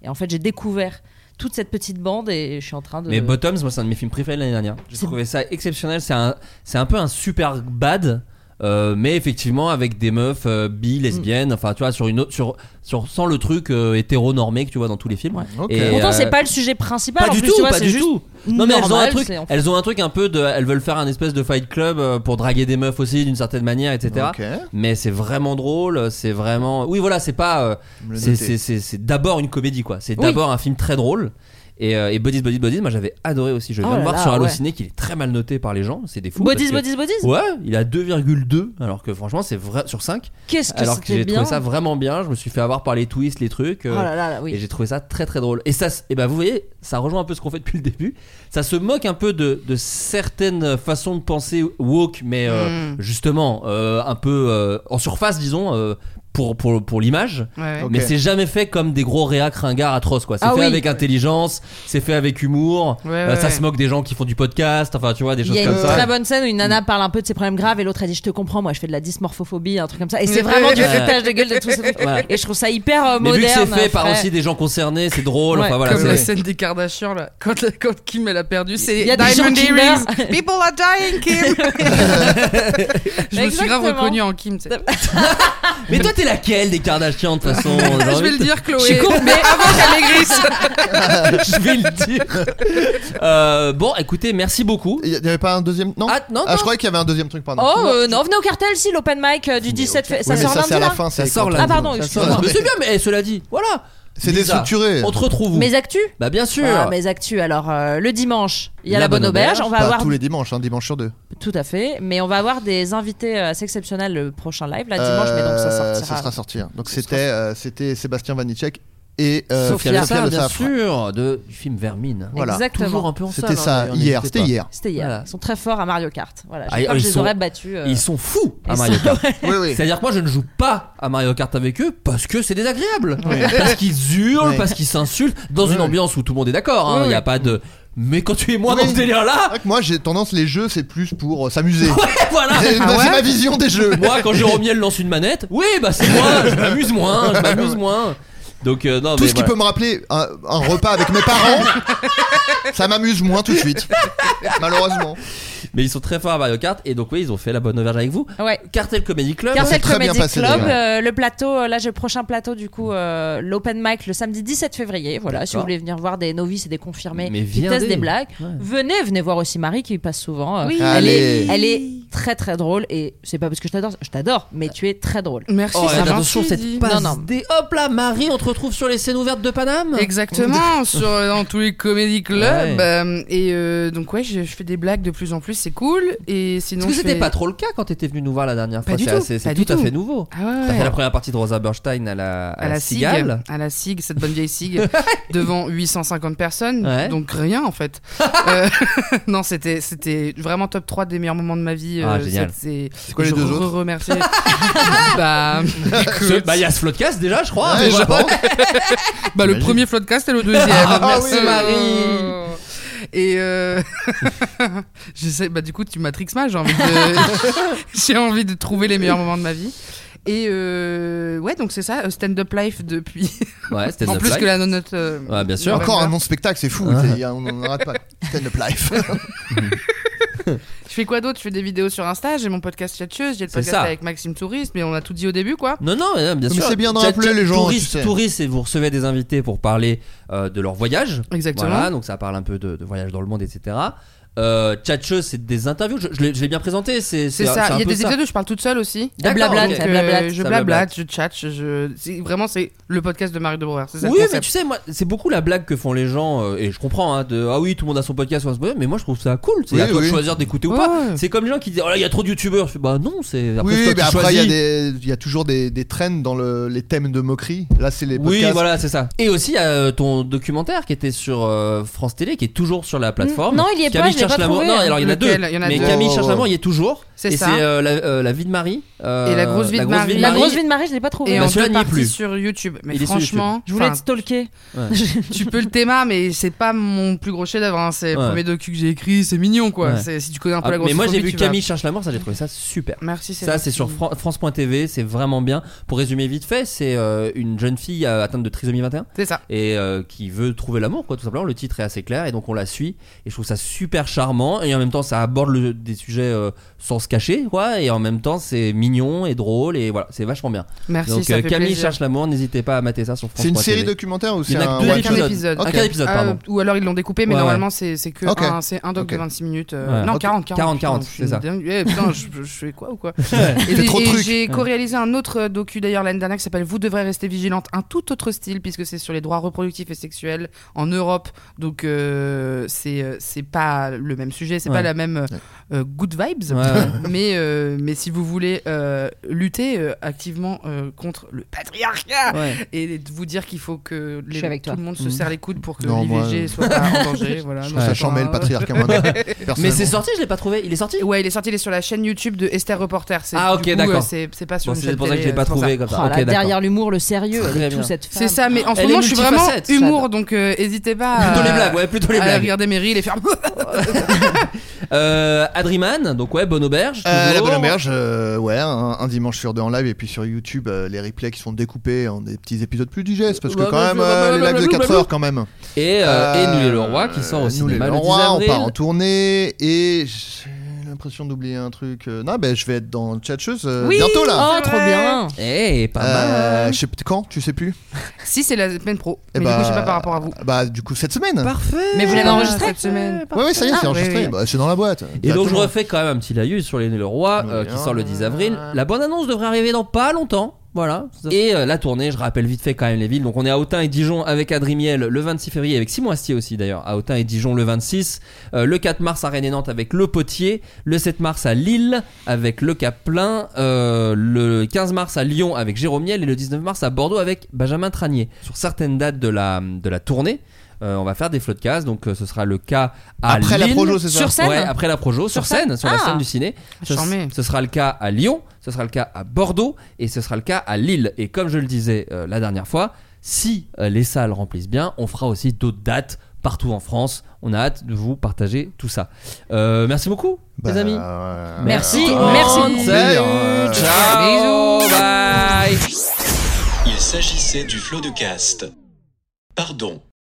S8: Et en fait, j'ai découvert toute cette petite bande et je suis en train de.
S2: Mais Bottoms, moi, c'est un de mes films préférés de l'année dernière. J'ai trouvé ça exceptionnel. C'est un, c'est un peu un super bad, euh, mais effectivement avec des meufs euh, bi, lesbiennes,
S8: Mm.
S2: enfin, tu vois, sur une autre, sur, sur, sans le truc euh, hétéronormé que tu vois dans tous les films. Et,
S8: Pourtant,
S2: euh,
S8: c'est pas le sujet principal.
S2: pas
S8: en
S2: du
S8: plus,
S2: tout,
S8: tu vois,
S2: pas
S8: c'est
S2: du
S8: juste
S2: tout. Non mais elles ont un
S8: normal,
S2: truc,
S8: c'est- en fait,
S2: elles ont un truc un peu de, elles veulent faire un espèce de Fight Club euh, pour draguer des meufs aussi d'une certaine manière, etc.
S6: Ok.
S2: Mais c'est vraiment drôle, c'est vraiment, oui voilà, c'est pas, euh,
S6: Me le
S2: c'est-
S6: noter.
S2: c'est c'est- c'est d'abord une comédie quoi, c'est
S6: Oui.
S2: d'abord un film très drôle. Et, euh, et Bodies, Bodies, Bodies, moi j'avais adoré aussi. Je viens
S8: Oh
S2: de
S8: là
S2: voir
S8: là,
S2: sur Allociné qu'il est très mal noté par les gens, c'est des fous.
S8: Bodies,
S2: parce que-
S8: Bodies, Bodies
S2: Ouais, il a 2,2 alors que franchement c'est vrai sur 5.
S8: Qu'est-ce que
S2: Alors que
S8: c'était
S2: j'ai trouvé
S8: bien.
S2: ça vraiment bien, je me suis fait avoir par les twists, les trucs. euh,
S8: Oh là là là, oui.
S2: Et j'ai trouvé ça très très drôle. Et ça, et ben vous voyez, ça rejoint un peu ce qu'on fait depuis le début. Ça se moque un peu de, de certaines façons de penser woke, mais euh,
S8: Hmm.
S10: Mm.
S2: justement euh, un peu euh, en surface, disons, euh, pour pour, pour l'image.
S10: Ouais, ouais.
S2: Mais
S10: Ok.
S2: c'est jamais fait comme des gros réacs ringards atroces quoi. C'est
S10: Ah
S2: fait
S10: oui.
S2: avec intelligence, c'est fait avec humour.
S8: Ouais,
S2: euh,
S8: ouais,
S2: ça
S8: ouais.
S2: se moque des gens qui font du podcast. Enfin, tu vois des
S8: Il
S2: choses
S8: y a
S2: comme
S8: une
S2: ça.
S8: très bonne scène où une nana parle un peu de ses problèmes graves et l'autre elle dit je te comprends moi je fais de la dysmorphophobie un truc comme ça et c'est vraiment du
S2: Ouais.
S8: foutage de gueule de tout ça
S2: Ouais.
S8: et je trouve ça hyper euh,
S2: Mais
S8: moderne
S2: vu que c'est fait par
S8: frais.
S2: aussi des gens concernés, c'est drôle.
S8: Ouais,
S2: enfin voilà.
S9: Comme
S2: c'est-
S9: la scène des Kardashians là, quand, la- quand Kim elle a perdu, c'est
S8: Il y a des gens
S9: Diamond
S8: qui
S9: Earrings.
S8: meurent.
S9: People are dying, Kim. Je me suis grave
S8: Exactement.
S9: reconnue en Kim. tu sais.
S2: Mais toi, t'es laquelle des Kardashians de toute façon
S9: Je
S2: j'ai envie
S9: vais
S2: de
S9: le
S2: te-
S9: dire, Chloé.
S2: Je suis con,
S9: mais avant qu'elle maigrisse.
S2: je vais le dire. Euh, bon, écoutez, merci beaucoup.
S6: Il n'y avait pas un deuxième. Non
S2: Ah, non,
S6: Ah, je croyais qu'il y avait un deuxième truc, pardon.
S8: Oh euh, non, venez au cartel si l'open mic euh, du 17 février.
S6: Oui,
S8: ça
S6: mais
S8: sort
S6: ça,
S8: lundi
S6: c'est à la
S8: là
S6: fin, c'est
S2: Ça sort
S6: avec
S2: lundi.
S8: Ah pardon,
S2: Ça
S8: excuse-moi.
S2: sort lundi. Mais c'est bien, mais cela dit, voilà.
S6: C'est
S2: Lisa,
S6: déstructuré.
S2: On te retrouve où
S8: Mes actus
S2: Bah, bien sûr.
S8: Ah, mes actus, alors euh, le dimanche, il y a la, bonne auberge. On va
S6: Pas
S8: avoir.
S6: tous les dimanches, un dimanche sur deux.
S8: Tout à fait, mais on va avoir des invités euh, assez exceptionnels le prochain live, là dimanche, mais donc ça
S6: Euh,
S8: sortira.
S6: Ça sera sorti. hein. Donc c'était euh, c'était Sébastien Vanitschek et euh,
S2: Sophia Le Safra,
S6: Le
S2: bien
S6: Safra.
S2: sûr, de, du film Vermine.
S6: Voilà.
S8: Exactement.
S2: Toujours un peu en hein,
S6: C'était
S2: salle,
S6: ça,
S2: d'ailleurs,
S6: hier,
S2: n'hésitez
S6: c'était
S2: pas.
S6: hier.
S8: C'était hier.
S2: Voilà.
S8: Ils sont très forts à Mario Kart. Voilà,
S2: Ah,
S8: j'ai peur
S2: ils
S8: que je les
S2: sont-
S8: aurais battus. euh,
S2: Ils sont fous à
S8: ils
S2: Mario
S8: sont-
S2: Kart.
S6: Oui, oui.
S2: C'est-à-dire que moi je ne joue pas à Mario Kart avec eux parce que c'est désagréable. Parce qu'ils hurlent,
S6: Oui.
S2: parce qu'ils s'insultent, dans une ambiance où tout le monde est d'accord. hein. Il
S6: Oui,
S2: n'y a
S6: oui.
S2: pas de. Mais quand tu es moi dans
S6: Oui.
S2: ce délire là,
S6: C'est vrai que Moi j'ai tendance, les jeux c'est plus pour euh, s'amuser.
S2: voilà.
S6: C'est
S2: Ah
S6: bah, c'est
S2: ouais
S6: ma vision des jeux.
S2: Moi quand Jérôme Miel lance une manette, oui bah c'est moi, je m'amuse moins, je m'amuse moins. Donc euh, non
S6: Tout
S2: mais
S6: ce qui
S2: voilà.
S6: peut me rappeler un, un repas avec mes parents, ça m'amuse moins tout de suite. Malheureusement.
S2: Mais ils sont très forts à Mario Kart et donc oui ils ont fait la bonne auberge avec vous.
S8: Ouais.
S2: Cartel Comedy Club.
S8: Cartel
S6: très bien
S8: Comedy
S6: passé,
S8: Club,
S6: d'ailleurs.
S8: euh, le plateau, euh, là j'ai le prochain plateau du coup, euh, l'open mic le samedi 17 février. Voilà, si vous
S2: D'accord.
S8: voulez venir voir des novices et des confirmés
S2: Mais
S8: qui
S2: viens
S8: testent
S2: dès.
S8: des blagues,
S2: Ouais.
S8: venez, venez voir aussi Marie qui passe souvent. euh,
S9: Oui.
S8: Elle,
S6: Allez.
S8: est, elle est très très drôle et c'est pas parce que je t'adore, je t'adore, mais tu es très drôle.
S9: Merci,
S2: Oh,
S9: c'est
S2: et attention,
S9: gentil,
S2: cette
S9: dit.
S2: passe
S8: Non, non.
S2: des- Hop là, Marie, on te retrouve sur les scènes ouvertes de Paname
S9: Exactement, sur, dans tous les comédie clubs.
S2: Ouais.
S9: euh, et euh, donc, ouais, je, je fais des blagues de plus en plus, c'est cool. Et sinon,
S2: Est-ce que
S9: je
S2: c'était
S9: fais-
S2: pas trop le cas quand t'étais venu nous voir la dernière
S9: Pas
S2: fois
S9: du
S2: C'est
S9: tout,
S2: assez- C'est
S9: pas
S2: tout,
S9: du
S2: à
S9: tout.
S2: fait nouveau.
S9: Ah ouais, ouais.
S2: T'as fait la première partie de Rosa Bernstein à la, à
S9: à
S2: la
S9: la SIG,
S2: cigale.
S9: à la SIG, cette bonne vieille SIG, devant 850 personnes,
S2: Ouais.
S9: donc rien en fait. Euh, non, c'était c'était vraiment top 3 des meilleurs moments de ma vie.
S2: Ah,
S9: euh,
S2: génial.
S9: C'est c'est-
S6: quoi les
S9: je
S6: deux autres
S9: re- remercie. bah,
S2: Ce- Bah, il y a ce floodcast déjà, je crois. hein,
S6: Ouais, je
S2: Voilà.
S6: pense.
S9: bah, le
S6: Imagine.
S9: premier floodcast et le deuxième.
S2: Ah,
S9: Merci
S2: oui. Oh.
S9: Marie. Et euh, j'essaie- bah du coup tu matrix ma j'ai envie de j'ai envie de trouver les meilleurs moments de ma vie. Et euh, ouais donc c'est ça stand up life depuis
S2: Ouais, c'était
S9: en
S2: Up
S9: plus
S2: Live.
S9: que la note. euh,
S2: Ouais, bien sûr.
S6: Encore un
S9: November.
S6: nom de spectacle, c'est fou.
S2: Ah.
S6: c'est- y a- On n'arrête pas. Stand-up life.
S9: Je fais quoi d'autre Je fais des vidéos sur Insta, j'ai mon podcast Chatcheuse, j'ai le
S2: C'est
S9: podcast
S2: ça.
S9: avec Maxime Touriste, mais on a tout dit au début quoi.
S2: Non, non, mais non, bien
S6: Mais
S2: sûr.
S6: c'est bien de
S2: Tcha-
S6: rappeler
S2: tcha-
S6: les gens,
S2: Touristes,
S6: tu sais.
S2: touristes, et vous recevez des invités pour parler euh, de leur voyage.
S9: Exactement.
S2: Voilà, donc ça parle un peu de, de voyage dans le monde, etc. Euh, Tchatche, c'est des interviews. Je, je l'ai je l'ai bien présenté. C'est
S9: C'est ça. Il y a des épisodes où je parle toute seule aussi.
S2: D'accord,
S9: Blablate,
S2: ok.
S9: donc, euh,
S2: Blablate.
S9: Je
S2: Ça
S9: blablate,
S2: blablate.
S9: je tchatche. Je... c'est- Vraiment, c'est le podcast de Marie de Brouwer. c'est ça le
S2: Oui, mais
S9: concept.
S2: tu sais, moi, c'est beaucoup la blague que font les gens, euh, et je comprends, hein, de ah oui, tout le monde a son podcast, ouais, mais moi je trouve ça cool. C'est
S6: Oui,
S2: à toi
S6: oui.
S2: de choisir d'écouter ou pas. C'est comme les gens qui disent oh là, il y a trop de youtubeurs. Je fais bah non, c'est après,
S6: oui,
S2: c'est toi
S6: mais
S2: qui
S6: après, il y, a
S2: choisis.
S6: des- il y a toujours des, des trends dans le- les thèmes de moquerie. Là, c'est les
S2: Oui,
S6: podcasts.
S2: voilà, c'est ça. Et aussi, il y a euh, ton documentaire qui était sur euh, France Télé, qui est toujours sur la plateforme.
S8: Mm, non, il y est pas,
S2: Camille
S8: je l'ai
S2: cherche
S8: pas
S2: l'amour.
S8: trouvé. hein.
S2: Non, alors il y en a deux.
S8: Lequel Il y en a
S2: mais
S8: deux.
S2: Camille
S8: Oh,
S2: cherche
S8: oh.
S2: l'amour, il y est toujours.
S8: C'est
S2: et
S8: ça.
S2: c'est euh, la, euh, la vie de Marie. euh,
S9: Et la grosse vie de Marie.
S8: La grosse vie de Marie, je l'ai pas trouvée.
S9: Et
S2: Bah,
S9: en
S2: celui-là
S9: deux
S2: n'y est
S9: parties
S2: plus.
S9: sur YouTube. Mais
S2: Il est sur
S9: franchement,
S2: YouTube.
S8: Je voulais
S9: enfin,
S8: te stalker.
S9: tu peux le thème, mais c'est pas mon plus gros chef-d'œuvre. hein. C'est
S2: Ouais.
S9: le premier docu que j'ai écrit. C'est mignon, quoi.
S2: Ouais.
S9: C'est- Si tu connais un peu
S2: Ah,
S9: la grosse
S2: Mais moi j'ai vu Camille cherche l'amour, ça j'ai trouvé ça super.
S9: Merci, c'est
S2: Ça
S9: gentil.
S2: c'est sur Fran- France.tv, c'est vraiment bien. Pour résumer vite fait, c'est euh, une jeune fille euh, atteinte de trisomie 21.
S9: C'est ça.
S2: Et euh, qui veut trouver l'amour, quoi, tout simplement. Le titre est assez clair et donc on la suit. Et je trouve ça super charmant et en même temps ça aborde le- des sujets euh, sans se cacher, quoi. Et en même temps c'est mignon et drôle et voilà, c'est vachement bien.
S6: Merci,
S2: Donc euh,
S6: ça fait
S2: Camille
S6: plaisir.
S2: cherche l'amour, n'écoutez n'hésitez pas à mater ça sur France.
S6: C'est une série documentaire ou
S2: Il y en
S6: c'est
S2: a
S6: un
S2: que deux
S6: one
S2: épisodes.
S6: shot
S2: Un
S6: Ok.
S2: quart épisode, Ah,
S9: Euh,
S2: pardon.
S9: ou alors ils l'ont découpé, mais
S2: Ouais,
S9: normalement
S2: ouais.
S9: c'est c'est que
S2: Ok.
S9: un- c'est un doc
S2: Ok.
S9: de 26 minutes. euh,
S2: Ouais.
S9: Non,
S2: Ok.
S9: 40, 40.
S2: 40, 40,
S9: putain, je suis
S2: c'est ça.
S9: une dingue. Eh, putain, je, je fais quoi ou quoi
S2: Fais
S9: Et,
S2: trop de
S9: et
S2: trucs.
S9: j'ai
S2: Ouais.
S9: co-réalisé un autre euh, docu d'ailleurs l'année dernière qui s'appelle Vous devrez rester vigilante, un tout autre style puisque c'est sur les droits reproductifs et sexuels en Europe. Donc euh, c'est euh, c'est pas le même sujet, c'est
S2: Ouais.
S9: pas la même euh, euh, good vibes.
S2: Ouais, ouais.
S9: Mais euh, mais si vous voulez euh, lutter euh, activement euh, contre le patriarcat
S2: Ouais.
S9: et vous dire qu'il faut que
S8: Je
S9: les,
S8: suis avec
S9: tout
S8: toi.
S9: le monde se
S2: Mhm.
S9: serre les coudes pour que
S6: Mmh. Non, moi,
S9: l'IVG
S6: euh,
S9: soit pas en danger. voilà.
S6: je
S9: Non,
S6: serais
S9: ça
S6: à chambrer
S9: part,
S6: le
S9: hein.
S6: patriarcat, moi, personnellement.
S2: Mais c'est sorti, je l'ai pas trouvé. Il est sorti
S9: Ouais, il est sorti, il est sur la chaîne YouTube de Esther Reporter. C'est-
S2: Ah,
S9: du
S2: ok,
S9: coup,
S2: d'accord.
S9: euh, C'est c'est pas sur
S2: Bon,
S9: une
S2: euh, c'est
S9: chaîne
S2: pour ça que je l'ai
S9: télé, euh,
S2: pas
S9: c'est pour
S2: trouvé
S9: ça.
S2: comme ça.
S8: Oh là,
S2: Ah, Ok, d'accord.
S8: derrière l'humour, le sérieux, elle
S2: Très
S8: est
S2: bien.
S8: tout cette femme.
S9: C'est ça, mais en ce
S8: Elle est
S9: moment je suis vraiment
S8: multifacette, Chad.
S9: humour, donc euh, hésitez pas. à-
S2: Plutôt les blagues, ouais, plutôt les
S9: à
S2: blagues.
S9: Regarder mes reels et faire.
S2: Euh, Adriman, donc ouais, bonne auberge.
S6: Euh, la
S2: toujours.
S6: bonne auberge, euh, ouais, un, un dimanche sur deux en live et puis sur YouTube, euh, les replays qui sont découpés en des petits épisodes plus digestes parce que
S2: Bah,
S6: quand
S2: bah,
S6: même,
S2: bah,
S6: euh,
S2: bah,
S6: les
S2: bah,
S6: lives de
S2: bah,
S6: 4
S2: bah,
S6: heures
S2: bah.
S6: quand même.
S2: Et, euh, et Nous les Leroy qui
S9: Oh,
S2: sort au
S6: Nous les
S2: cinéma le 10
S6: Leroy, on
S2: avril.
S9: hein.
S6: part en tournée et j'ai l'impression d'oublier un truc. euh, non, ben je vais être dans Tchatcheuse euh,
S9: Oui,
S6: bientôt là.
S9: oh, trop bien.
S2: Eh, pas
S6: Euh, Je sais p- quand, tu sais plus.
S9: Si, c'est la semaine pro.
S6: Eh
S9: Mais du
S6: bah,
S9: coup, je sais pas par rapport à vous.
S6: Bah du coup cette semaine.
S2: Parfait.
S9: Mais vous l'avez
S6: Ah,
S9: enregistré cette semaine
S6: Ouais, ouais, ça y est,
S9: Ah,
S6: c'est
S9: oui,
S6: enregistré.
S9: oui.
S6: Bah, c'est dans la boîte.
S2: Et donc je
S6: Directement.
S2: refais quand même un petit laïus sur les Nés le Roi euh, qui sort le 10 avril. La bonne annonce devrait arriver dans pas longtemps. Voilà. Et euh, la tournée, je rappelle vite fait quand même les villes. Donc on est à Autun et Dijon avec Adrimiel le 26 février, avec Simon Astier aussi d'ailleurs, à Autun et Dijon le 26. Euh, le 4 mars à Rennes et Nantes avec Le Potier. Le 7 mars à Lille avec Le Caplin. Euh, le 15 mars à Lyon avec Jérôme Niel. Et le 19 mars à Bordeaux avec Benjamin Tranier. Sur certaines dates de la, de la tournée. euh, on va faire des floodcasts, donc euh, ce sera le cas à
S6: Après la
S2: Lille.
S6: projo, c'est ça Sur scène hein.
S2: Ouais, après la projo, sur,
S6: Sur
S2: scène,
S6: scène
S2: sur la
S6: Ah.
S2: scène du ciné. Ce,
S6: Charmé.
S2: ce sera le cas à Lyon, ce sera le cas à Bordeaux et ce sera le cas à Lille. Et comme je le disais euh, la dernière fois, si euh, les salles remplissent bien, on fera aussi d'autres dates partout en France. On a hâte de vous partager tout ça. Euh, merci beaucoup,
S6: Bah,
S2: les amis.
S6: euh,
S8: Merci,
S2: tout le
S8: merci.
S2: monde.
S8: Salut.
S2: Salut. Ciao.
S8: Bisous.
S2: Bye.
S1: Il s'agissait du flot de caste. Pardon.